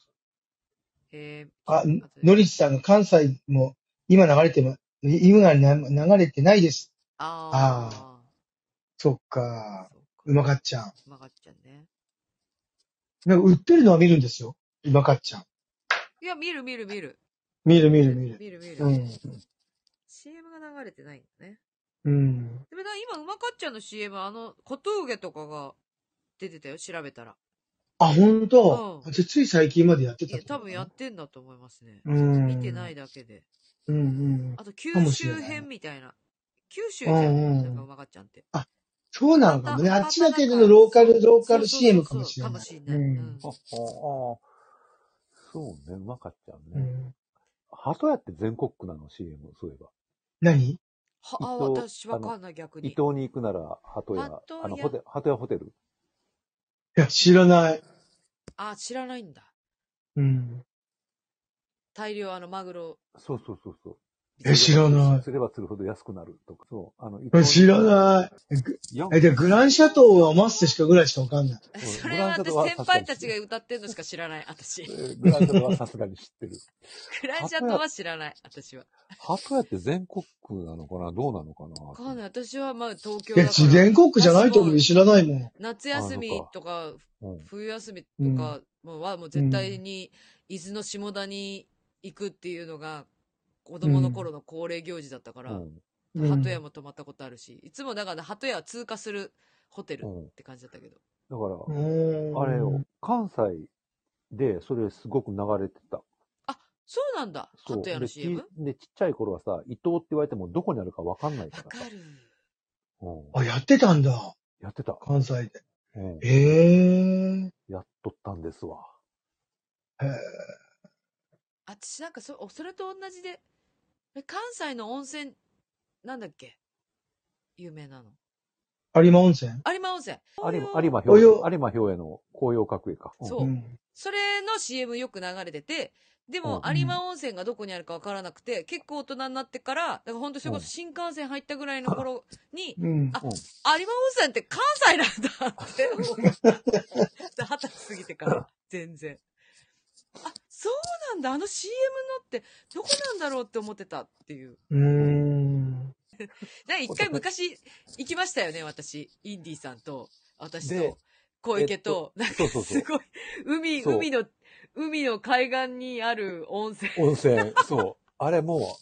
えー、あ、後でのりちさんが関西も今流れても、い今な流れてないです。あそっあか。そううまかっちゃん。うまかっちゃんね。なんか売ってるのは見るんですよ。うまかっちゃん。いや、見る見る見る。見る見る見る。見る見る。うん CM が流れてないんだね。うん。でもな、今、うまかっちゃんの CM、あの、小峠とかが出てたよ、調べたら。あ、本当う。んじゃあつい最近までやっていたや、ってこ多と分やってんだと思いますね。うん。見てないだけで。うんうん。あと、九かもしれ州ない編みたいな。九州じゃうんうんん。なんかうまかっちゃんって。そうなのかもね。まあたっちだけのローカル、ローカル CM かもしれなそい。うそうそうそうかもしれない。うんあ、ああそうね、うまかっちゃうんね。鳩屋って全国区なの CM、そういえば。何は、あ、伊藤私わかんない、逆伊に。東に行くなら鳩屋鳩、屋あの、ホテル、鳩屋ホテル。いや、知らない。あ、知らないんだ。うん。大量、あの、マグロ。 そうそうそうそう。え知らないすればするほど安くなるとか、そう。あの、。え知らないえ、で、グランシャトーはマッセしかぐらいしかわかんない。それは私先輩たちが歌ってるのしか知らない、私。 グランシャトーはさすがに知ってる。グランシャトーは知らない、私は。鳩屋って全国区なのかなどうなのかなわかんない。私はまあ東京いや、全国区じゃないと思う知らないもん。夏休みとか、冬休みとかはもう絶対に、伊豆の下田に行くっていうのが、子供の頃の恒例行事だったから、うん鳩屋も泊まったことあるし、いつもだから鳩屋は通過するホテルって感じだったけど。だから、あれよ、関西でそれすごく流れてた。あ、そうなんだ、鳩屋の CM? でで、ちっちゃい頃はさ、伊東って言われてもどこにあるかわかんないからわかる。うん、あ、やってたんだ。やってた。関西で。うん、ええー。やっとったんですわ。へえ。私なんかそ、それと同じで、関西の温泉、なんだっけ有名なの。有馬温泉有馬温泉。有馬、有馬表有馬表への紅葉閣議か。そう。うん、それの CM よく流れてて、でも、有馬温泉がどこにあるかわからなくて、うん、結構大人になってから、だから本当それこそ新幹線入ったぐらいの頃に、うん、あ、有馬温泉って関西なんだって 思った。二十歳過ぎてから、全然。あ、そうなんだ、あの CM のって、どこなんだろうって思ってたっていう。うん。。な一回昔行きましたよね、私。インディさんと、私と、小池と、えっと、なんかすごい、海、海の、海の海岸にある温泉。温泉、そう。あれも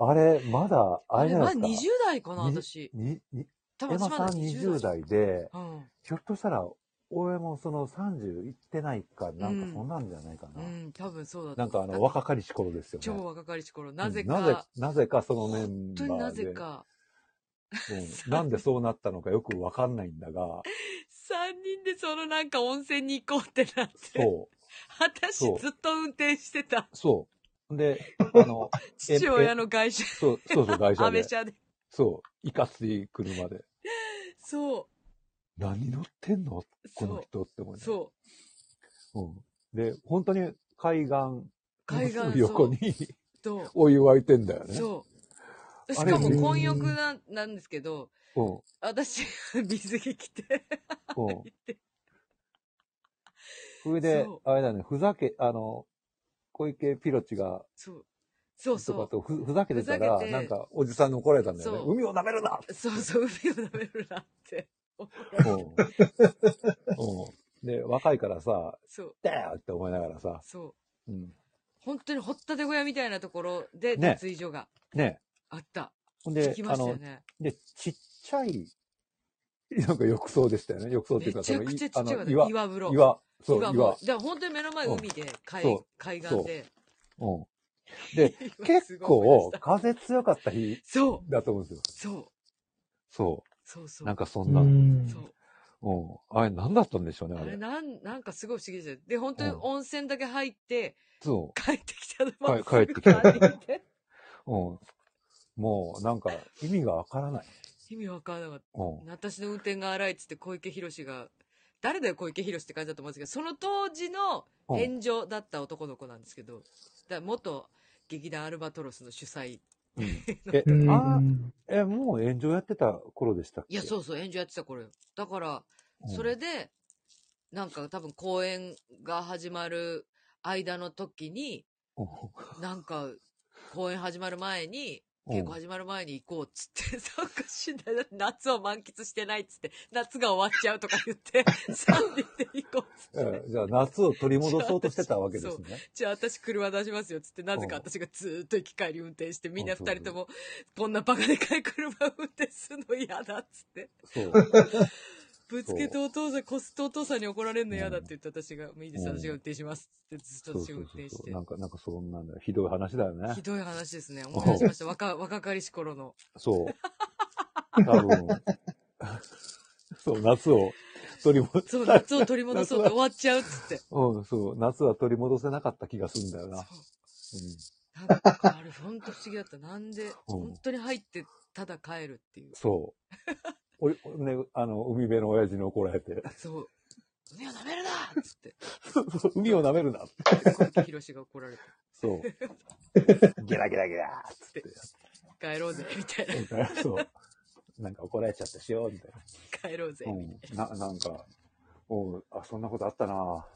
う、あれ、まだ、あれじゃないですか。20代かな、私。に、に、多分エマさん20代で、うん、ひょっとしたら、俺もその30いってないか、なんかそんなんじゃないかな。うん、うん、多分そうだなんかあの、若かりし頃ですよね。超若かりし頃。なぜか。なぜ、なぜかそのメンバ当ーで。本になぜか。うん、なんでそうなったのかよくわかんないんだ が。三人でそのなんか温泉に行こうってなって。そう。私ずっと運転してた。そう。で、あの、父親の外車。そう、そ うそう、外車で。アメ車で。そう、いかつい車で。そう。何乗ってんのこの人って思い。そううん。で、本当に海岸、海岸 横にお湯沸いてんだよね。そう。しかも混浴ななんですけど、うん、私、水着着て、うん。それで、あれだね、ふざけ、あの、小池ピロチが、。そう。そうそうふふざけてたら、なんか、おじさんに怒られたんだよね。海を舐めるなそうそう、海を舐めるなって。うん。で、若いからさ、そう。だよって思いながらさ。。そううん。本当にほったて小屋みたいなところで、脱衣所が。ね。あった。ほんで、あの、で、ちっちゃい、なんか浴槽でしたよね。浴槽っていうか、めちゃくちゃちっちゃかった。岩風呂。岩。そう、岩。だから本当に目の前海で、海海岸で。うん。で、 結構、風強かった日そうだと思うんですよ。そう。そう。。そうそうなんかそんな。うんうん。あれ何だったんでしょうね、あれ。あれなん、なんかすごい不思議ですよ。で、本当に温泉だけ入って、。そう 帰ってきたのも。帰ってきた。うん。もう、なんか、意味がわからない。意味わからなかった。うん。私の運転が荒いっつって小池博が、誰だよ小池博って感じだと思うんですけど、その当時の炎上だった男の子なんですけど、だ元劇団アルバトロスの主催うん、え、あ、え、もう炎上やってた頃でしたっけいや、そうそう、炎上やってた頃よ。だから、それで、うん、なんか多分公演が始まる間の時に、、うんなんか、公演始まる前に、稽古始まる前に行こうっつって、 参加しない。だって夏を満喫してないっつって、夏が終わっちゃうとか言って、3人 で行こうっつって。じゃあ夏を取り戻そうとしてたわけですね。 じゃあ私車出しますよっつって、なぜか私がずっと行き帰り運転して、みんな2人とも、こんなバカでかい車運転するの嫌だっつって。そう。ぶつけてお父さん、こすってお父さんに怒られるの嫌だって言って、私が、もういいです、私が運転しますって、ずっと私が運転して。なんか、なんかそんなひどい話だよね。ひどい話ですね。思い出しました。若、若かりし頃の。そう。多分。 そう、夏を取り戻そう、夏を取り戻そうと終わっちゃうっつって。うん、そう。夏は取り戻せなかった気がするんだよ な。そう。うん。なんか、あれ、ほんと不思議だった。なんで、本当に入って、ただ帰るっていう。そう。おね、あの、海辺の親父に怒られて。 そう。海を舐めるなっつって。海を舐めるなって。ひろしが怒られて。 そう。ゲラゲラゲラーっつって帰ろうぜ、みたいな。 そう。なんか怒られちゃったしよう、みたい帰ろうぜ。な。うん。な、なんか、おうあ、そんなことあったな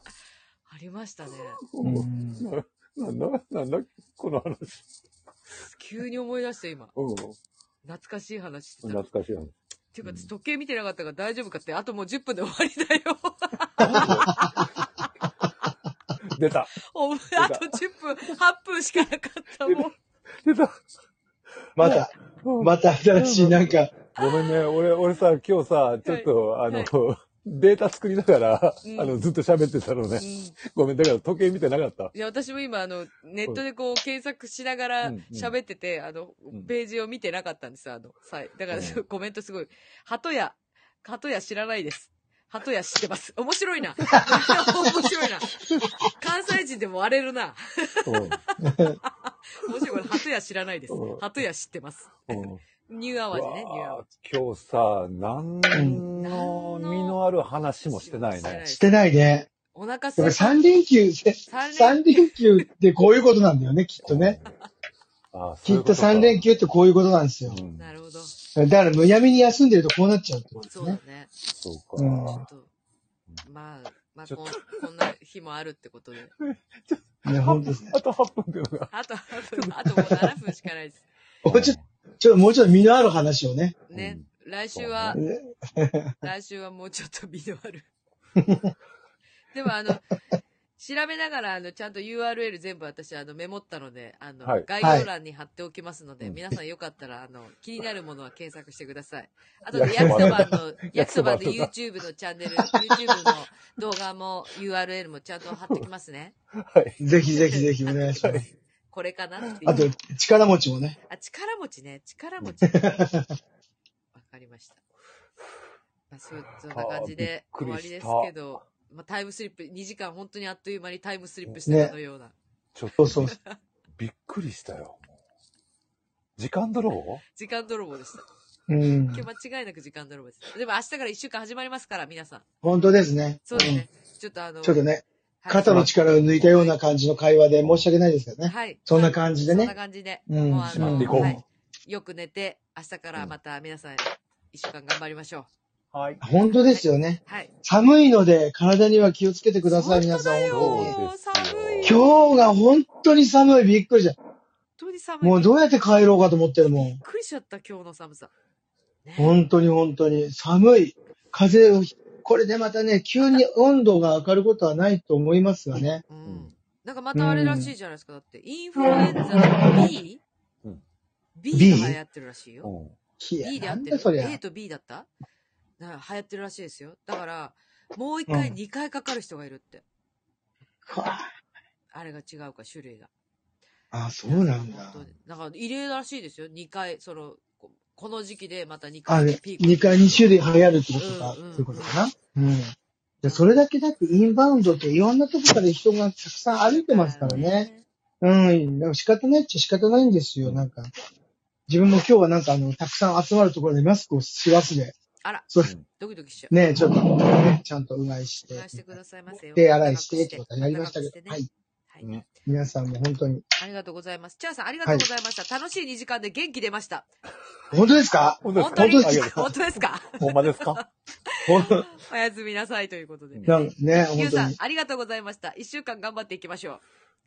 ありましたね。うんな、なんだ、なんだ、この話。急に思い出した、今。うん。懐かしい話してた。懐っかしい話。ていうか、時計見てなかったから大丈夫かって、あともう10分で終わり だよ。出たお前あと10分、8分しかなかった もん。出たまた、また新しい、なんか、ごめんね、俺、俺さ、今日さ、ちょっと、あの、データ作りながら、うんあの、ずっと喋ってたのねう。んごめん、だから時計見てなかった。いや、私も今、あの、ネットでこう、検索しながらうんうん喋ってて、あのうん、ページを見てなかったんです、あの、さい。だから、うんコメントすごい。鳩や、鳩や知らないです。鳩や知ってます。面白 いな。面白いな。関西人でも荒れるな。面白いこれ、鳩や知らないですうん。鳩や知ってます。うん うんニューアワジね、ニューアうワわー今日さ、何の身のある話ジ。もしてないね。してないね。お腹すやっいぱたり三連休、三連三連休ってこういうことなんだよね、きっとね。あー。きっと三連休。休ってこういうことなんですよ。うんなるほど。だから、むやみに休んでるとこうなっちゃうってことですそうだね。ね。そううか。ちょんっと、まあ、まあちょこん、 こんな日もあるってことで。いや、本当ですね。あと8分だよな。あと、あと、あともう7分しかないです。もうちょっと、ちょっともうちょっと身のある話をね。ね。来週そは、う 来週はもうちょっと微のある。でもあの、調べながら、あの、ちゃんと URL 全部私、あの、メモったので、あの、はい概要欄に貼っておきますので、うん皆さんよかったら、あの、気になるものは検索してくだ さい。あと焼で、きそ焼きばそばの、焼焼ききそそばばの YouTube のチャンネル、YouTube の動画も URL もちゃんと貼ってきますね。はい。ぜひ ぜひぜひお願いします。 これかなっていう。あと、力持ちもね。あ、力持ちね。力 持ち。わかりました。まあ、そうそんな感じであー終びっわくりしりですたけど、まあ、タイムスリップ、2時間本当にあっという間にタイムスリップしたかのような。ちょっそとうそう。びっくりしたよ。時間だろ時間泥棒でした。うん。今日間違いなく時間泥棒です。でも明日から1週間始まりますから、皆さん。本当ですね。そうですね。ちょっとあの、うんちょっとね、はい、肩の力を抜いたような感じの会話で申し訳ないですけどね。はい。そんな感じでねそんな感じで。うん。もうあのうんはいよく寝て、明日からまた皆さん1週間頑張りましょう。はい。本当ですよね。はい。寒いので体には気をつけてください、皆さん。本当本だ当によそうですよ寒い。本今日が本当に寒い。びっくりした。当に寒い。もうどうやって帰ろうかと思ってるもんびっ。くりしちゃった、今日の寒さ。ね本当に本当に。寒い。風をひ、これでまたね、急に温度が上がることはないと思います がね。ううんん。なんかまたあれらしいじゃないですか。だって、インフルエンザの B? うん B が流行ってるらしいよ。うんいや B で合なっんてだるそりゃ A。と B だったな流行ってるらしいですよ。だから、もう一回、うん二回かかる人がいるって。はあれが違うか、種類が。ああ、そうなんだ。本当になんか異例らしいですよ。二回、その、ここの時期でまた二あ回れのピ、ーク。 2回、2種類流行るってことか、うんうんそういうことかな。うん。でそれだけだってインバウンドっていろんなとこから人がたくさん歩いてますからね。。うん。でも仕方ないっちゃ仕方ないんですよ、なんか。自分も今日はなんかあの、たくさん集まるところでマスクをし忘れ。あら、それ、ドキドキしちゃう。ね、ちょっと、ね、ちゃんとうがいしてお願い。してくださいませよ。手洗いしてってことやりましたけ暖かくねど、はい。はい。ね皆さんも本当に。ありがとうございます。チャーさん、ありがとうございました。楽しい2時間で元気出ました。本当ですか本本当当でにす本かありが当でとう本当ですか ほんまですか本当おやすみなさいということでね。なんね、ゆう本当さんに、。ありがとうございました。1週間頑張っていきましょう。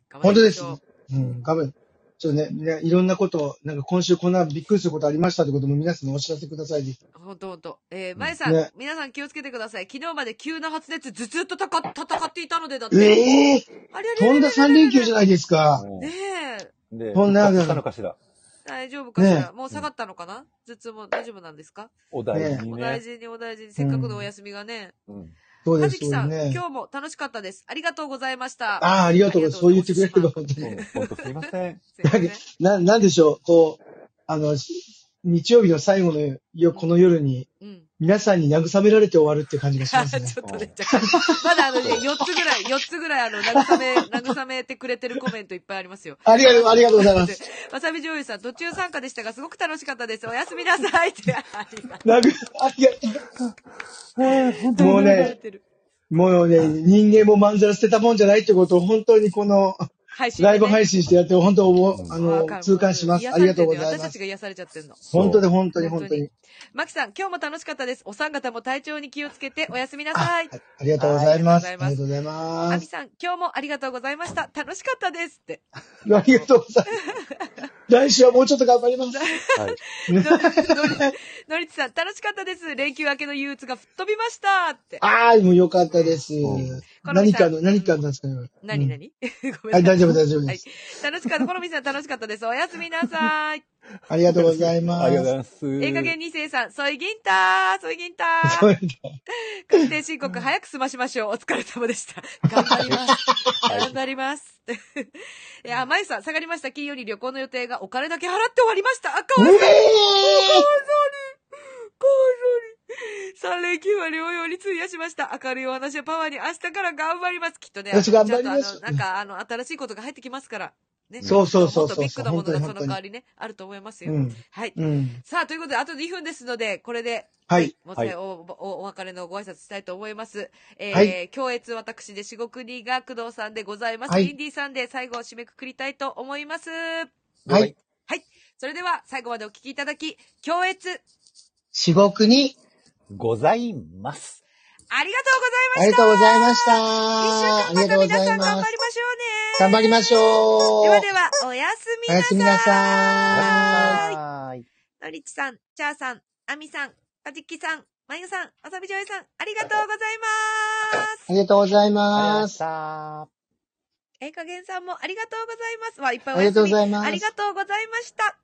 頑張本り当までしすょう。。うん、画面。ちょっとね、ねいろんなことを、なんか今週こんなびっくりすることありましたってことも皆さんにお知らせください。ぜひ本当本当。えー、まゆさん、ね皆さん気をつけてください。昨日まで急な発熱、ずずっとたか戦っていたので、だって。ええあれあれあとれんだ三連休じゃないですか。うんねえ、で、そん復な活したのかしら大丈夫かしら、ねもう下がったのかな頭痛も大丈夫なんですか、お大事におね大。事にお大事に、せっかくのお休みがね。うんそうはでじす、きそうでさすん、ね。今日も楽しかったです。ありがとうございました。ああ、ありがとうございます。そう言ってくれるの、本当うに。んほんとすいません。すいませんな、なんでしょう、こう、あの、し日曜日の最後のよ、この夜に、うん。皆さんに慰められて終わるって感じがしあ ますね。ちょっとね、若干まだあのね、4つぐらい、4つぐらいあの、慰め、慰めてくれてるコメントいっぱいありますよ。ありがとう、ありがとうご ざいます。わさび醤油さん、途中参加でしたが、すごく楽しかったです。おやすみなさいって。ありがとなぐ、あ、いや、うもう言われね、てるもうね、人間もまんざら捨てたもんじゃないってことを本当にこの配信でね、ライブ配信してやって、本当おう、んあわのか、る痛感します。癒あされりてがんのとうよござい私またすち。が癒されちゃってんの。そう本当に本当に本当に。マキさん、今日も楽しかったです。お三方も体調に気をつけておやすみなあさい。ありがとうございます。はいあありりがとがとうございあまみす。さん、今日もありがとうございました。楽しかったですって。ありがとうござい ます。来週はもうちょっと頑張ります。はい。のりのりのりつさん、楽しかったです。連休明けの憂鬱が吹っ飛びましたって。ああ、もうよかったですうん。何かの、好み何さんかのなんですかね。何うん何 ごめんなさ。はいい、大丈夫、大丈夫です。楽しかった。コロミさん楽しかったです。おやすみなさ い。ありがとうございます。ありがとうございます。ええ加減二世さん、ソイギンターソイギンターそれで確定申告早く済ましましょう。お疲れ様でした。頑張ります。 頑張ります。 いや、まゆさん、下がりました。金曜に旅行の予定がお金だけ払って終わりました。あ、かうわえいそう。ーかわいそうに。かわいそうに。3連休は療養に費やしました。明るいお話をパワーに明日から頑張ります。きっとね、あの私頑張りますちゃんとあの、なんか、あの、新しいことが入ってきますから。ね。そうそうそうもっそうとビッグなものがその本当代にわりね、あると思いますよ。うんはい。うん。さあ、ということで、あと2分ですので、これで、はい。もうはい最後おおお別れのご挨拶したいと思います。えー、はい共越私で四国にが工藤さんでございます。はいインディーさんで最後を締めくくりたいと思います。はい。それでは最後までお聞きいただき、共越至極に、ございます。ありがありがとうございました。あとうございました。一週間りがとう間ご皆ざさいん頑張ま。りますしょうね。頑張りましょう。ではでは、おやすみおなやさすい。みなさい。はーい。のりちさん、ちゃーさん、あみさん、パジッキさん、まゆさん、わさびじょうゆさん、ありがとうございます。ありがとうございあまりがとうございましす。た。えいかげんさんもありがとうございます。わ、いっぱいありがとうございおやすみますありがとうございました。